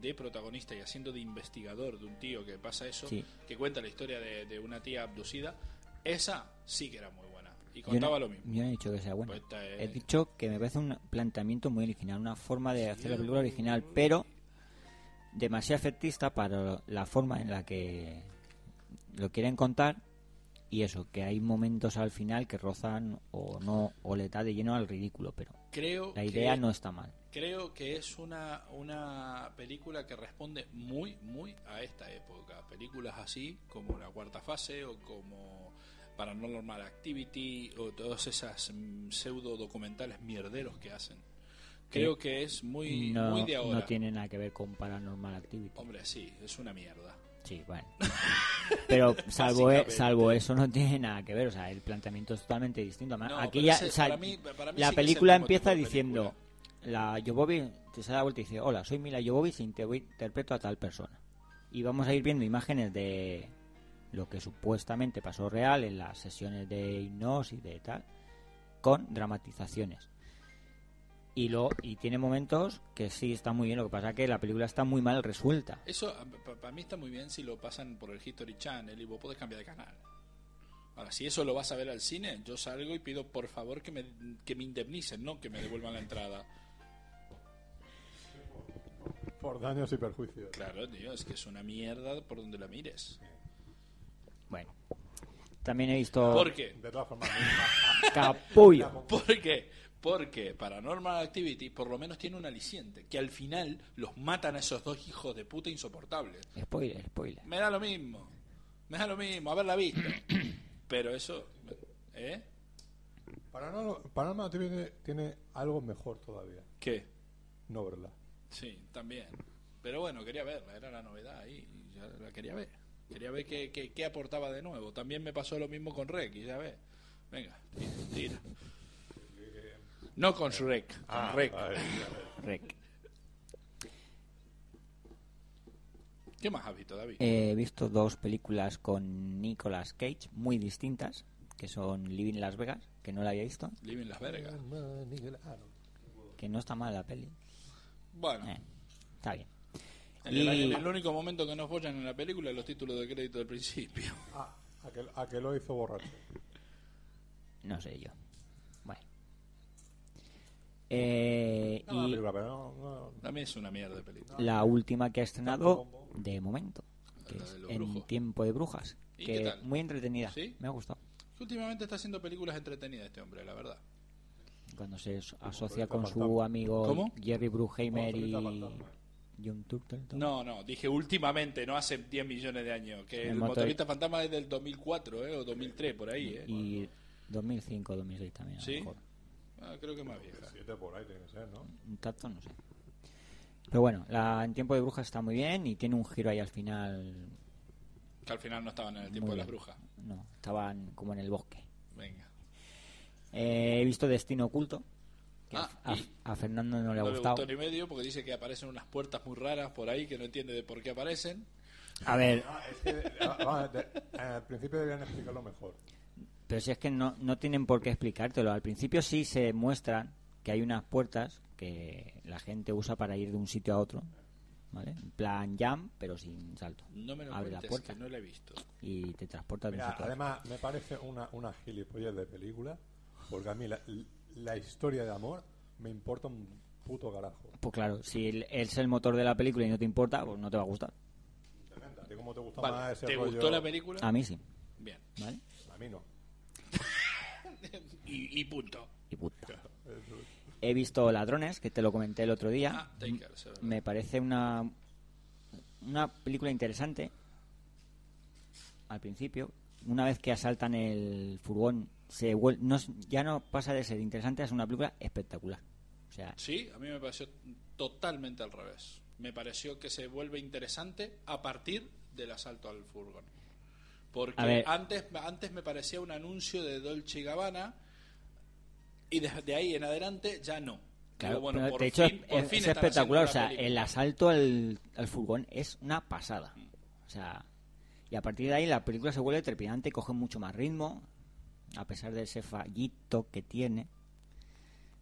Speaker 1: de protagonista y haciendo de investigador de un tío que pasa eso,
Speaker 3: Sí.
Speaker 1: que cuenta la historia de, de una tía abducida. Esa sí que era muy buena y
Speaker 3: Yo
Speaker 1: contaba
Speaker 3: no-
Speaker 1: lo mismo.
Speaker 3: Yo no he dicho que sea buena.
Speaker 1: Pues esta es-
Speaker 3: He dicho que me parece un planteamiento muy original, una forma de hacer la película original, pero demasiado efectista para la forma en la que lo quieren contar y eso, que hay momentos al final que rozan o no o le da de lleno al ridículo, pero
Speaker 1: Creo
Speaker 3: la idea
Speaker 1: que,
Speaker 3: no está mal.
Speaker 1: creo que es una una película que responde muy muy a esta época. Películas así como La cuarta fase o como Paranormal Activity o todas esas mm, pseudo documentales mierderos que hacen. Creo que es muy
Speaker 3: no,
Speaker 1: muy de ahora.
Speaker 3: no tiene nada que ver con Paranormal Activity.
Speaker 1: Hombre, sí, es una mierda.
Speaker 3: Sí, bueno. Pero salvo, e-
Speaker 1: Básicamente.
Speaker 3: salvo eso no tiene nada que ver, o sea, el planteamiento es totalmente distinto. Además,
Speaker 1: No,
Speaker 3: Ah, Aquí
Speaker 1: pero
Speaker 3: ya,
Speaker 1: ese-
Speaker 3: o sea,
Speaker 1: para mí- para mí
Speaker 3: la
Speaker 1: sí que es el
Speaker 3: película
Speaker 1: mismo tipo
Speaker 3: empieza
Speaker 1: de
Speaker 3: diciendo, la Jovovich te sale la vuelta y dice, hola, soy Mila Jovovich y te voy- interpreto a tal persona. Y vamos a ir viendo imágenes de lo que supuestamente pasó real en las sesiones de hipnosis y de tal, con dramatizaciones. Y, lo, y tiene momentos que sí está muy bien, lo que pasa que la película está muy mal resuelta.
Speaker 1: Eso ah, para mí está muy bien si lo pasan por el History Channel y vos podés cambiar de canal. Ahora, si eso lo vas a ver al cine, yo salgo y pido por favor que me, que me indemnicen, no que me devuelvan la entrada.
Speaker 2: cuarta. Por daños y perjuicios.
Speaker 1: Claro, tío, es que es una mierda por donde la mires.
Speaker 3: Bueno. También he visto
Speaker 1: ¿Por qué?
Speaker 2: De todas formas,
Speaker 3: Capullo.
Speaker 1: ¿Por qué? Porque Paranormal Activity por lo menos tiene un aliciente, que al final los matan a esos dos hijos de puta insoportables.
Speaker 3: Spoiler, spoiler.
Speaker 1: Me da lo mismo, me da lo mismo haberla visto. Pero eso, ¿eh?
Speaker 2: Paranormal Paranormal Activity tiene algo mejor todavía.
Speaker 1: ¿Qué?
Speaker 2: No verla.
Speaker 1: Sí, también. Pero bueno, quería verla, era la novedad ahí, y ya la quería ver. Quería ver qué, qué- qué aportaba de nuevo. También me pasó lo mismo con Rec, y ya ves. Venga, tira. No con Shrek, con Rec.
Speaker 3: Rec.
Speaker 1: ¿Qué más has visto, David?
Speaker 3: He visto dos películas con Nicolas Cage muy distintas, que son Living Las Vegas, que no la había visto,
Speaker 1: Living Las Vergas.
Speaker 3: Eh,
Speaker 2: Ah, no.
Speaker 3: que no está mal la peli.
Speaker 1: Bueno,
Speaker 3: Eh, está bien.
Speaker 1: en el,
Speaker 3: y-
Speaker 1: en el único momento que nos follan en la película es los títulos de crédito del principio.
Speaker 2: Ah, a que, a que lo hizo borracho.
Speaker 3: No sé yo. Bueno. Eh,
Speaker 2: No, la
Speaker 3: y
Speaker 2: película, pero no- no-
Speaker 1: También es una mierda de película.
Speaker 3: la última que ha estrenado de momento, que
Speaker 1: La
Speaker 3: es
Speaker 1: de los
Speaker 3: En
Speaker 1: brujos.
Speaker 3: Tiempo de Brujas,
Speaker 1: ¿Y qué
Speaker 3: que
Speaker 1: tal?
Speaker 3: muy entretenida.
Speaker 1: ¿Sí?
Speaker 3: Me ha gustado.
Speaker 1: Últimamente está haciendo películas entretenidas este hombre, la verdad.
Speaker 3: cuando se as-
Speaker 1: Pues
Speaker 2: Tortuga
Speaker 3: asocia con su
Speaker 2: Fantasma.
Speaker 3: amigo
Speaker 1: ¿Cómo? Pues
Speaker 3: Jerry Bruckheimer
Speaker 2: Como Tortuga
Speaker 3: y
Speaker 2: Fantasma.
Speaker 3: John Turtle.
Speaker 1: No, no, dije últimamente, no hace 10 millones de años. Que
Speaker 3: El
Speaker 1: el,
Speaker 3: motor-
Speaker 1: motorista fantasma es del 2004 eh, o 2003, por ahí. Eh.
Speaker 3: Y 2005, 2006 también. A
Speaker 1: ¿Sí?
Speaker 3: lo mejor.
Speaker 1: Ah, creo que más vieja.
Speaker 2: Siete por ahí tiene que ser, ¿no?
Speaker 3: Un tanto, no sé. Pero bueno, la, en tiempo de brujas está muy bien y tiene un giro ahí al final.
Speaker 1: Que al final no estaban en el tiempo
Speaker 3: muy
Speaker 1: de las
Speaker 3: bien.
Speaker 1: brujas.
Speaker 3: No, estaban como en el bosque.
Speaker 1: Venga.
Speaker 3: Eh, he visto Destino Oculto. Que
Speaker 1: Ah,
Speaker 3: a,
Speaker 1: y-
Speaker 3: a- a Fernando no le ha
Speaker 1: No le
Speaker 3: gustado.
Speaker 1: gustó ni medio porque dice que aparecen unas puertas muy raras por ahí que no entiende de por qué aparecen.
Speaker 3: A ver,
Speaker 2: Ah, es que, ah, ah, de- eh, al principio debían explicarlo mejor.
Speaker 3: Pero si es que no, no tienen por qué explicártelo. Al principio sí se muestran que hay unas puertas que la gente usa para ir de un sitio a otro. ¿Vale? En plan jam, pero sin salto.
Speaker 1: No me lo
Speaker 3: Abre la
Speaker 1: cuentes,
Speaker 3: puerta
Speaker 1: que no la he visto.
Speaker 3: y te transporta de un
Speaker 2: Mira,
Speaker 3: sitio a otro.
Speaker 2: además, me parece una, una gilipollez de película, porque a mí la, la historia de amor me importa un puto carajo.
Speaker 3: Pues claro, si el- es el motor de la película y no te importa, pues no te va a gustar.
Speaker 2: Tremenda. ¿A ti cómo te gusta
Speaker 1: Vale,
Speaker 2: más ese
Speaker 1: ¿Te
Speaker 2: rollo?
Speaker 1: gustó la película?
Speaker 3: A mí sí.
Speaker 1: Bien.
Speaker 3: ¿Vale?
Speaker 2: A mí no.
Speaker 1: Y, y punto.
Speaker 3: Y puta. He visto Ladrones, que te lo comenté el otro día.
Speaker 1: Ah, Taker, se ve.
Speaker 3: me parece una una película interesante al principio una vez que asaltan el furgón se vuel- no es- ya no pasa de ser interesante es una película espectacular o sea
Speaker 1: Sí, a mí me pareció totalmente al revés. Me pareció que se vuelve interesante a partir del asalto al furgón.
Speaker 3: A
Speaker 1: Porque
Speaker 3: ver.
Speaker 1: antes, antes me parecía un anuncio de Dolce y Gabbana y desde ahí en adelante ya no.
Speaker 3: Claro,
Speaker 1: Digo, bueno,
Speaker 3: pero
Speaker 1: por
Speaker 3: de hecho,
Speaker 1: fin- por
Speaker 3: es,
Speaker 1: fin
Speaker 3: es
Speaker 1: están haciendo
Speaker 3: espectacular.
Speaker 1: la
Speaker 3: O sea,
Speaker 1: película. Mm.
Speaker 3: el asalto al, al furgón es una pasada. O sea, y a partir de ahí la película se vuelve trepidante, coge mucho más ritmo, a pesar de ese fallito que tiene.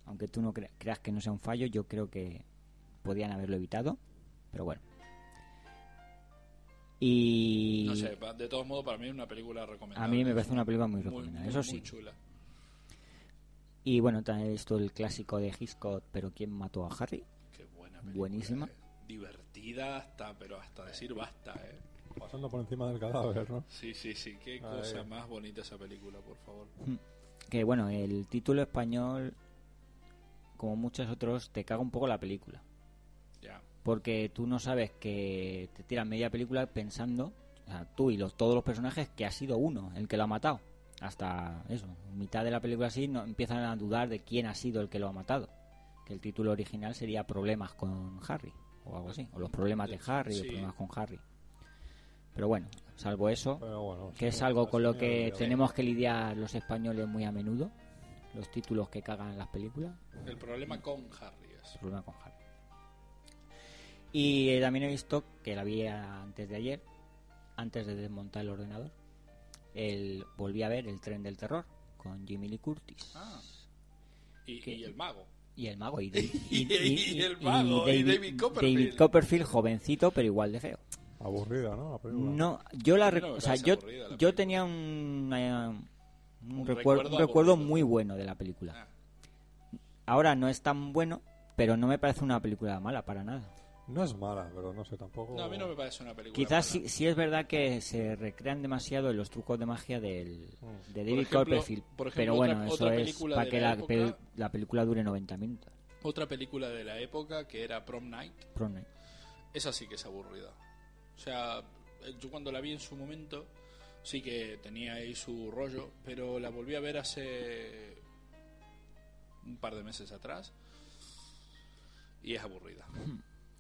Speaker 3: Aunque tú no cre- creas que no sea un fallo, yo creo que podían haberlo evitado. Pero bueno. Y
Speaker 1: No sé, pa- de todos modos, para mí es una película recomendable.
Speaker 3: a mí me parece una película muy
Speaker 1: Muy-
Speaker 3: recomendable,
Speaker 1: muy-
Speaker 3: eso
Speaker 1: muy
Speaker 3: sí.
Speaker 1: chula.
Speaker 3: Y bueno, trae esto el clásico de Hitchcock, pero ¿quién mató a Harry?
Speaker 1: Qué buena película.
Speaker 3: Buenísima.
Speaker 1: eh. Divertida hasta, pero hasta decir basta, eh.
Speaker 2: Pasando por encima del cadáver, ¿no?
Speaker 1: Sí, sí, sí. Qué cosa más bonita esa película, por favor.
Speaker 3: Que bueno, el título español, como muchos otros, te caga un poco la película.
Speaker 1: Ya.
Speaker 3: Porque tú no sabes que te tiran media película pensando, o sea, tú y los, todos los personajes, que ha sido uno el que lo ha matado. Hasta eso, mitad de la película así, no, empiezan a dudar de quién ha sido el que lo ha matado. Que el título original sería Problemas con Harry, o algo así. O los problemas de Harry,
Speaker 1: Sí.
Speaker 3: o problemas con Harry. Pero bueno, salvo eso,
Speaker 2: Pero bueno,
Speaker 3: que es
Speaker 2: sí,
Speaker 3: algo
Speaker 2: así
Speaker 3: con lo
Speaker 2: me
Speaker 3: que
Speaker 2: olvido.
Speaker 3: tenemos que lidiar los españoles muy a menudo, los títulos que cagan en las películas,
Speaker 1: El problema con Harry es.
Speaker 3: el problema con Harry. Y eh, también he visto que la vi antes de ayer, antes de desmontar el ordenador, el, volví a ver El tren del terror con Jimmy Lee Curtis
Speaker 1: Ah. Y,
Speaker 3: ¿Qué?
Speaker 1: y el mago.
Speaker 3: y el mago y, Da- y-
Speaker 1: Y- y el mago, y David Copperfield.
Speaker 3: David Copperfield jovencito pero igual de feo.
Speaker 2: Aburrida, ¿no? La película.
Speaker 3: No, yo la,
Speaker 1: A mí
Speaker 3: rec-
Speaker 1: no me
Speaker 3: o sea,
Speaker 1: parece
Speaker 3: yo,
Speaker 1: aburrida la
Speaker 3: yo
Speaker 1: película.
Speaker 3: tenía un, una- un
Speaker 1: Un
Speaker 3: recuerdo,
Speaker 1: recuerdo
Speaker 3: un recuerdo
Speaker 1: aburrido.
Speaker 3: muy bueno de la película.
Speaker 1: Ah,
Speaker 3: Ahora no es tan bueno, pero no me parece una película mala para nada.
Speaker 2: No es mala, pero no sé, tampoco.
Speaker 1: No, a mí no me parece una película.
Speaker 3: Oh. Quizás
Speaker 1: mala.
Speaker 3: sí, sí es verdad que se recrean demasiado en los trucos de magia del, de David
Speaker 1: Mm. ejemplo-
Speaker 3: Copperfield,
Speaker 1: por ejemplo,
Speaker 3: pero
Speaker 1: otra-
Speaker 3: bueno, eso
Speaker 1: otra
Speaker 3: es
Speaker 1: película
Speaker 3: para
Speaker 1: de
Speaker 3: que
Speaker 1: la
Speaker 3: la, pe-
Speaker 1: época.
Speaker 3: la película dure 90 minutos.
Speaker 1: Otra película de la época que era Prom Night.
Speaker 3: Prom Night.
Speaker 1: Esa sí que es aburrida. O sea, eh, yo cuando la vi en su momento, sí que tenía ahí su rollo, pero la volví a ver hace un par de meses atrás. Y es aburrida.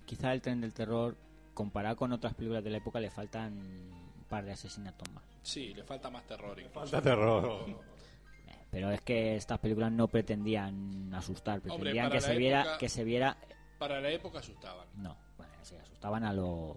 Speaker 3: Quizá el tren del terror, comparado con otras películas de la época, le faltan un par de asesinatos más.
Speaker 1: Sí, le falta más terror. incluso.
Speaker 2: Falta terror.
Speaker 3: Pero es que estas películas no pretendían asustar, pretendían
Speaker 1: para
Speaker 3: que
Speaker 1: la
Speaker 3: se viera
Speaker 1: época-
Speaker 3: que se viera
Speaker 1: Para la época asustaban.
Speaker 3: no, bueno, se asustaban a lo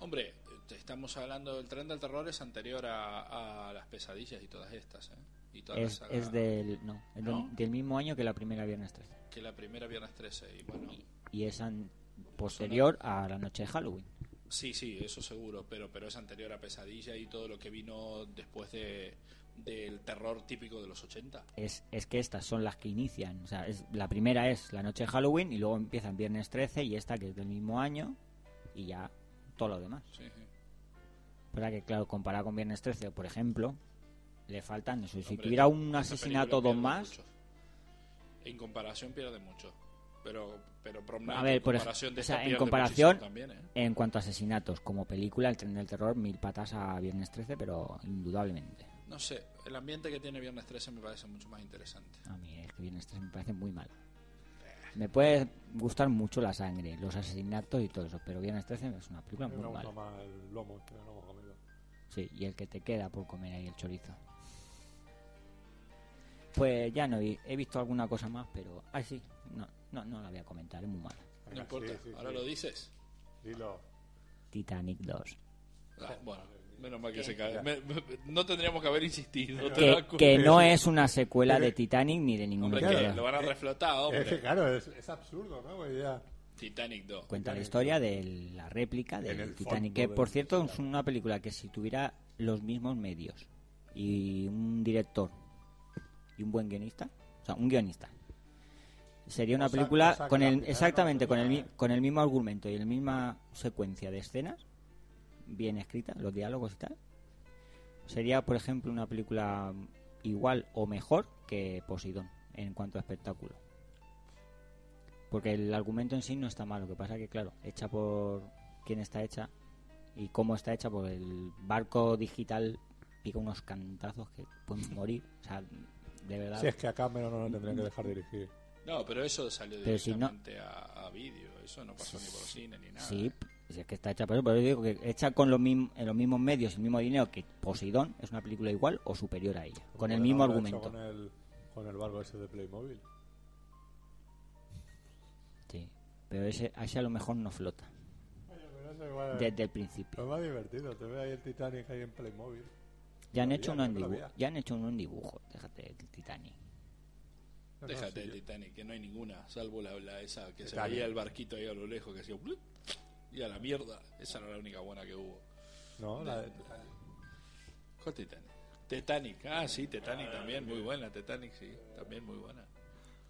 Speaker 1: Hombre, te estamos hablando del tren del terror es anterior a, a las pesadillas y todas estas, ¿eh? Y todas
Speaker 3: es,
Speaker 1: las
Speaker 3: es del no, es del-
Speaker 1: ¿No?
Speaker 3: del mismo año que la primera Viernes 13
Speaker 1: que la primera viernes 13 y bueno,
Speaker 3: y es an- posterior a la noche de Halloween.
Speaker 1: sí, sí, eso seguro, pero pero es anterior a pesadilla y todo lo que vino después de del terror típico de los 80.
Speaker 3: Es, es que estas son las que inician, o sea, es, la primera es la noche de Halloween y luego empiezan Viernes 13 y esta que es del mismo año y ya todo lo demás.
Speaker 1: Sí, sí.
Speaker 3: ¿Verdad que claro, comparado con Viernes 13, por ejemplo, le faltan eso. Si
Speaker 1: Hombre,
Speaker 3: tuviera un
Speaker 1: esa
Speaker 3: asesinato o
Speaker 1: película
Speaker 3: dos
Speaker 1: pierde
Speaker 3: más,
Speaker 1: mucho. En comparación pierde mucho. Pero pero Prom
Speaker 3: A
Speaker 1: Night
Speaker 3: ver,
Speaker 1: en
Speaker 3: por ej-
Speaker 1: comparación de
Speaker 3: o sea,
Speaker 1: esta
Speaker 3: en
Speaker 1: pierde
Speaker 3: comparación-
Speaker 1: muchísimo también, ¿eh?
Speaker 3: En cuanto a asesinatos, como película, El tren del terror, mil patas a Viernes 13, pero indudablemente.
Speaker 1: No sé, el ambiente que tiene Viernes 13 me parece mucho más interesante.
Speaker 3: A mí es que Viernes 13 me parece muy mal. Me puede gustar mucho la sangre, los asesinatos y todo eso, pero Viernes 13 es una película
Speaker 2: A mí me
Speaker 3: muy
Speaker 2: gusta
Speaker 3: mala.
Speaker 2: más el lomo, este el lomo comido.
Speaker 3: Sí, y el que te queda por comer ahí el chorizo. Pues ya no vi- he visto alguna cosa más, pero. Ah, sí, no, no, no la voy a comentar, es muy mala.
Speaker 1: No
Speaker 2: Venga,
Speaker 1: importa,
Speaker 2: sí, sí,
Speaker 1: ahora
Speaker 2: sí.
Speaker 1: lo dices.
Speaker 2: Dilo.
Speaker 3: Titanic 2.
Speaker 1: Ah, bueno, menos mal que se cae. Me- me- no tendríamos que haber insistido. te
Speaker 3: Que,
Speaker 1: das cuenta.
Speaker 3: que no es una secuela de Titanic ni de ninguno
Speaker 1: Hombre,
Speaker 3: de
Speaker 2: Claro.
Speaker 3: los
Speaker 1: que
Speaker 3: dos.
Speaker 1: lo van a reflotar,
Speaker 2: Es que
Speaker 1: hombre.
Speaker 2: claro, es, es absurdo, ¿no? Porque ya-
Speaker 1: Titanic 2.
Speaker 3: Cuenta la historia de la réplica del
Speaker 2: En el
Speaker 3: Titanic,
Speaker 2: fondo
Speaker 3: que
Speaker 2: del-
Speaker 3: por cierto es una película que si tuviera los mismos medios y un director y un buen guionista, o sea, un guionista, sería una
Speaker 2: O sea,
Speaker 3: película
Speaker 2: o sea, que
Speaker 3: con
Speaker 2: la
Speaker 3: el
Speaker 2: primera
Speaker 3: exactamente
Speaker 2: no
Speaker 3: con el mi-
Speaker 2: tendrá-
Speaker 3: con el mismo argumento y la misma secuencia de escenas bien escrita, los diálogos y tal. Sería, por ejemplo, una película igual o mejor que Poseidón en cuanto a espectáculo. Porque el argumento en sí no está mal, lo que pasa que, claro, hecha por quién está hecha y cómo está hecha, por el barco digital pica unos cantazos que pueden morir. O sea, de verdad.
Speaker 2: Si es que a Cameron no lo tendrían que dejar dirigir.
Speaker 1: No, pero eso salió
Speaker 3: Pero si no-
Speaker 1: directamente a, a vídeo. Eso no pasó ni por cine ni nada.
Speaker 3: Sí, si es que está hecha por eso, pero yo digo que hecha con los, mim- en los mismos medios, el mismo dinero que Poseidón, es una película igual o superior a ella, con
Speaker 2: Porque
Speaker 3: el mismo
Speaker 2: lo habrá hecho
Speaker 3: argumento.
Speaker 2: Con el, con el barco ese de Playmobil.
Speaker 3: Pero ese, a ese a lo mejor no flota
Speaker 2: Oye, pero eso igual-
Speaker 3: desde el principio.
Speaker 2: Lo más divertido, te veo ahí el Titanic ahí en Playmobil.
Speaker 3: Ya han
Speaker 2: Todavía,
Speaker 3: hecho uno en
Speaker 2: no
Speaker 3: dibujo.
Speaker 2: todavía.
Speaker 3: Ya han hecho uno en dibujo. Déjate el Titanic.
Speaker 2: No, no,
Speaker 1: Déjate
Speaker 2: sí,
Speaker 1: el
Speaker 2: yo-
Speaker 1: Titanic, que no hay ninguna, salvo la, la esa que se
Speaker 2: Titanic.
Speaker 1: veía el barquito ahí a lo lejos que hacía blup, y a la mierda. Esa no era la única buena que hubo.
Speaker 2: No, la de Titanic.
Speaker 1: ¿Cuál Titanic? Titanic, ah, sí, Titanic también, muy buena, Titanic, sí, también muy buena.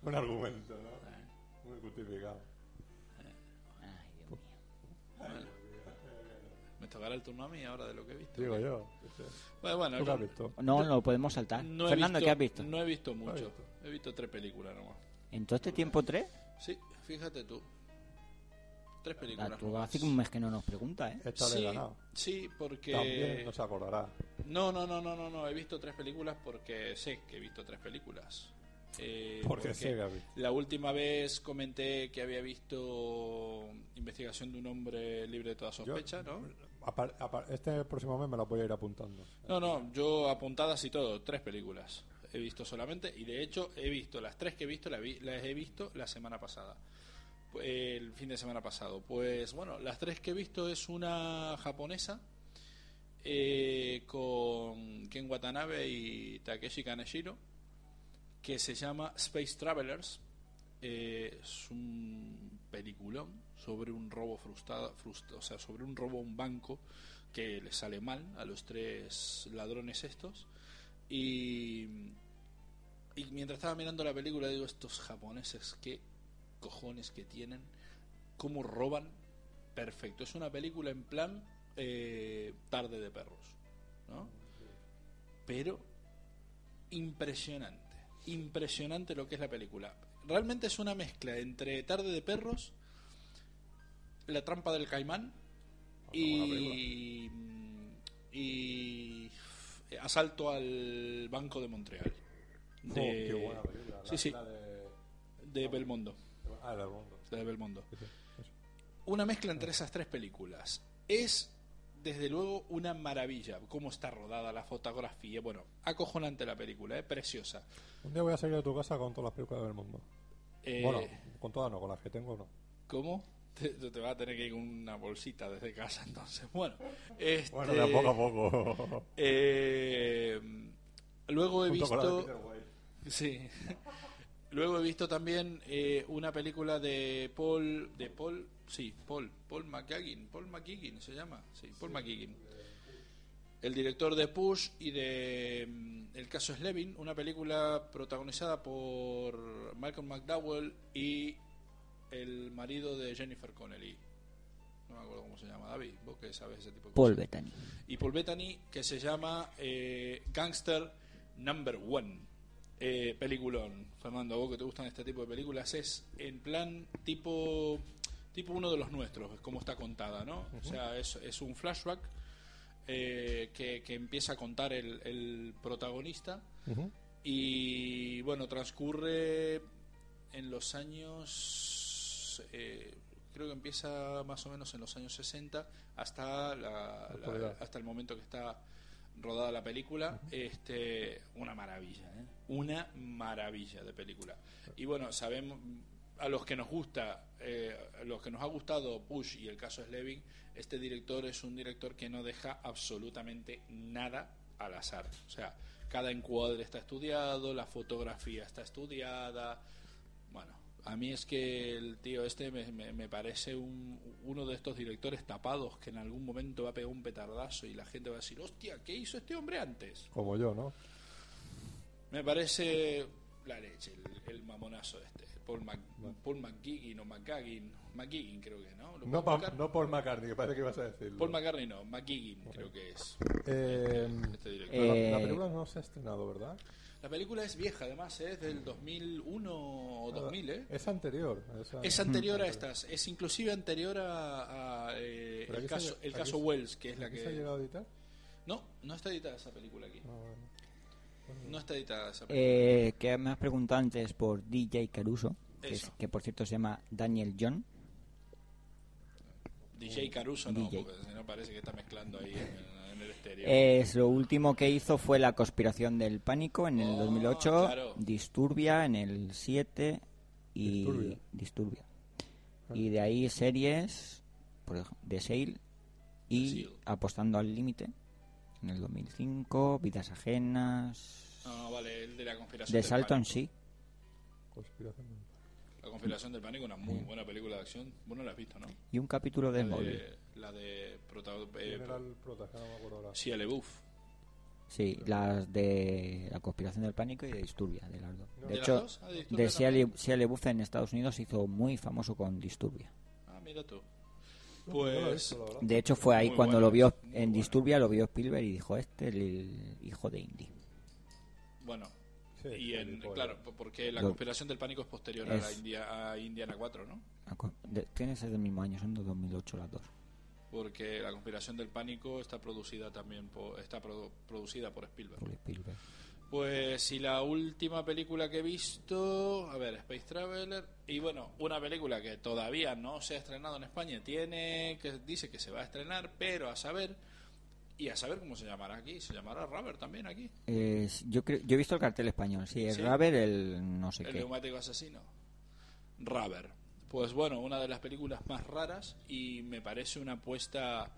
Speaker 2: Un argumento, ¿no? Muy justificado.
Speaker 3: Ay, Dios mío.
Speaker 1: Me tocará el turno a mí ahora de lo que he visto.
Speaker 2: Digo yo.
Speaker 1: Bueno, bueno,
Speaker 2: ¿Tú qué
Speaker 1: yo
Speaker 2: has visto?
Speaker 3: No, lo podemos saltar.
Speaker 1: no he
Speaker 3: Fernando,
Speaker 1: visto-
Speaker 3: ¿qué has visto?
Speaker 1: No he visto
Speaker 2: he
Speaker 1: mucho,
Speaker 2: visto.
Speaker 1: he visto tres películas nomás.
Speaker 3: ¿En todo este tiempo tres?
Speaker 1: Sí, fíjate tú. Tres
Speaker 3: Ah,
Speaker 1: películas
Speaker 3: tú
Speaker 1: nomás.
Speaker 3: hace un mes que no nos pregunta, ¿eh?
Speaker 2: Esta le he
Speaker 1: Sí,
Speaker 2: ganado.
Speaker 1: sí,
Speaker 2: También
Speaker 1: porque...
Speaker 2: no se acordará.
Speaker 1: No, no, no, no, no, no, he visto tres películas porque sé que he visto tres películas. Eh,
Speaker 2: Porque sé que has visto.
Speaker 1: La última vez comenté que había visto Investigación de un hombre libre de toda sospecha, ¿no?
Speaker 2: Apar- apar- este próximo mes me la voy a ir apuntando.
Speaker 1: No, no, yo apuntadas y todo, tres películas he visto solamente y de hecho he visto las tres que he visto la vi- las he visto la semana pasada, Pu- el fin de semana pasado. Pues bueno, las tres que he visto es una japonesa eh, con Ken Watanabe y Takeshi Kaneshiro que se llama Space Travelers. Eh, es un peliculón sobre un robo frustrado, frust- o sea, sobre un robo a un banco que le sale mal a los tres ladrones estos. Y, y mientras estaba mirando la película, digo, estos japoneses, qué cojones que tienen, cómo roban. Perfecto, es una película en plan eh, tarde de perros, ¿no? Pero impresionante. Impresionante lo que es la película. Realmente es una mezcla entre Tarde de Perros, La Trampa del Caimán
Speaker 2: Ah,
Speaker 1: y, y eh, Asalto al Banco de Montreal.
Speaker 2: Oh,
Speaker 1: De,
Speaker 2: qué buena película.
Speaker 1: sí, sí,
Speaker 2: La, la de...
Speaker 1: de Belmondo.
Speaker 2: Ah, la del mundo.
Speaker 1: La de Belmondo.
Speaker 2: Sí, sí, eso.
Speaker 1: Una mezcla entre esas tres películas. Es, desde luego, una maravilla. Cómo está rodada la fotografía. Bueno, acojonante la película, es preciosa.
Speaker 2: Un día voy a salir de tu casa con todas las películas del mundo.
Speaker 1: Eh,
Speaker 2: Bueno, con todas no, con las que tengo no.
Speaker 1: ¿Cómo? Te, te vas a tener que ir con una bolsita desde casa, entonces. Bueno, este,
Speaker 2: Bueno, de a poco a poco.
Speaker 1: eh, luego he
Speaker 2: Junto con la de
Speaker 1: visto.
Speaker 2: Peter Weir.
Speaker 1: Sí. Luego he visto también eh, una película de Paul. De Paul. Sí, Paul. Paul McGuigan. Paul McGuigan se llama. Sí, Paul McGuigan. El director de Push y de mm, El caso Slevin, una película protagonizada por Malcolm McDowell y el marido de Jennifer Connelly. No me acuerdo cómo se llama, David, vos que sabes ese tipo de
Speaker 3: Paul
Speaker 1: cosas
Speaker 3: Bettany.
Speaker 1: y Paul Bettany que se llama eh, Gangster Number One. Eh, peliculón, Fernando, a vos que te gustan este tipo de películas, es en plan tipo tipo uno de los nuestros, es como está contada, ¿no? O sea, es, es un flashback eh, que, que empieza a contar el, el protagonista
Speaker 2: Ujú.
Speaker 1: y bueno, transcurre en los años. eh, creo que empieza más o menos en los años 60 hasta, la- la-
Speaker 2: Actualidad.
Speaker 1: hasta el momento que está rodada la película. este Una maravilla, ¿eh? Una maravilla de película. Y bueno, sabemos. A los que nos gusta, eh, a los que nos ha gustado Push y el caso Slevin, este director es un director que no deja absolutamente nada al azar. O sea, cada encuadre está estudiado, la fotografía está estudiada. Bueno, a mí es que el tío este me, me- me parece un- uno de estos directores tapados que en algún momento va a pegar un petardazo y la gente va a decir, hostia, ¿qué hizo este hombre antes?
Speaker 2: Como yo, ¿no?
Speaker 1: Me parece la leche, el, el mamonazo este. Paul, Mac, Paul McGuigan o McGuigan, McGuigan creo que, ¿no? ¿Lo puedo
Speaker 2: No, pa-
Speaker 1: buscar?
Speaker 2: no Paul McCartney, que parece que ibas a decirlo.
Speaker 1: Paul McCartney no, McGuigan creo que es
Speaker 2: Eh,
Speaker 1: este director.
Speaker 2: la-
Speaker 3: Eh,
Speaker 2: la película no se ha estrenado, ¿verdad?
Speaker 1: La película es vieja, además, ¿eh? es del 2001 o
Speaker 2: Ah,
Speaker 1: 2000, ¿eh?
Speaker 2: Es anterior. esa-
Speaker 1: Es anterior a estas, es inclusive anterior a, a, eh,
Speaker 2: Pero
Speaker 1: el
Speaker 2: aquí se
Speaker 1: caso,
Speaker 2: ha-
Speaker 1: el
Speaker 2: aquí
Speaker 1: caso
Speaker 2: se-
Speaker 1: Wells, que es la
Speaker 2: ¿Aquí se ha
Speaker 1: que...
Speaker 2: llegado a editar?
Speaker 1: No, no está editada esa película aquí.
Speaker 2: No, bueno.
Speaker 1: No está editada esa película.
Speaker 3: Eh, que me has preguntado antes por DJ Caruso, que,
Speaker 1: Eso.
Speaker 3: es- que por cierto se llama Daniel John.
Speaker 1: DJ Caruso no,
Speaker 3: DJ.
Speaker 1: porque si no parece que está mezclando ahí en, en el exterior.
Speaker 3: Eh, es lo último que hizo fue La Conspiración del Pánico en el
Speaker 1: Oh,
Speaker 3: 2008,
Speaker 1: claro.
Speaker 3: Disturbia en el 7 y
Speaker 2: Disturbia.
Speaker 3: Disturbia. Y de ahí series por ejemplo, The Sale y
Speaker 1: The Sale.
Speaker 3: Apostando al Límite en el 2005, Vidas Ajenas,
Speaker 1: No, no, vale, el de la conspiración.
Speaker 3: De
Speaker 1: del
Speaker 3: Salto en
Speaker 1: pánico.
Speaker 3: sí.
Speaker 2: Conspiración.
Speaker 1: La conspiración del pánico, una
Speaker 3: Mm.
Speaker 1: muy buena película de acción. Vos no la has visto, ¿no?
Speaker 3: Y un capítulo de
Speaker 1: La
Speaker 3: móvil.
Speaker 1: de, la de eh, protagonista.
Speaker 2: ¿Quién era el protagonista? No me acuerdo ahora.
Speaker 1: sí, el Ebuff.
Speaker 3: Sí, las de la conspiración del pánico y de Disturbia, de las dos.
Speaker 2: No.
Speaker 3: De
Speaker 2: ¿De
Speaker 1: las
Speaker 3: hecho,
Speaker 1: dos? Ah, de Disturbia
Speaker 3: de Shia Le- Shia LaBeouf en Estados Unidos se hizo muy famoso con Disturbia.
Speaker 1: Ah, mira tú.
Speaker 2: No lo he
Speaker 1: Pues.
Speaker 2: visto, la verdad.
Speaker 3: De hecho, fue ahí
Speaker 1: Muy
Speaker 3: cuando lo
Speaker 1: buenas,
Speaker 3: vio
Speaker 1: muy
Speaker 3: en
Speaker 1: buenas.
Speaker 3: Disturbia, lo vio Spielberg y dijo, este es el hijo de Indy.
Speaker 1: Bueno.
Speaker 2: Sí, eh,
Speaker 1: y
Speaker 2: el
Speaker 1: en,
Speaker 2: pobre.
Speaker 1: claro, po- porque la
Speaker 3: Lo-
Speaker 1: conspiración del pánico es posterior a, la
Speaker 3: Es-
Speaker 1: India- a Indiana 4, ¿no?
Speaker 3: Aco- de- Tienen que ser del mismo año, son de 2008 las dos.
Speaker 1: Porque la conspiración del pánico está producida también por, está produ- producida por Spielberg.
Speaker 3: por Spielberg.
Speaker 1: Pues y la última película que he visto, a ver, Space Traveler y bueno, una película que todavía no se ha estrenado en España, tiene que dice que se va a estrenar, pero a saber y a saber cómo se llamará aquí, se llamará Rubber también aquí,
Speaker 3: Es- yo, creo, yo he visto el cartel español, sí, el
Speaker 1: Sí.
Speaker 3: Raver, el no sé
Speaker 1: el
Speaker 3: qué.
Speaker 1: neumático asesino. Rubber. Pues bueno, una de las películas más raras y me parece una apuesta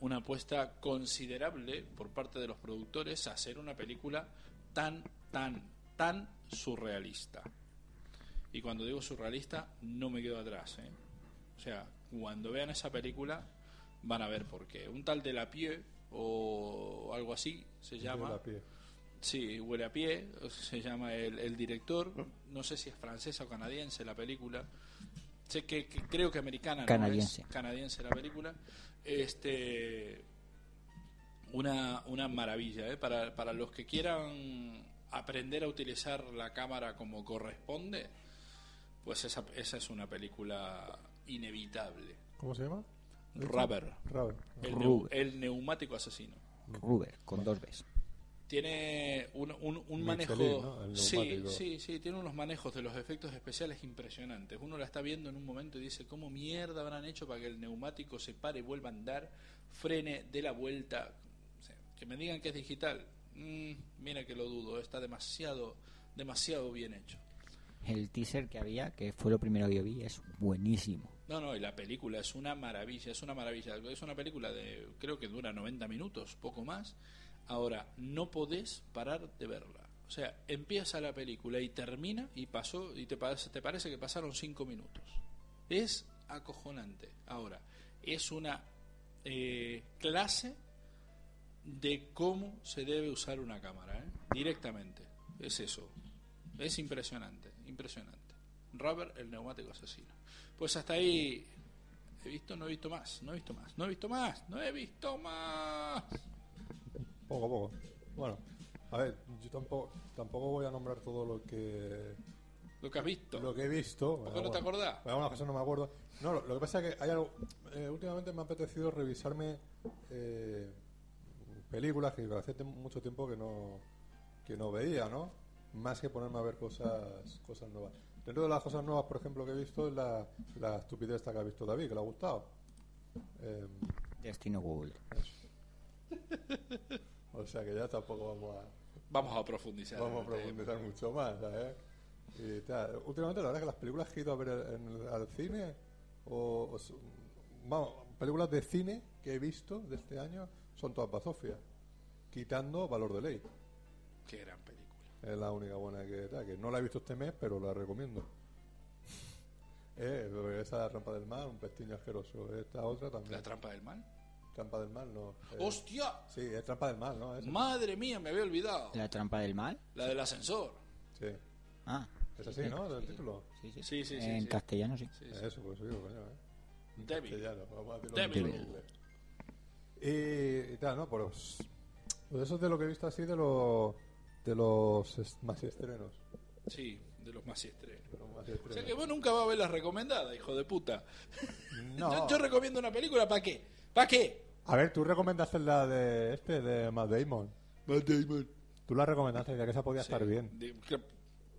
Speaker 1: una apuesta considerable por parte de los productores a hacer una película tan tan tan surrealista. Y cuando digo surrealista, no me quedo atrás. ¿eh? O sea, cuando vean esa película, van a ver por qué. Un tal de la pie o algo así se
Speaker 2: De
Speaker 1: llama.
Speaker 2: la pie.
Speaker 1: Sí, huele a pie, se llama el, el director. No sé si es francesa o canadiense la película. Sé que, que creo que americana. ¿no?
Speaker 3: Canadiense.
Speaker 1: Es canadiense la película. Este, una, una maravilla, ¿eh? Para, para los que quieran aprender a utilizar la cámara como corresponde, pues esa, esa es una película inevitable.
Speaker 2: ¿Cómo se llama?
Speaker 1: Rubber,
Speaker 2: Raven.
Speaker 1: el, neu-
Speaker 3: Rubber.
Speaker 1: el neumático asesino.
Speaker 3: Ruber, con dos Bs.
Speaker 1: tiene un, un- un
Speaker 2: Michelin,
Speaker 1: manejo
Speaker 2: ¿no? El
Speaker 1: sí
Speaker 2: neumático.
Speaker 1: sí sí tiene unos manejos de los efectos especiales impresionantes uno la está viendo en un momento y dice cómo mierda habrán hecho para que el neumático se pare y vuelva a andar frene de la vuelta O sea, que me digan que es digital mm, mira que lo dudo está demasiado demasiado bien hecho
Speaker 3: El teaser que había, que fue lo primero que yo vi, es buenísimo.
Speaker 1: no no y la película es una maravilla es una maravilla es una película de creo que dura 90 minutos poco más Ahora, no podés parar de verla. O sea, empieza la película y termina y pasó y te, pa- te parece que pasaron cinco minutos. Es acojonante. Ahora, es una eh, clase de cómo se debe usar una cámara, ¿eh? directamente. Es eso. Es impresionante, impresionante. Robert, el neumático asesino. Pues hasta ahí he visto, no he visto más, no he visto más, no he visto más, no he visto más.
Speaker 2: Poco a poco. Bueno, a ver, yo tampoco, tampoco voy a nombrar todo lo que
Speaker 1: Lo que has visto.
Speaker 2: lo que he visto.
Speaker 1: ¿Por qué no te acordás?
Speaker 2: Algunas cosas no me acuerdo. No, lo, lo que pasa es que hay algo. eh, últimamente me ha apetecido revisarme eh, películas que hace tem- mucho tiempo que no, que no veía, ¿no? Más que ponerme a ver cosas, cosas nuevas. Dentro de las cosas nuevas, por ejemplo, que he visto es la, la estupidez esta que ha visto David, que le ha gustado. Em,
Speaker 3: Destino Google.
Speaker 2: o sea que ya tampoco vamos a.
Speaker 1: Vamos a profundizar.
Speaker 2: Vamos a profundizar mucho más, ¿sabes? Y tal. Últimamente, la verdad es que las películas que he ido a ver en el- al cine, o, o s- vamos, películas de cine que he visto de este año, son todas bazofia, quitando Valor de Ley.
Speaker 1: Qué gran película.
Speaker 2: Es la única buena que tal, que no la he visto este mes, pero la recomiendo. Eh, pero esa Rampa del Mar, un pestiño asqueroso. Esta otra también.
Speaker 1: La trampa del mal.
Speaker 2: Eh. Trampa del Mar, no. eh,
Speaker 1: ¡Hostia!
Speaker 2: Sí, es Trampa del Mar, ¿no? Esa.
Speaker 1: Madre mía, me había olvidado. La,
Speaker 3: La trampa del mal.
Speaker 1: del ascensor.
Speaker 2: Sí.
Speaker 3: Ah.
Speaker 2: Es así, ¿no? El título.
Speaker 3: Sí, sí.
Speaker 1: Sí, sí, sí,
Speaker 3: en
Speaker 1: sí.
Speaker 3: castellano sí.
Speaker 1: Sí, sí.
Speaker 2: Eso, pues sí, coño, ¿eh?
Speaker 1: Débil.
Speaker 2: Castellano, vamos a decirlo
Speaker 1: Débil.
Speaker 2: en inglés. Y, y tal, ¿no? Pues, pues eso es de lo que he visto así de, los de los est- más estrenos.
Speaker 1: Sí, de los más estrenos.
Speaker 2: de los más
Speaker 1: O sea
Speaker 2: estrenos.
Speaker 1: que vos nunca vas a ver las recomendadas, hijo de puta.
Speaker 2: No.
Speaker 1: Yo, yo recomiendo una película, ¿para qué? ¿Para qué?
Speaker 2: A ver, tú recomendaste la de este, de Matt Damon. Matt Damon. Tú la recomendaste, ya que esa podía estar bien.
Speaker 1: De- que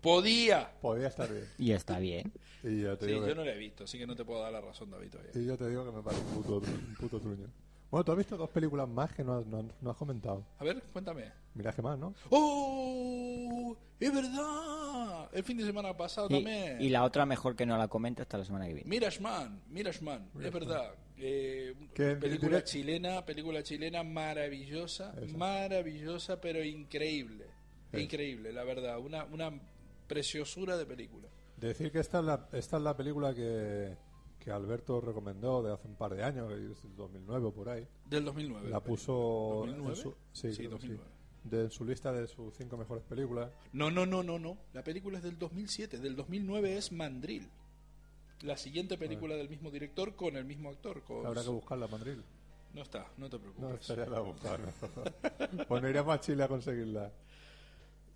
Speaker 1: podía.
Speaker 2: Podía estar bien.
Speaker 3: Y está bien.
Speaker 2: Y yo te
Speaker 1: Sí,
Speaker 2: digo que-
Speaker 1: yo no la he visto, así que no te puedo dar la razón, David, todavía.
Speaker 2: Y yo te digo que me parece un puto, un puto truño. Bueno, tú has visto dos películas más que no has, no has- no has comentado.
Speaker 1: A ver, cuéntame.
Speaker 2: Mira que más, ¿no?
Speaker 1: ¡Oh! ¡Es verdad! El fin de semana pasado
Speaker 3: Y,
Speaker 1: también.
Speaker 3: y la otra mejor que no la comenta hasta la semana que viene.
Speaker 1: Mirashman, Mirashman, es verdad. Eh,
Speaker 2: Que en
Speaker 1: película
Speaker 2: direct-
Speaker 1: chilena, película chilena maravillosa,
Speaker 2: Esa.
Speaker 1: maravillosa, pero increíble. Increíble, la verdad. Una, una preciosura de película.
Speaker 2: Decir que esta es la, esta es la película que, que Alberto recomendó de hace un par de años, es 2009 o por ahí.
Speaker 1: Del 2009.
Speaker 2: La puso en
Speaker 1: 2009?
Speaker 2: su, sí,
Speaker 1: Sí,
Speaker 2: creo que sí.
Speaker 1: 2009.
Speaker 2: De- en su lista de sus cinco mejores películas.
Speaker 1: No, no, no, no, no. La película es del 2007. Del 2009 es Mandril. La siguiente película del mismo director con el mismo actor. con-
Speaker 2: Ah. Habrá que buscarla, Madrid.
Speaker 1: No está, no te preocupes.
Speaker 2: No, estaría la buscar. ¿no? Pues no iremos a Chile a conseguirla.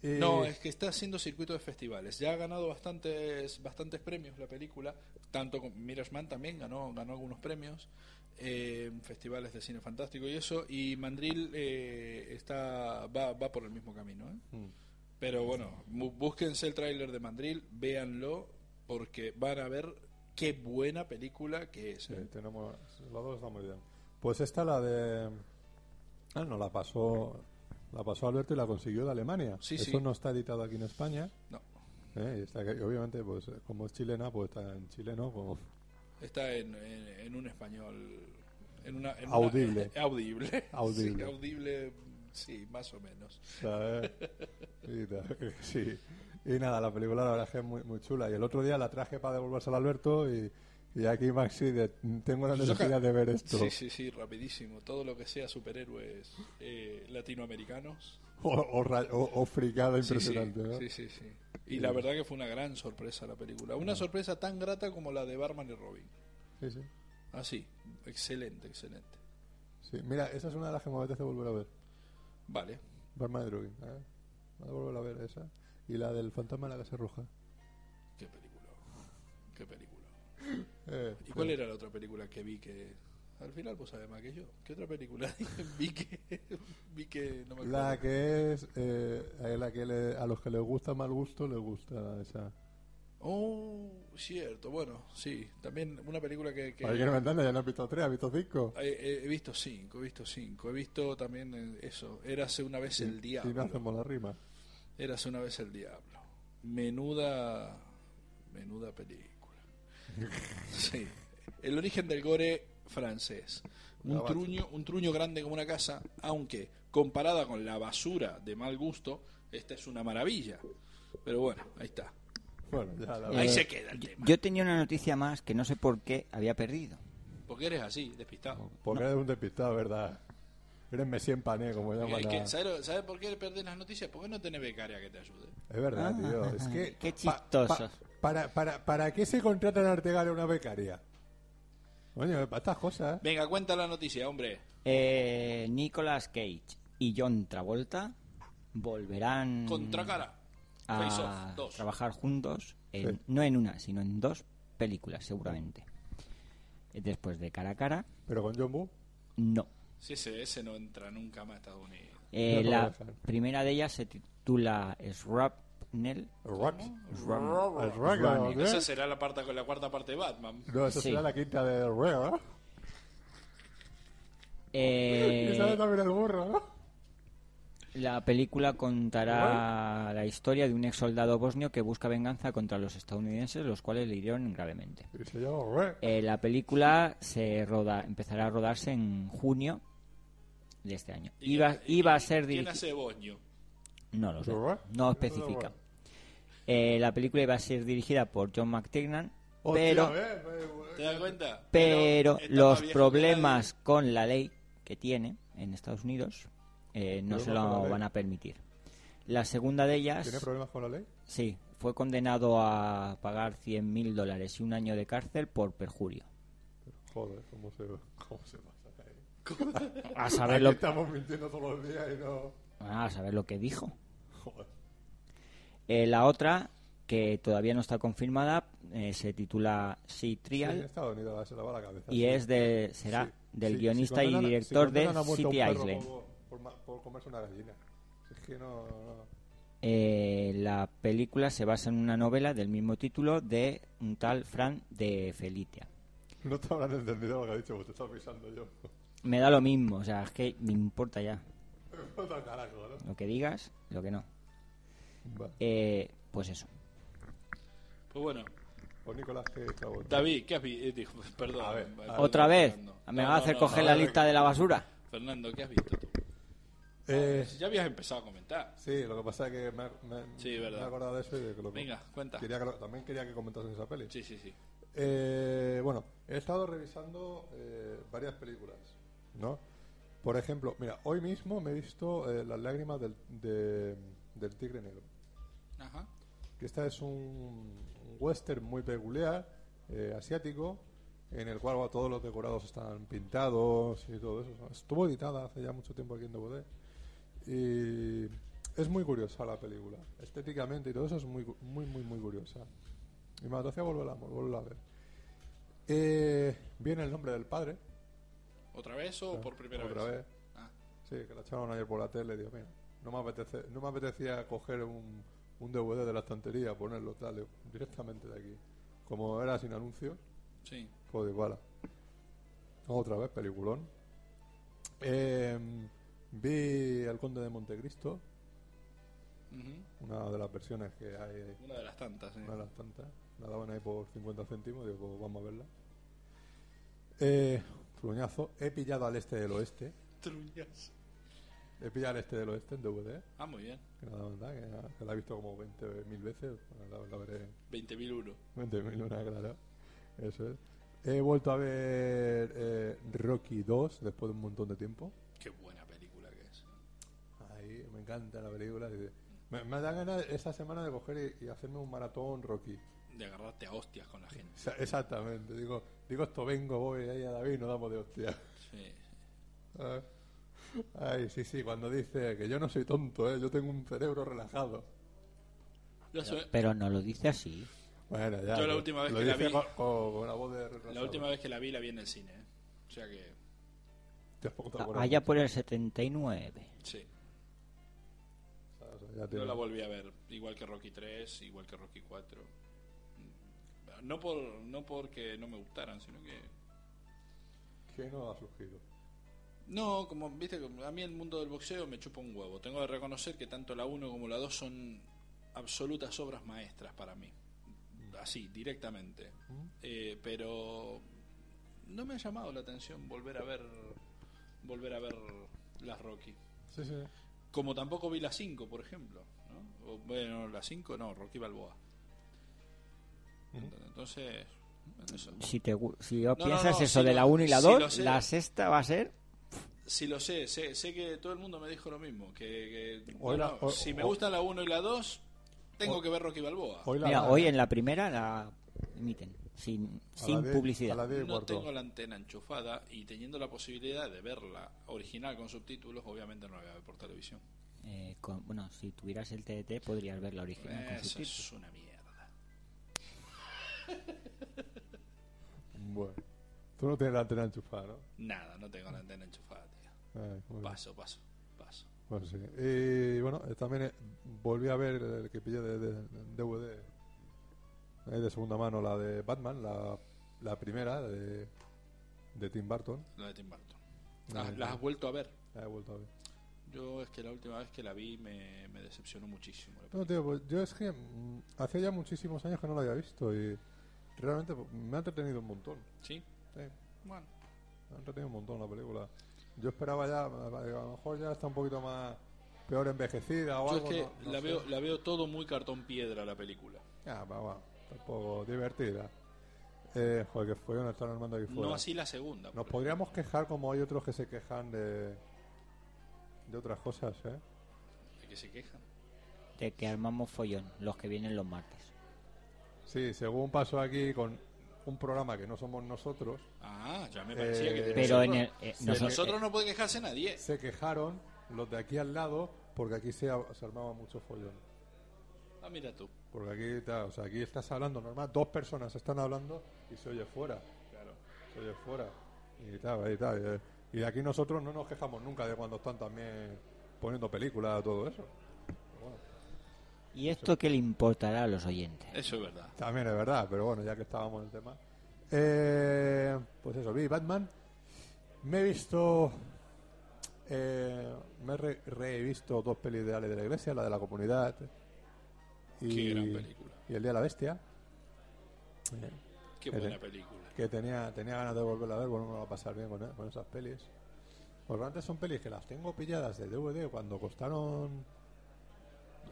Speaker 2: Y
Speaker 1: No, es que está haciendo circuito de festivales. Ya ha ganado bastantes, bastantes premios la película. Tanto con Mirashman también ganó, ganó algunos premios. eh, festivales de cine fantástico y eso. Y Mandril eh, está, va, va por el mismo camino. ¿eh? Pero bueno, bu- búsquense el tráiler de Mandril, véanlo, porque van a ver qué buena película que es.
Speaker 2: sí,
Speaker 1: ¿eh?
Speaker 2: tenemos, los dos están muy bien. Pues esta la de... Ah, no, la pasó... La pasó Alberto y la consiguió de Alemania.
Speaker 1: Sí,
Speaker 2: Eso
Speaker 1: sí.
Speaker 2: no está editado aquí en España.
Speaker 1: No,
Speaker 2: ¿eh? Y está que- obviamente, pues como es chilena, pues está en chileno. Como...
Speaker 1: está en, en- en un español. En una, en una-
Speaker 2: Audible.
Speaker 1: audible. Sí,
Speaker 2: Audible.
Speaker 1: audible, sí, más o menos.
Speaker 2: ¿sabes? Y tal, que sí. Y nada, la película la verdad es que es muy, muy chula. Y el otro día la traje para devolvérsela a Alberto y, y aquí Maxi, de- tengo la necesidad de ver esto.
Speaker 1: Sí, sí, sí, rapidísimo. Todo lo que sea superhéroes eh, latinoamericanos.
Speaker 2: O, o ra- o- o fricada
Speaker 1: Sí, sí,
Speaker 2: impresionante, ¿no? Eh.
Speaker 1: sí, sí, sí. Y la verdad que fue una gran sorpresa la película.
Speaker 2: Ah.
Speaker 1: Una sorpresa tan grata como la de Barman y Robin.
Speaker 2: Sí, sí.
Speaker 1: Así, excelente, excelente.
Speaker 2: Sí, Mira, esa es una de las que me apetece volver a ver.
Speaker 1: Vale.
Speaker 2: Barman de Droguín. ¿eh? Voy a volver a ver esa. Y la del fantasma de la Casa Roja.
Speaker 1: Qué película. Qué película.
Speaker 2: Eh,
Speaker 1: ¿Y cuál era la otra película que vi que... Al final, pues además que yo. ¿Qué otra película vi que... vi que no me acuerdo?
Speaker 2: Pues La que es. eh, a, la que le- a los que les gusta mal gusto, les gusta esa.
Speaker 1: Oh, cierto. Bueno, sí. También una película que... que-
Speaker 2: Oye, que no me entiendes, ya no has visto tres, has visto cinco.
Speaker 1: He, he- he visto cinco, he visto cinco. He visto también eh, eso. Érase una vez el
Speaker 2: Y no
Speaker 1: diablo.
Speaker 2: hacemos la rima.
Speaker 1: Érase una vez el diablo. Menuda. Menuda película. Sí. El origen del gore francés. Un
Speaker 2: Gabacho.
Speaker 1: truño, un truño grande como una casa, aunque comparada con la basura de mal gusto, esta es una maravilla. Pero bueno, ahí está.
Speaker 2: Bueno, ya la
Speaker 1: Ahí
Speaker 3: Eh,
Speaker 1: se queda el tema.
Speaker 3: Yo tenía una noticia más que no sé por qué había perdido.
Speaker 1: Porque eres así, despistado.
Speaker 2: Porque eres un despistado, ¿verdad? Eres Messi en pané, como llaman
Speaker 1: Es
Speaker 2: a...
Speaker 1: que,
Speaker 2: Es
Speaker 1: ¿sabes, lo- sabes por qué perdés las noticias? Porque no tenés becaria que te ayude.
Speaker 2: verdad,
Speaker 3: Ah,
Speaker 2: tío. Es que...
Speaker 3: qué
Speaker 2: pa-
Speaker 3: chistosos.
Speaker 2: pa- para, para, ¿Para qué se contratan a Artegal a una becaria? Coño, para estas cosas. ¿eh?
Speaker 1: Venga, cuenta la noticia, hombre.
Speaker 3: Eh, Nicolas Cage y John Travolta volverán
Speaker 1: Contracara. Face
Speaker 3: a
Speaker 1: Off 2.
Speaker 3: trabajar juntos, en-
Speaker 2: Sí.
Speaker 3: no en una, sino en dos películas seguramente. Después de Cara a Cara,
Speaker 2: Pero con John Woo.
Speaker 3: no.
Speaker 1: Sí, ese, ese no entra nunca más a Estados Unidos.
Speaker 3: Eh,
Speaker 2: No lo
Speaker 3: la
Speaker 2: dejan.
Speaker 3: primera de ellas se titula Shrapnel.
Speaker 2: Rock.
Speaker 3: Ram-
Speaker 2: El Rock.
Speaker 3: Ram-
Speaker 2: ¿no? ¿Eh?
Speaker 1: Esa será la, parte, la cuarta parte de Batman.
Speaker 2: No, esa
Speaker 3: Sí.
Speaker 2: será la quinta de Rock.
Speaker 3: Eh,
Speaker 2: Y sale también el burro, ¿no?
Speaker 3: la película contará la historia de un ex soldado bosnio que busca venganza contra los estadounidenses, los cuales le hirieron gravemente.
Speaker 2: Y se llama Rock.
Speaker 3: Eh, la película se roda, empezará a rodarse en junio de este año. Iba,
Speaker 1: ¿Y-
Speaker 3: iba a ser
Speaker 1: ¿Quién
Speaker 3: dirigi-
Speaker 1: hace Boño?
Speaker 3: No lo sé.
Speaker 2: ¿Roar?
Speaker 3: No especifica. Eh, la película iba a ser dirigida por John McTiernan, pero,
Speaker 2: eh,
Speaker 1: ¿Te das cuenta?
Speaker 3: pero
Speaker 1: está más
Speaker 3: los
Speaker 1: viejo que
Speaker 3: problemas con la ley que tiene en Estados Unidos eh, no
Speaker 2: Problemas
Speaker 3: se
Speaker 2: con la
Speaker 3: lo
Speaker 2: ley.
Speaker 3: van a permitir. La segunda de
Speaker 2: ¿Tiene
Speaker 3: ellas,
Speaker 2: problemas con la ley?
Speaker 3: sí, fue condenado a pagar 100.000 dólares y un año de cárcel por perjurio.
Speaker 2: Joder, ¿cómo se, cómo se pasa ahí?
Speaker 3: A
Speaker 2: Aquí
Speaker 3: saber lo, ah,
Speaker 2: estamos mintiendo todos los días y no...
Speaker 3: a saber lo que dijo.
Speaker 2: Joder.
Speaker 3: Eh, la otra, que todavía no está confirmada, eh, se titula Sea
Speaker 2: Sí, en
Speaker 3: Trial
Speaker 2: Estados Unidos se lava la cabeza.
Speaker 3: y es de, será
Speaker 2: Sí,
Speaker 3: del
Speaker 2: sí, si
Speaker 3: guionista y
Speaker 2: condenan a-
Speaker 3: director
Speaker 2: si
Speaker 3: de
Speaker 2: condenan a muerte a un
Speaker 3: City
Speaker 2: perro
Speaker 3: Island.
Speaker 2: Por, por ma- por comerse una gallina. Es que no. no.
Speaker 3: Eh, la película se basa en una novela del mismo título de un tal Fran de Felitia.
Speaker 2: No pues te habrán entendido lo que ha dicho, te estás pisando yo.
Speaker 1: nadie.
Speaker 3: me da lo mismo, o sea, es que me importa ya.
Speaker 2: Otro carajo, ¿no?
Speaker 3: Lo que digas, lo que no.
Speaker 2: Vale.
Speaker 3: Eh, pues eso.
Speaker 1: Pues bueno,
Speaker 2: Pues Nicolás, que está bueno.
Speaker 1: David, ¿qué has visto? perdón.
Speaker 2: A ver,
Speaker 1: Fernando,
Speaker 2: a ver.
Speaker 3: ¿Otra vez?
Speaker 1: Fernando.
Speaker 3: ¿Me
Speaker 1: No,
Speaker 3: vas a
Speaker 1: no,
Speaker 3: hacer
Speaker 1: no,
Speaker 3: coger
Speaker 1: no,
Speaker 3: la
Speaker 1: no.
Speaker 3: lista de la basura?
Speaker 1: Fernando, ¿qué has visto tú?
Speaker 2: Eh,
Speaker 1: Ya habías empezado a comentar.
Speaker 2: sí, lo que pasa es que me, me-
Speaker 1: Sí, verdad.
Speaker 2: me he acordado de eso y de que lo
Speaker 1: Venga, cuenta.
Speaker 2: Quería que lo- también quería que comentases esa peli.
Speaker 1: Sí, sí, sí.
Speaker 2: Eh, bueno, he estado revisando eh, varias películas, ¿no? Por ejemplo, mira, hoy mismo me he visto eh, Las lágrimas del, de- del tigre negro.
Speaker 1: Ajá.
Speaker 2: que esta es un, un western muy peculiar, eh, asiático, en el cual bueno, todos los decorados están pintados y todo eso. Estuvo editada hace ya mucho tiempo aquí en DVD. Y es muy curiosa la película. Estéticamente y todo eso es muy, cu- muy, muy, muy curiosa. Y me hacía volver a, volverla a ver. Eh, viene el nombre del padre,
Speaker 1: ¿Otra vez o por primera
Speaker 2: otra vez.
Speaker 1: Ah,
Speaker 2: Sí, que la echaron ayer por la tele. Digo, mira, no me, apetece, no me apetecía coger un, un DVD de la estantería, ponerlo tal, digo, directamente de aquí. Como era sin anuncio,
Speaker 1: sí.
Speaker 2: pues digo, "Hala". Otra vez, peliculón. Eh, vi El Conde de Montecristo,
Speaker 1: Ujú.
Speaker 2: una de las versiones que hay,
Speaker 1: Una de las tantas, ¿eh? sí.
Speaker 2: una de las tantas. La daban ahí por 50 céntimos, digo, pues vamos a verla. Eh, truñazo, he pillado al este del oeste.
Speaker 1: Truñas.
Speaker 2: He pillado al este del oeste en DVD.
Speaker 1: Ah, muy bien.
Speaker 2: Que nada más da, que, la- que la he visto como 20.000 veces. La, la veré
Speaker 1: 20.001.
Speaker 2: 20.000 una, claro. Eso es. He vuelto a ver eh, Rocky 2 después de un montón de tiempo.
Speaker 1: Qué buena película que es.
Speaker 2: Ahí, me encanta la película. y- Me, me da ganas esta semana de coger y, y hacerme un maratón Rocky.
Speaker 1: De agarrarte a hostias con la gente.
Speaker 2: Esa- Exactamente. Digo, digo esto, vengo, voy ahí a David nos damos de hostia.
Speaker 1: Sí.
Speaker 2: Ah. Ay, sí, sí, cuando dice que yo no soy tonto, ¿eh? yo tengo un cerebro relajado.
Speaker 1: Yo soy-
Speaker 3: Pero no lo dice así.
Speaker 2: Bueno, ya.
Speaker 1: Yo la
Speaker 2: lo-
Speaker 1: última vez
Speaker 2: lo
Speaker 1: que la
Speaker 2: dice
Speaker 1: vi-
Speaker 2: con, con- con la voz de
Speaker 1: la
Speaker 2: retrasado.
Speaker 1: última vez que la vi, la vi en el cine. ¿eh? O sea que.
Speaker 2: Tampoco te
Speaker 3: Ah,
Speaker 2: acuerdas
Speaker 3: Allá por el 79.
Speaker 1: Sí.
Speaker 2: mucho, o sea, ya
Speaker 1: No
Speaker 2: tiene-
Speaker 1: la volví a ver. Igual que Rocky 3, igual que Rocky 4. No, por, no porque no me gustaran, sino que.
Speaker 2: ¿Qué no ha surgido?
Speaker 1: No, como viste, como a mí el mundo del boxeo me chupa un huevo. Tengo que reconocer que tanto la 1 como la 2 son absolutas obras maestras para mí. Así, directamente. Eh, pero no me ha llamado la atención volver a ver volver a ver las Rocky.
Speaker 2: Sí, sí.
Speaker 1: Como tampoco vi la 5, por ejemplo. ¿no? O, bueno, la 5 no, Rocky Balboa. Entonces, eso.
Speaker 3: Si, te, gu- si yo
Speaker 1: no,
Speaker 3: piensas
Speaker 1: no,
Speaker 3: eso
Speaker 1: sí
Speaker 3: de
Speaker 1: lo-
Speaker 3: la 1 y la
Speaker 1: sí
Speaker 3: 2,
Speaker 1: lo sé.
Speaker 3: la sexta va a ser...
Speaker 1: Sí, lo sé, sé, sé que todo el mundo me dijo lo mismo. Que, que,
Speaker 2: Hoy la-
Speaker 1: bueno,
Speaker 2: hoy-
Speaker 1: si me
Speaker 2: hoy-
Speaker 1: gusta la 1 y la 2, tengo que ver Rocky Balboa.
Speaker 2: la
Speaker 3: Mira,
Speaker 2: dan
Speaker 3: hoy en la primera la emiten,
Speaker 2: a
Speaker 3: sin,
Speaker 2: la
Speaker 3: sin
Speaker 2: diez- A
Speaker 3: publicidad.
Speaker 2: las 10 y
Speaker 1: no
Speaker 2: cuarto.
Speaker 1: tengo la antena enchufada y teniendo la posibilidad de verla original con subtítulos, obviamente no la voy a ver por televisión.
Speaker 3: Eh, con- bueno, si tuvieras el TDT podrías ver la original con
Speaker 1: Eso
Speaker 3: subtítulos.
Speaker 1: es una mierda.
Speaker 2: Bueno. Tú no tienes la antena enchufada, ¿no?
Speaker 1: Nada, no tengo la antena enchufada, tío.
Speaker 2: Ay, muy bien.
Speaker 1: Paso, paso, paso.
Speaker 2: Bueno, sí. Y bueno, eh, también eh, volví a ver el que pillé de, de- de DVD eh, de segunda mano, la de Batman, la, la primera de, de Tim Burton.
Speaker 1: La de Tim Burton.
Speaker 2: Ah,
Speaker 1: Ah,
Speaker 2: sí.
Speaker 1: ¿La has vuelto a ver?
Speaker 2: La he vuelto a ver.
Speaker 1: Yo es que la última vez que la vi me, me decepcionó muchísimo. la
Speaker 2: No, tío, pues yo es que mm, hacía ya muchísimos años que no la había visto y realmente pues, me ha entretenido un montón.
Speaker 1: ¿Sí?
Speaker 2: Sí.
Speaker 1: Bueno.
Speaker 2: Me ha entretenido un montón la película. Yo esperaba ya, a a lo mejor ya está un poquito más peor envejecida o
Speaker 1: Yo es
Speaker 2: algo.
Speaker 1: que
Speaker 2: no- no
Speaker 1: la,
Speaker 2: sé.
Speaker 1: veo, la veo todo muy cartón piedra la película.
Speaker 2: Ah, va, va, tampoco divertida. Eh, joder, que fue estar armando aquí fuera.
Speaker 1: No así la segunda.
Speaker 2: Nos
Speaker 1: por
Speaker 2: podríamos quejar como hay otros que se quejan de, de otras cosas, ¿eh?
Speaker 1: ejemplo, de que se quejan.
Speaker 3: De que armamos follón, los que vienen los martes.
Speaker 2: Sí, según pasó aquí con un programa que no somos nosotros,
Speaker 1: Ah, ya me parecía
Speaker 2: Eh,
Speaker 1: que... de
Speaker 3: Pero en el...
Speaker 1: nosotros-
Speaker 3: eh,
Speaker 2: Sí,
Speaker 1: de
Speaker 3: nosotros-
Speaker 1: nosotros no puede quejarse nadie.
Speaker 2: se quejaron los de aquí al lado porque aquí se, a- se armaba mucho follón.
Speaker 1: Ah, mira tú.
Speaker 2: Porque aquí, ta, o sea, aquí estás hablando normal, dos personas están hablando y se oye fuera.
Speaker 1: Claro.
Speaker 2: Se oye fuera. Y tal, y tal. Y aquí nosotros no nos quejamos nunca de cuando están también poniendo películas, todo eso.
Speaker 3: ¿Y esto qué le importará a los oyentes?
Speaker 1: Eso es verdad.
Speaker 2: También es verdad, pero bueno, ya que estábamos en el tema. Eh, pues eso, vi Batman. Me he visto. eh, me he re- revisto dos pelis de Ale de la Iglesia, la de la comunidad.
Speaker 1: Qué gran película.
Speaker 2: Y El Día de la Bestia. Eh,
Speaker 1: Qué
Speaker 2: Ese.
Speaker 1: buena película.
Speaker 2: que tenía, tenía ganas de volverla a ver, volverme a pasar bien con, e- con esas pelis. Porque antes son pelis que las tengo pilladas de DVD cuando costaron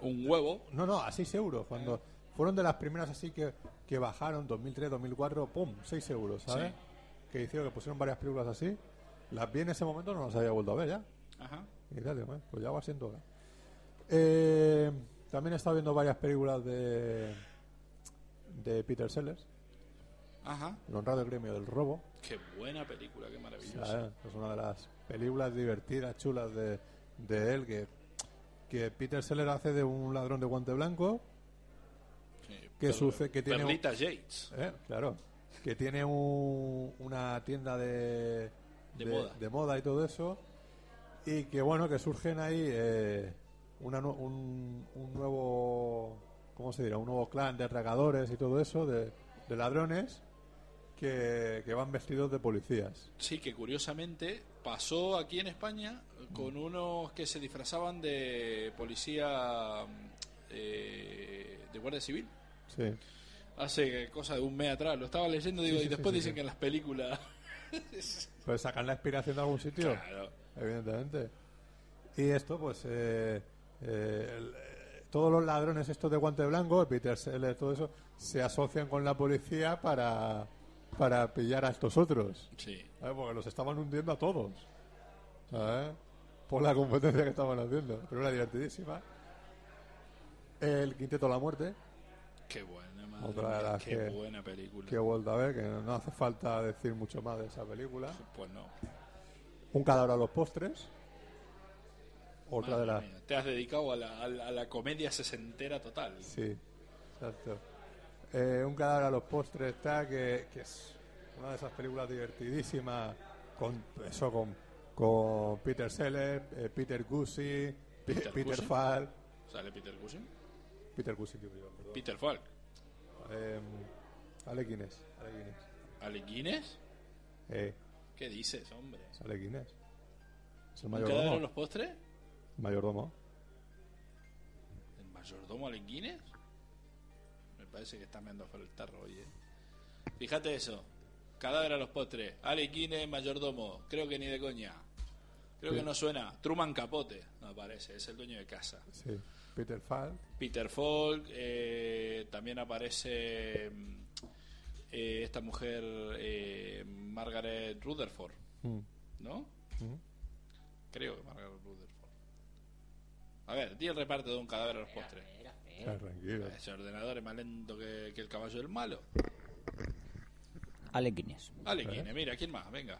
Speaker 1: Un huevo.
Speaker 2: no, no, a 6 euros. Cuando fueron de las primeras así que, que bajaron, 2003, 2004, ¡pum! 6 euros, ¿sabes?
Speaker 1: Sí.
Speaker 2: Que hicieron, que pusieron varias películas así. Las vi en ese momento, no las había vuelto a ver ya.
Speaker 1: Ajá.
Speaker 2: Y tal, digo, "Eh, pues ya va siendo hora". Eh, también he estado viendo varias películas de, de Peter Sellers,
Speaker 1: Ajá.
Speaker 2: El honrado gremio del robo.
Speaker 1: Qué buena película, qué maravillosa.
Speaker 2: La- es una de las películas divertidas, chulas de, de él, que, que Peter Sellers hace de un ladrón de guante blanco
Speaker 1: Sí,
Speaker 2: que
Speaker 1: Per-
Speaker 2: suce- que tiene un-
Speaker 1: Perlita Yates.
Speaker 2: Eh, Claro. Que tiene un- una tienda de,
Speaker 1: De moda.
Speaker 2: y todo eso. Y que bueno, que surgen ahí eh, una nu- un, un nuevo, ¿cómo se dirá? Un nuevo clan de regadores y todo eso, de, de ladrones, que, que van vestidos de policías.
Speaker 1: Sí, que curiosamente pasó aquí en España con
Speaker 2: Mm.
Speaker 1: unos que se disfrazaban de policía eh, de Guardia Civil.
Speaker 2: Sí.
Speaker 1: Hace cosa de un mes atrás, lo estaba leyendo digo,
Speaker 2: sí,
Speaker 1: y
Speaker 2: sí,
Speaker 1: después
Speaker 2: sí,
Speaker 1: dicen
Speaker 2: sí.
Speaker 1: que en las películas...
Speaker 2: Pues sacan la inspiración de algún sitio.
Speaker 1: Claro.
Speaker 2: evidentemente. Y esto, pues, eh, eh, el- eh, todos los ladrones estos de guante blanco, Peter Sellers, todo eso, se asocian con la policía para, para pillar a estos otros.
Speaker 1: Sí.
Speaker 2: ¿sabes? Porque los estaban hundiendo a todos. ¿sabes? Por la competencia que estaban haciendo. Pero era divertidísima. El Quinteto de la Muerte,
Speaker 1: Qué buena, madre
Speaker 2: Otra de
Speaker 1: mía,
Speaker 2: las
Speaker 1: qué
Speaker 2: que-
Speaker 1: buena película.
Speaker 2: que he vuelto a ver, que no hace falta decir mucho más de esa película.
Speaker 1: Pues no.
Speaker 2: Un cadáver a los postres. Otra
Speaker 1: madre
Speaker 2: de las
Speaker 1: mía, Te has dedicado a la, a la- a la comedia sesentera total.
Speaker 2: Sí, exacto. Eh, un cadáver a los postres está que, que es una de esas películas divertidísimas con eso con, con Peter Sellers, eh, Peter Gussie, Pe-
Speaker 1: Peter
Speaker 2: Peter,
Speaker 1: Cushing.
Speaker 2: Falk,
Speaker 1: ¿Sale Peter Cushing?
Speaker 2: Peter Gussie, digo yo, perdón.
Speaker 1: Peter Falk.
Speaker 2: Eh, Ale Guinness, Ale Guinness.
Speaker 1: ¿Ale Guinness?
Speaker 2: Eh,
Speaker 1: ¿Qué dices, hombre?
Speaker 2: es Ale Guinness. Es el
Speaker 1: ¿Un cadáver a
Speaker 2: mayordomo.
Speaker 1: los postres?
Speaker 2: Mayordomo.
Speaker 1: ¿El mayordomo Alec Guinness? Me parece que está meando por el tarro, oye. ¿eh? Fíjate eso. Cadáver a los postres. Alec Guinness, mayordomo. Creo que ni de coña. Creo que no suena. Truman Capote. No parece, es el dueño de casa.
Speaker 2: Sí. Peter Falk.
Speaker 1: Peter Falk. eh, también aparece mm, eh, esta mujer, eh, Margaret Rutherford.
Speaker 2: Mm.
Speaker 1: ¿No? Creo que Margaret Rutherford. A ver, di el reparto de un cadáver a los postres.
Speaker 2: Ah, tranquilo.
Speaker 1: Ese ordenador es más lento que, que el caballo del malo.
Speaker 3: Alec Guinness.
Speaker 1: Vale, ¿quién? es? Mira, ¿quién más? Venga,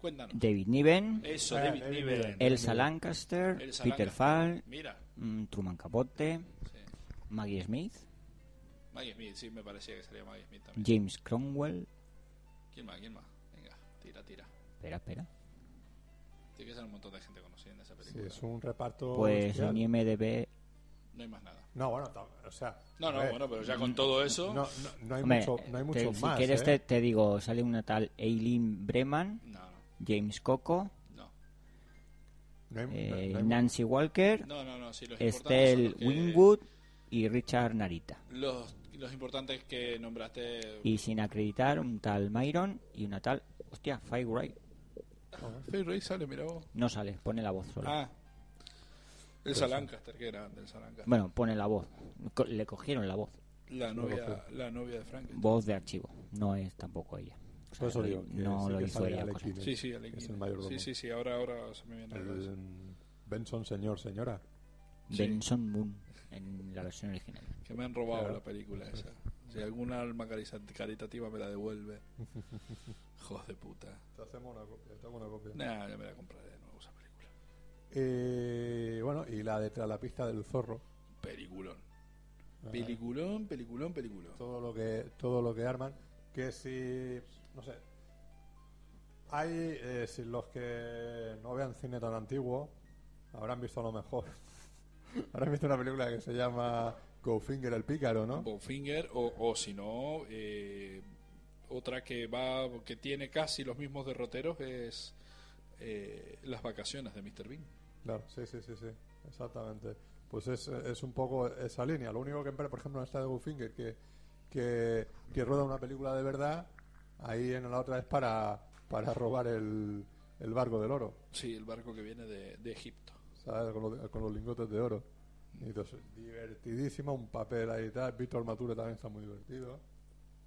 Speaker 1: cuéntanos.
Speaker 3: David Niven,
Speaker 1: Eso,
Speaker 2: Ah,
Speaker 1: David
Speaker 2: David
Speaker 1: Niven.
Speaker 2: Niven. Eh,
Speaker 3: Elsa Lancaster,
Speaker 1: Elsa
Speaker 3: Peter
Speaker 1: Lancaster.
Speaker 3: Falk,
Speaker 1: Mira,
Speaker 3: mm, Truman Capote,
Speaker 1: sí.
Speaker 3: Maggie Smith,
Speaker 1: Maggie Smith, sí, me parecía que salía Maggie Smith también.
Speaker 3: James Cromwell.
Speaker 1: ¿Quién más? ¿Quién más? Venga, tira, tira.
Speaker 3: Espera, espera.
Speaker 1: Tiene que ser un montón de gente conocida en esa
Speaker 2: Sí,
Speaker 1: película.
Speaker 2: es un reparto.
Speaker 3: Pues
Speaker 2: bestial.
Speaker 3: en IMDb.
Speaker 1: No hay más nada.
Speaker 2: No, bueno, tam- o sea.
Speaker 1: No, no,
Speaker 2: a ver,
Speaker 1: bueno, pero ya con todo eso.
Speaker 2: No, no, no hay
Speaker 3: Hombre,
Speaker 2: mucho, no hay
Speaker 3: te-
Speaker 2: mucho
Speaker 3: si
Speaker 2: más.
Speaker 3: quieres
Speaker 2: ¿eh?
Speaker 3: te, te digo, sale una tal Eileen Breman,
Speaker 1: No,
Speaker 3: James Coco,
Speaker 1: no.
Speaker 2: No hay- no-
Speaker 3: eh,
Speaker 2: no hay-
Speaker 3: Nancy Walker,
Speaker 1: No, no, no. Sí, los importantes
Speaker 2: Este,
Speaker 1: son
Speaker 3: Estelle
Speaker 1: los que-
Speaker 3: Wingwood y Richard Narita.
Speaker 1: Los, los importantes que nombraste.
Speaker 3: Y sin acreditar, un tal Myron y una tal... Hostia, Firewright.
Speaker 1: Faye Ray sale, mira vos.
Speaker 3: No sale, pone la voz sola.
Speaker 1: Ah. Elsa Lancaster, que era del Lancaster.
Speaker 3: Bueno, pone la voz. Co- le cogieron la voz.
Speaker 1: La novia, la novia de Frank.
Speaker 3: Voz de archivo. No es tampoco ella. O sea,
Speaker 2: Por eso
Speaker 3: no-
Speaker 2: digo que
Speaker 3: no
Speaker 2: sí
Speaker 3: lo
Speaker 2: que
Speaker 3: hizo
Speaker 2: sale
Speaker 3: ella.
Speaker 2: Alec
Speaker 3: cosa.
Speaker 2: Guinness,
Speaker 1: Sí, sí, Alec
Speaker 2: que es el
Speaker 1: Guinness.
Speaker 2: mayordomo.
Speaker 1: Sí, sí, sí, ahora, ahora se me viene a la
Speaker 2: El,
Speaker 1: cabeza.
Speaker 2: mm, Benson, señor, señora.
Speaker 3: Benson Moon en la versión original.
Speaker 1: Que me han robado la película esa. Si alguna alma cariza- caritativa me la devuelve. Jos de puta.
Speaker 2: Te hacemos una, copia.
Speaker 1: Nah, ya me la compraré de nuevo esa película.
Speaker 2: Eh, bueno, y la de Tras la pista del zorro.
Speaker 1: Peliculón. Peliculón, peliculón, peliculón.
Speaker 2: Todo lo que, todo lo que arman. Que si. No sé. Hay. eh, si los que no vean cine tan antiguo. Habrán visto a lo mejor. habrán visto una película que se llama Goldfinger el pícaro, ¿no?
Speaker 1: Bonfinger, o, o si no, eh, otra que va que tiene casi los mismos derroteros es eh, las vacaciones de Mr. Bean.
Speaker 2: Claro, sí, sí, sí, sí, exactamente. Pues es, es un poco esa línea. Lo único que, por ejemplo, en esta de Goldfinger, que, que, que roda una película de verdad, ahí en la otra es para, para robar el, el barco del oro,
Speaker 1: Sí, el barco que viene de, de Egipto.
Speaker 2: ¿sabes? Con, los- con los lingotes de oro. Y entonces, divertidísima, un papel ahí y tal. Víctor Mature también está muy divertido.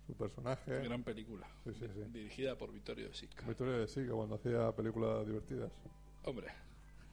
Speaker 2: Su personaje.
Speaker 1: Gran película.
Speaker 2: Sí, sí, sí.
Speaker 1: Dirigida por Vittorio De Sica.
Speaker 2: Me tuve que decir que cuando hacía películas divertidas.
Speaker 1: Hombre.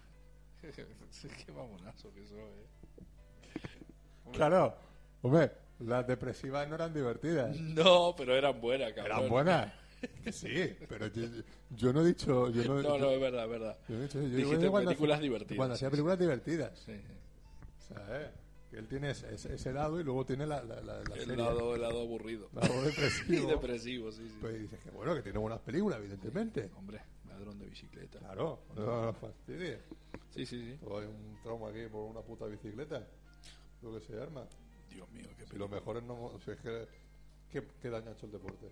Speaker 1: Qué mamonazo que soy, eh.
Speaker 2: Claro, hombre, las depresivas no eran divertidas.
Speaker 1: No, pero eran buenas, cabrón.
Speaker 2: Eran buenas. Que sí, pero yo, yo no he dicho. Yo no,
Speaker 1: No,
Speaker 2: yo-
Speaker 1: no, es verdad, es verdad.
Speaker 2: yo no he dicho eso. Yo
Speaker 1: Dijiste
Speaker 2: digo, cuando
Speaker 1: películas
Speaker 2: hacía-
Speaker 1: divertidas.
Speaker 2: Cuando hacía películas divertidas.
Speaker 1: Sí, sí.
Speaker 2: ¿Sabes? Que él tiene ese, ese- ese lado y luego tiene la, la, la, la
Speaker 1: El
Speaker 2: serie.
Speaker 1: lado, el lado aburrido.
Speaker 2: Lado
Speaker 1: Y
Speaker 2: depresivo.
Speaker 1: depresivo, sí, sí.
Speaker 2: Pues dices que bueno, que tiene buenas películas, evidentemente.
Speaker 1: Hombre, ladrón de bicicleta.
Speaker 2: Claro, no nos fastidies.
Speaker 1: Sí, sí, sí.
Speaker 2: Todo hay un trauma aquí por una puta bicicleta. Lo que se arma.
Speaker 1: Dios mío, qué,
Speaker 2: Si lo
Speaker 1: película.
Speaker 2: mejor es no. mo- Si es que. ¿Qué, qué daño ha hecho el deporte?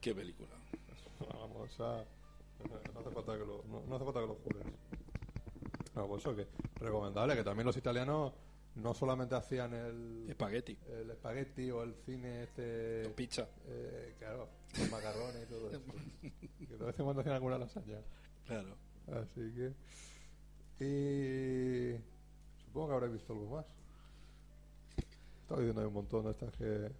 Speaker 1: qué película.
Speaker 2: Vamos a. No hace falta que lo, no, no hace falta que lo jures. No, pues eso que. Recomendable, que también los italianos no solamente hacían el.
Speaker 1: Espagueti.
Speaker 2: El espagueti o el cine este.
Speaker 1: Pizza.
Speaker 2: eh, claro, con macarrones y todo eso. que de vez en cuando hacían alguna lasaña.
Speaker 1: Claro.
Speaker 2: Así que. Y. Supongo que habré visto algo más. Estaba diciendo ahí un montón de estas que.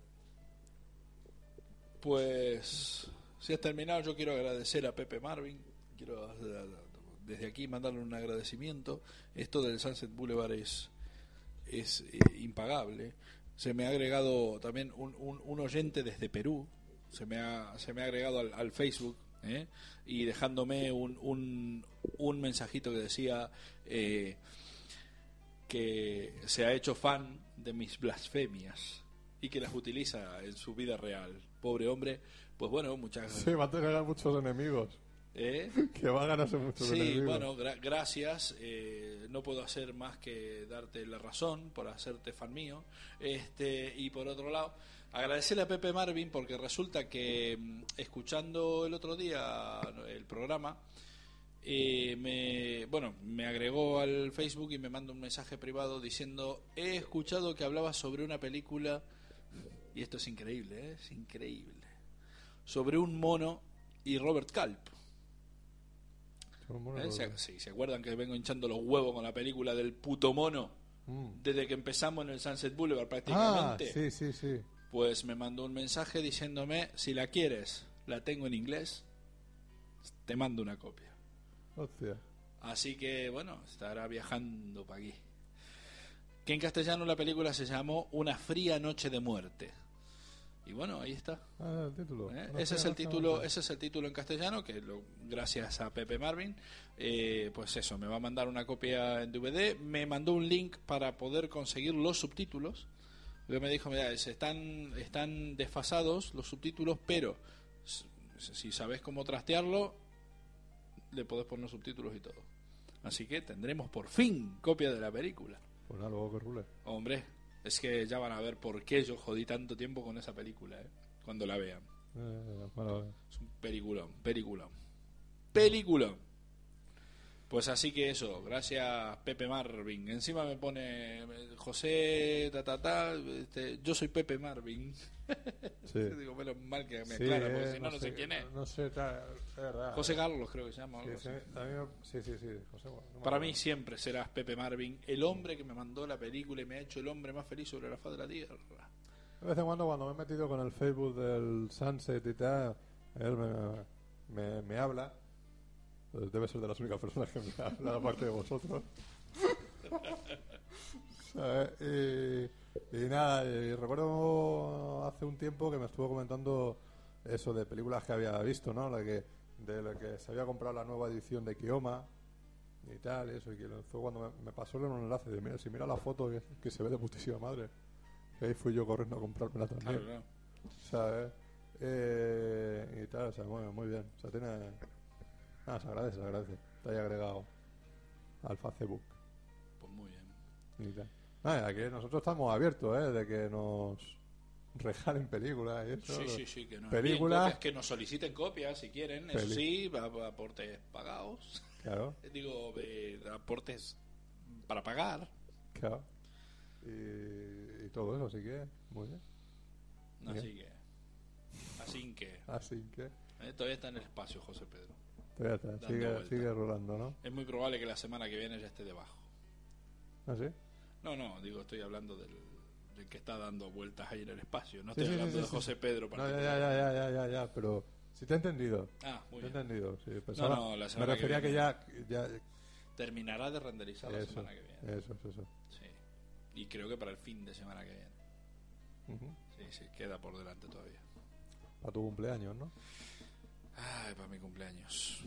Speaker 1: Pues, si has terminado, yo quiero agradecer a Pepe Marvin. Quiero eh, desde aquí mandarle un agradecimiento. Esto del Sunset Boulevard es, es eh, impagable. Se me ha agregado también un, un- un oyente desde Perú. Se me ha, se me ha agregado al, al Facebook. ¿eh? Y dejándome un, un, un mensajito que decía eh, que se ha hecho fan de mis blasfemias y que las utiliza en su vida real. Pobre hombre. Pues bueno, muchas
Speaker 2: Sí, va a tener a muchos enemigos.
Speaker 1: ¿Eh?
Speaker 2: Que va a ganarse muchos
Speaker 1: Sí,
Speaker 2: enemigos.
Speaker 1: bueno, gra- gracias. eh, no puedo hacer más que darte la razón por hacerte fan mío. Este, y por otro lado, agradecerle a Pepe Marvin porque resulta que mm, escuchando el otro día el programa, eh, me, bueno, me agregó al Facebook y me manda un mensaje privado diciendo, he escuchado que hablabas sobre una película, y esto es increíble, ¿eh? es increíble, sobre un mono y Robert Culp.
Speaker 2: Son buenos
Speaker 1: ¿Eh? ¿Se,
Speaker 2: los-
Speaker 1: sí, ¿se acuerdan que vengo hinchando los huevos con la película del puto mono?
Speaker 2: Mm.
Speaker 1: Desde que empezamos en el Sunset Boulevard
Speaker 2: Ah,
Speaker 1: prácticamente.
Speaker 2: sí, sí, sí.
Speaker 1: Pues me mandó un mensaje diciéndome, si la quieres, la tengo en inglés, te mando una copia.
Speaker 2: Hostia.
Speaker 1: Así que bueno, estará viajando para aquí. Que en castellano la película se llamó Una fría noche de muerte. Y bueno, ahí está.
Speaker 2: Ah, el título.
Speaker 1: ¿Eh?
Speaker 2: No
Speaker 1: ese
Speaker 2: sé,
Speaker 1: es el
Speaker 2: no sé, no
Speaker 1: título
Speaker 2: sé.
Speaker 1: ese es el título en castellano que lo- gracias a Pepe Marvin eh, pues eso me va a mandar una copia en DVD me mandó un link para poder conseguir los subtítulos Luego me dijo mira es- están están desfasados los subtítulos pero s- si sabes cómo trastearlo le podés poner subtítulos y todo así que tendremos por fin copia de la película
Speaker 2: Pues nada, luego que rule.
Speaker 1: hombre es que ya van a ver por qué yo jodí tanto tiempo con esa película ¿eh? cuando la vean
Speaker 2: Eh, bueno, eh.
Speaker 1: es un peliculón, peliculón. Peliculón. Pues así que eso, gracias Pepe Marvin. Encima me pone eh, José, ta, ta, ta, este, yo soy Pepe Marvin.
Speaker 2: Sí.
Speaker 1: Digo, menos mal que me
Speaker 2: Sí,
Speaker 1: aclara, porque
Speaker 2: eh,
Speaker 1: si no, no sé quién es.
Speaker 2: No sé, tal, es verdad.
Speaker 1: José Carlos creo que se llama.
Speaker 2: Sí,
Speaker 1: algo
Speaker 2: sí,
Speaker 1: así.
Speaker 2: a mí me- sí, sí, sí, José, bueno, no me
Speaker 1: Para
Speaker 2: acuerdo.
Speaker 1: mí siempre serás Pepe Marvin, el hombre que me mandó la película y me ha hecho el hombre más feliz sobre la faz de la tierra.
Speaker 2: De vez en cuando, cuando me he metido con el Facebook del Sunset y tal, él me, me- me habla. Pues Debe ser de las únicas personas que me habla, aparte de vosotros. ¿Sabes? y, y nada, y recuerdo hace un tiempo que me estuvo comentando eso de películas que había visto, ¿no? La que, de la que se había comprado la nueva edición de Kioma y tal, y eso. Y que lo- fue cuando me, me pasó un enlace de, mira, si mira la foto que, que se ve de putísima madre. Que ahí fui yo corriendo a comprármela también.
Speaker 1: Claro, ¿no?
Speaker 2: ¿sabes? Eh, y tal, o sea, muy, muy bien. O sea, tiene. Ah, se agradece, se agradece. Te haya agregado al Facebook
Speaker 1: Pues muy bien.
Speaker 2: y tal. Nada, y aquí nosotros estamos abiertos, ¿eh? De que nos, rejar en películas y eso.
Speaker 1: Sí, sí, sí, que no
Speaker 2: Película.
Speaker 1: envíen copias, que nos soliciten copias si quieren, eso
Speaker 2: Peli-
Speaker 1: sí, a- a- aportes pagados.
Speaker 2: Claro,
Speaker 1: Digo, eh, aportes para pagar.
Speaker 2: claro. Y, y todo eso, así que, muy bien.
Speaker 1: Así que. Así que.
Speaker 2: Así que,
Speaker 1: eh, todavía está en el espacio, José Pedro.
Speaker 2: pues ya está,
Speaker 1: Dando
Speaker 2: sigue,
Speaker 1: vuelta.
Speaker 2: sigue rolando, ¿no?
Speaker 1: Es muy probable que la semana que viene ya esté debajo.
Speaker 2: ¿Ah, sí?
Speaker 1: No, no, digo, estoy hablando del, del que está dando vueltas ahí en el espacio. No
Speaker 2: Sí,
Speaker 1: estoy
Speaker 2: sí, sí,
Speaker 1: hablando
Speaker 2: sí,
Speaker 1: de
Speaker 2: sí.
Speaker 1: José Pedro.
Speaker 2: No, ya, ya, ya, ya, ya, ya, ya, pero si te he entendido.
Speaker 1: Ah, muy
Speaker 2: te he
Speaker 1: bien.
Speaker 2: entendido. sí, pensaba-
Speaker 1: no, la
Speaker 2: me
Speaker 1: semana que
Speaker 2: refería que,
Speaker 1: viene.
Speaker 2: ya. ya
Speaker 1: Terminará de renderizar la
Speaker 2: eso, Eh.
Speaker 1: semana que viene.
Speaker 2: eso, eso, eso.
Speaker 1: Sí. Y creo que para el fin de semana que viene.
Speaker 2: Ujú.
Speaker 1: Sí, sí, queda por delante todavía.
Speaker 2: Para tu cumpleaños, ¿no?
Speaker 1: Ay, para mi cumpleaños.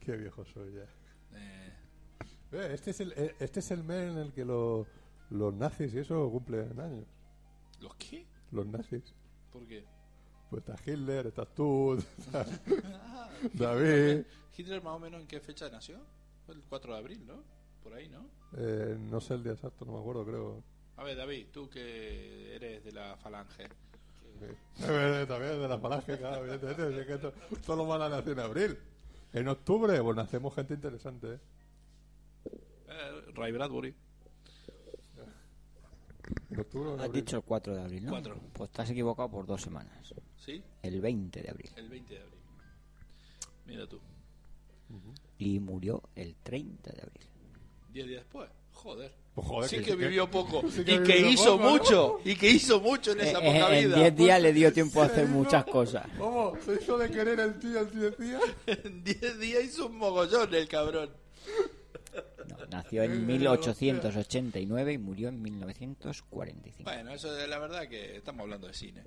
Speaker 2: Qué viejo soy ya.
Speaker 1: Eh,
Speaker 2: Eh, Este es el, eh, este es el mes en el que lo- los nazis y eso cumplen años.
Speaker 1: ¿Los qué?
Speaker 2: Los nazis.
Speaker 1: ¿Por qué?
Speaker 2: Pues está Hitler, estás tú, está David.
Speaker 1: ¿Hitler más o menos en qué fecha nació? Fue el 4 de abril, ¿no? Por ahí, ¿no?
Speaker 2: Eh, no sé el día exacto, no me acuerdo, creo.
Speaker 1: A ver, David, tú que eres de la falange.
Speaker 2: Eh, eh, También de la falange, claro, evidentemente. si es que to- todos los van a nacer en abril. En octubre, pues nacemos gente interesante. ¿eh?
Speaker 1: Eh, Ray Bradbury.
Speaker 2: En octubre, o en
Speaker 3: Has
Speaker 2: abril.
Speaker 3: dicho el 4 de abril, ¿no?
Speaker 1: Cuatro.
Speaker 3: Pues te has equivocado por dos semanas.
Speaker 1: ¿Sí?
Speaker 3: El 20 de abril.
Speaker 1: El 20 de abril. Mira tú.
Speaker 3: Y murió el 30 de abril.
Speaker 1: Diez días después. Joder.
Speaker 2: Pues joder,
Speaker 1: sí
Speaker 2: que-
Speaker 1: que
Speaker 2: que-
Speaker 1: vivió poco.
Speaker 2: sí que
Speaker 1: y que
Speaker 2: vivió
Speaker 1: hizo
Speaker 2: poco, ¿no?
Speaker 1: mucho. Y que hizo mucho en esa
Speaker 3: Eh, eh,
Speaker 1: poca
Speaker 3: en
Speaker 1: vida.
Speaker 3: 10 días le dio tiempo a hacer muchas cosas.
Speaker 2: ¿Cómo? ¿Se hizo de querer el tío el tío día?
Speaker 1: En 10 días hizo un mogollón el cabrón.
Speaker 3: No, nació en 1889 y murió en 1945.
Speaker 1: Bueno, eso de la verdad que estamos hablando de cine.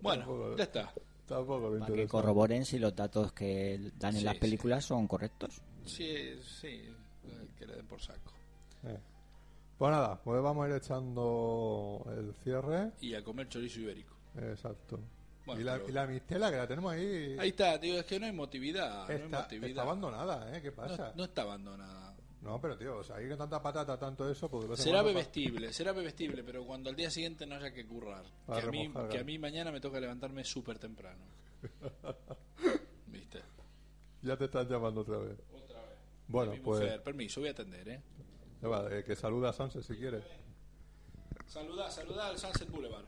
Speaker 1: Bueno,
Speaker 2: Tampoco-
Speaker 1: ya está.
Speaker 2: Tampoco me
Speaker 3: Para que
Speaker 2: interesa.
Speaker 3: corroboren si los datos que dan en
Speaker 1: Sí,
Speaker 3: las
Speaker 1: sí.
Speaker 3: películas son correctos.
Speaker 1: Sí, sí, que le den por saco.
Speaker 2: Eh. Pues nada, pues vamos a ir echando el cierre.
Speaker 1: Y a comer chorizo ibérico.
Speaker 2: Exacto.
Speaker 1: Bueno,
Speaker 2: y, la,
Speaker 1: pero-
Speaker 2: y la mistela que la tenemos ahí,
Speaker 1: Ahí está, tío, es que no hay motividad. no hay
Speaker 2: está,
Speaker 1: motividad.
Speaker 2: está abandonada, ¿eh? ¿Qué pasa?
Speaker 1: no, no está abandonada.
Speaker 2: No, pero tío, o sea, ahí con tanta patata, tanto eso, pues de vez en
Speaker 1: Será
Speaker 2: cuando pa-
Speaker 1: bebestible, será bebestible, pero cuando al día siguiente no haya que currar.
Speaker 2: Para
Speaker 1: que, a mí,
Speaker 2: remojar,
Speaker 1: que a
Speaker 2: ¿eh?
Speaker 1: mí mañana me toca levantarme súper temprano. ¿Viste?
Speaker 2: Ya te están llamando otra vez.
Speaker 1: Otra vez.
Speaker 2: Bueno,
Speaker 1: Mi
Speaker 2: pues
Speaker 1: mujer, permiso, voy a atender, ¿eh?
Speaker 2: ya va, eh, que saluda a Sanse si quieres.
Speaker 1: Saluda, saluda al Sunset Boulevard.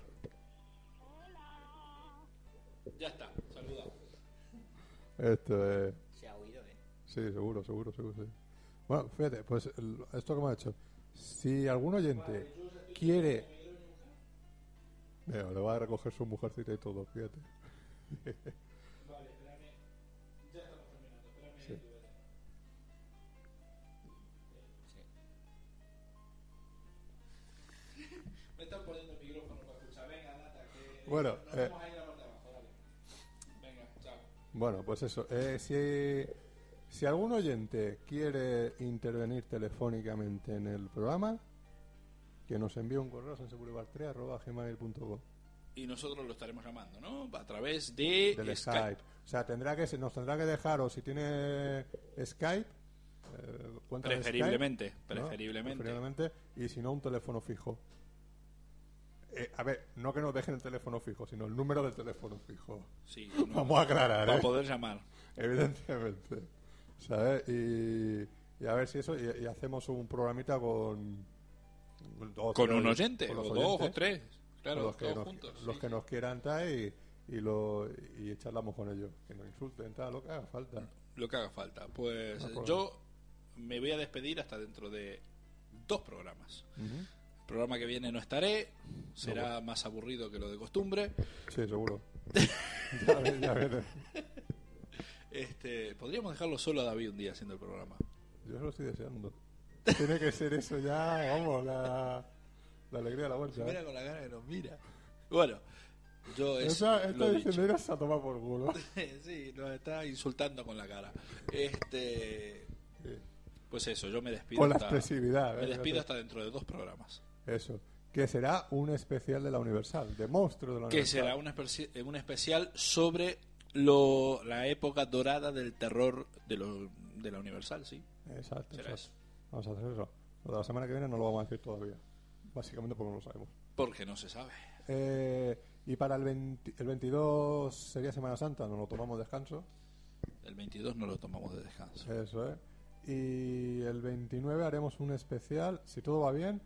Speaker 1: Ya está, saluda.
Speaker 2: Esto es...
Speaker 3: Se ha oído, ¿eh?
Speaker 2: Sí, seguro, seguro, seguro, sí. Bueno, fíjate, pues el- esto que me ha hecho. Si algún oyente quiere... Mira, le va a recoger su mujercita y todo, fíjate.
Speaker 1: Me están poniendo el micrófono para escuchar. Venga, data, que
Speaker 2: Bueno,
Speaker 1: nos
Speaker 2: eh.
Speaker 1: vamos a ir a la parte de abajo, dale. Venga, chao.
Speaker 2: Bueno, pues eso. eh, si, si algún oyente quiere intervenir telefónicamente en el programa, que nos envíe un correo a sensebulevar3@gmail.com
Speaker 1: Y nosotros lo estaremos llamando, ¿no? A través de
Speaker 2: del
Speaker 1: Skype.
Speaker 2: Skype. O sea, tendrá que se- nos tendrá que dejar, o si tiene Skype, eh, cuenta de
Speaker 1: Preferiblemente,
Speaker 2: Skype, ¿no?
Speaker 1: preferiblemente.
Speaker 2: Preferiblemente, y si no, un teléfono fijo. Eh, a ver, no que nos dejen el teléfono fijo, sino el número del teléfono fijo.
Speaker 1: Sí, no,
Speaker 2: Vamos a aclarar,
Speaker 1: para
Speaker 2: ¿eh?
Speaker 1: poder llamar.
Speaker 2: Evidentemente. ¿Sabes? Y, y a ver si eso. Y, y hacemos un programita con. dos,
Speaker 1: Con
Speaker 2: tres
Speaker 1: un
Speaker 2: oy-
Speaker 1: oyente,
Speaker 2: con
Speaker 1: o
Speaker 2: los
Speaker 1: dos o
Speaker 2: oyentes,
Speaker 1: tres. Claro,
Speaker 2: con los que
Speaker 1: todos
Speaker 2: nos,
Speaker 1: juntos.
Speaker 2: Los
Speaker 1: sí.
Speaker 2: que nos quieran tal y, y, lo, y charlamos con ellos. Que nos insulten, tal, lo que haga falta.
Speaker 1: Lo que haga falta. Pues
Speaker 2: No hay problema.
Speaker 1: yo me voy a despedir hasta dentro de dos programas. El programa que viene no estaré, será más aburrido que lo de costumbre.
Speaker 2: Sí, seguro. ya, ve- ya veré.
Speaker 1: Este, podríamos dejarlo solo a David un día haciendo el programa.
Speaker 2: Yo lo estoy deseando. Tiene que ser eso ya, vamos, la, la alegría de la vuelta.
Speaker 1: Mira
Speaker 2: ¿eh?
Speaker 1: con la cara que nos mira. Bueno, yo es
Speaker 2: Está, está
Speaker 1: lo dicho.
Speaker 2: diciendo, irás a tomar por culo.
Speaker 1: sí, nos está insultando con la cara. Este,
Speaker 2: Sí.
Speaker 1: pues eso, yo me despido.
Speaker 2: Con la
Speaker 1: hasta-
Speaker 2: expresividad.
Speaker 1: Me
Speaker 2: ¿eh?
Speaker 1: despido hasta dentro de dos programas.
Speaker 2: Eso. Que será un especial de la Universal, de monstruo de la
Speaker 1: que
Speaker 2: Universal.
Speaker 1: será un, especi- eh, un especial sobre lo, la época dorada del terror de, lo, de la Universal, ¿sí?
Speaker 2: Exacto.
Speaker 1: Será
Speaker 2: exacto.
Speaker 1: eso.
Speaker 2: Vamos a hacer eso. Lo de la semana que viene no lo vamos a decir todavía. Básicamente porque no lo sabemos.
Speaker 1: Porque no se sabe.
Speaker 2: Eh, Y para el, 20 el 22 sería Semana Santa, nos lo tomamos descanso.
Speaker 1: El 22 no lo tomamos de descanso.
Speaker 2: Eso es. Y el 29 haremos un especial, si todo va bien,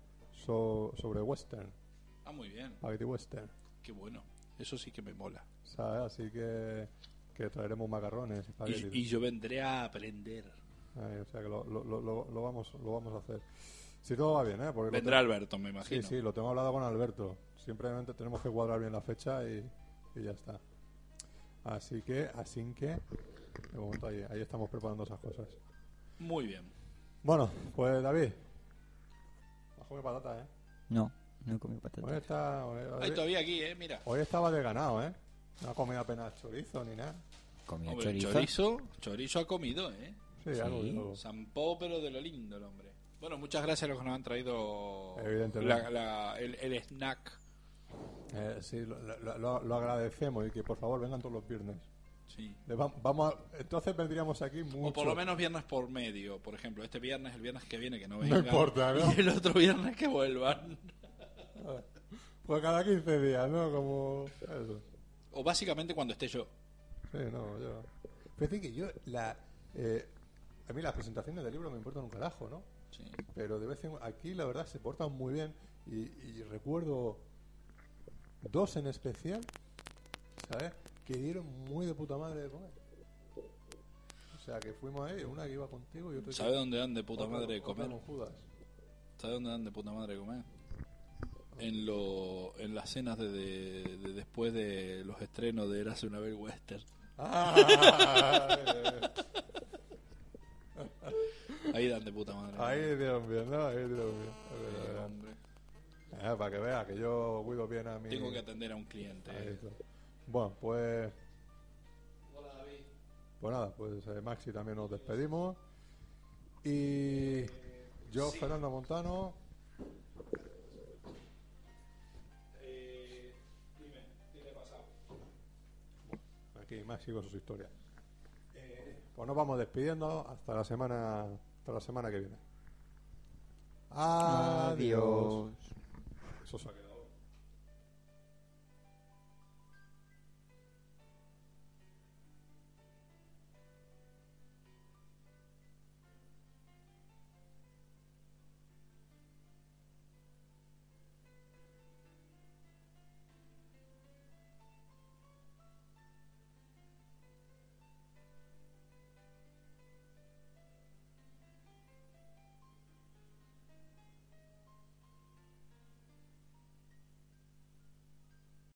Speaker 2: so- sobre western,
Speaker 1: Ah, muy bien.
Speaker 2: spaghetti western.
Speaker 1: Qué bueno. Eso sí que me mola.
Speaker 2: ¿sabes? Así que, que traeremos macarrones, espaguetis.
Speaker 1: Y, y yo vendré a aprender.
Speaker 2: Ahí, o sea que lo, lo- lo- lo- lo vamos, lo vamos a hacer. Si todo va bien, ¿eh? Porque lo
Speaker 1: Vendrá
Speaker 2: tengo-
Speaker 1: Alberto, me
Speaker 2: Sí,
Speaker 1: imagino.
Speaker 2: sí, lo tengo hablado con Alberto. Simplemente tenemos que cuadrar bien la fecha y, y ya está. Así que, así que, de momento ahí, ahí estamos preparando esas cosas.
Speaker 1: Muy bien.
Speaker 2: Bueno, pues David. Bajo mi patata, ¿eh?
Speaker 3: No, no he comido patatas.
Speaker 2: Hoy, está, hoy, hoy-
Speaker 1: Hay todavía aquí, ¿eh? Mira.
Speaker 2: hoy estaba desganado, ¿eh? No ha comido apenas chorizo ni nada.
Speaker 3: Comía
Speaker 1: Hombre, el
Speaker 3: chorizo.
Speaker 1: chorizo, chorizo ha comido, ¿eh?
Speaker 2: Sí, algo-
Speaker 3: Sí.
Speaker 2: algo.
Speaker 1: Zampó, pero de lo lindo el hombre. Bueno, muchas gracias a los que nos han traído
Speaker 2: Evidentemente.
Speaker 1: la- la- el, el snack.
Speaker 2: Eh, sí, lo, lo- lo- lo agradecemos y que por favor vengan todos los viernes.
Speaker 1: Sí.
Speaker 2: Le va- vamos a- entonces vendríamos aquí mucho.
Speaker 1: O por lo menos viernes por medio, por ejemplo. Este viernes, el viernes que viene, que no
Speaker 2: No
Speaker 1: vengan.
Speaker 2: importa, ¿no?
Speaker 1: Y el otro viernes que vuelvan.
Speaker 2: Pues cada 15 días, ¿no? Como eso.
Speaker 1: O básicamente cuando esté yo.
Speaker 2: Sí, no, yo. Fíjate que yo, la, eh, a mí las presentaciones del libro me importan un carajo, ¿no?
Speaker 1: Sí.
Speaker 2: Pero de vez en aquí, la verdad, se portan muy bien. Y, y recuerdo dos en especial, ¿sabes? Que dieron muy de puta madre de comer. O sea, que fuimos ahí, una que iba contigo y otra que-
Speaker 1: ¿Sabe dónde dan de puta
Speaker 2: otra-
Speaker 1: madre de
Speaker 2: otra
Speaker 1: comer?
Speaker 2: con Judas.
Speaker 1: ¿Sabe dónde dan de puta madre de comer? En, lo, en las cenas de, de- de después de los estrenos de Érase una vez Western.
Speaker 2: Ah,
Speaker 1: Ahí dan de puta madre.
Speaker 2: ahí dieron bien, ¿no? Ahí dieron bien.
Speaker 1: Sí,
Speaker 2: Es verdad.
Speaker 1: hombre.
Speaker 2: Eh, para que veas que yo cuido bien a mi...
Speaker 1: Tengo que atender a un cliente.
Speaker 2: Ahí está. Bueno, pues...
Speaker 1: Hola, David.
Speaker 2: Pues nada, pues eh, Maxi también nos despedimos. Y yo, Fernando Montano,
Speaker 1: Eh, dime, ¿qué te ha pasado?
Speaker 2: aquí Maxi con sus historias. Pues nos vamos despidiendo hasta la semana, hasta la semana que viene. Adiós. Eso es.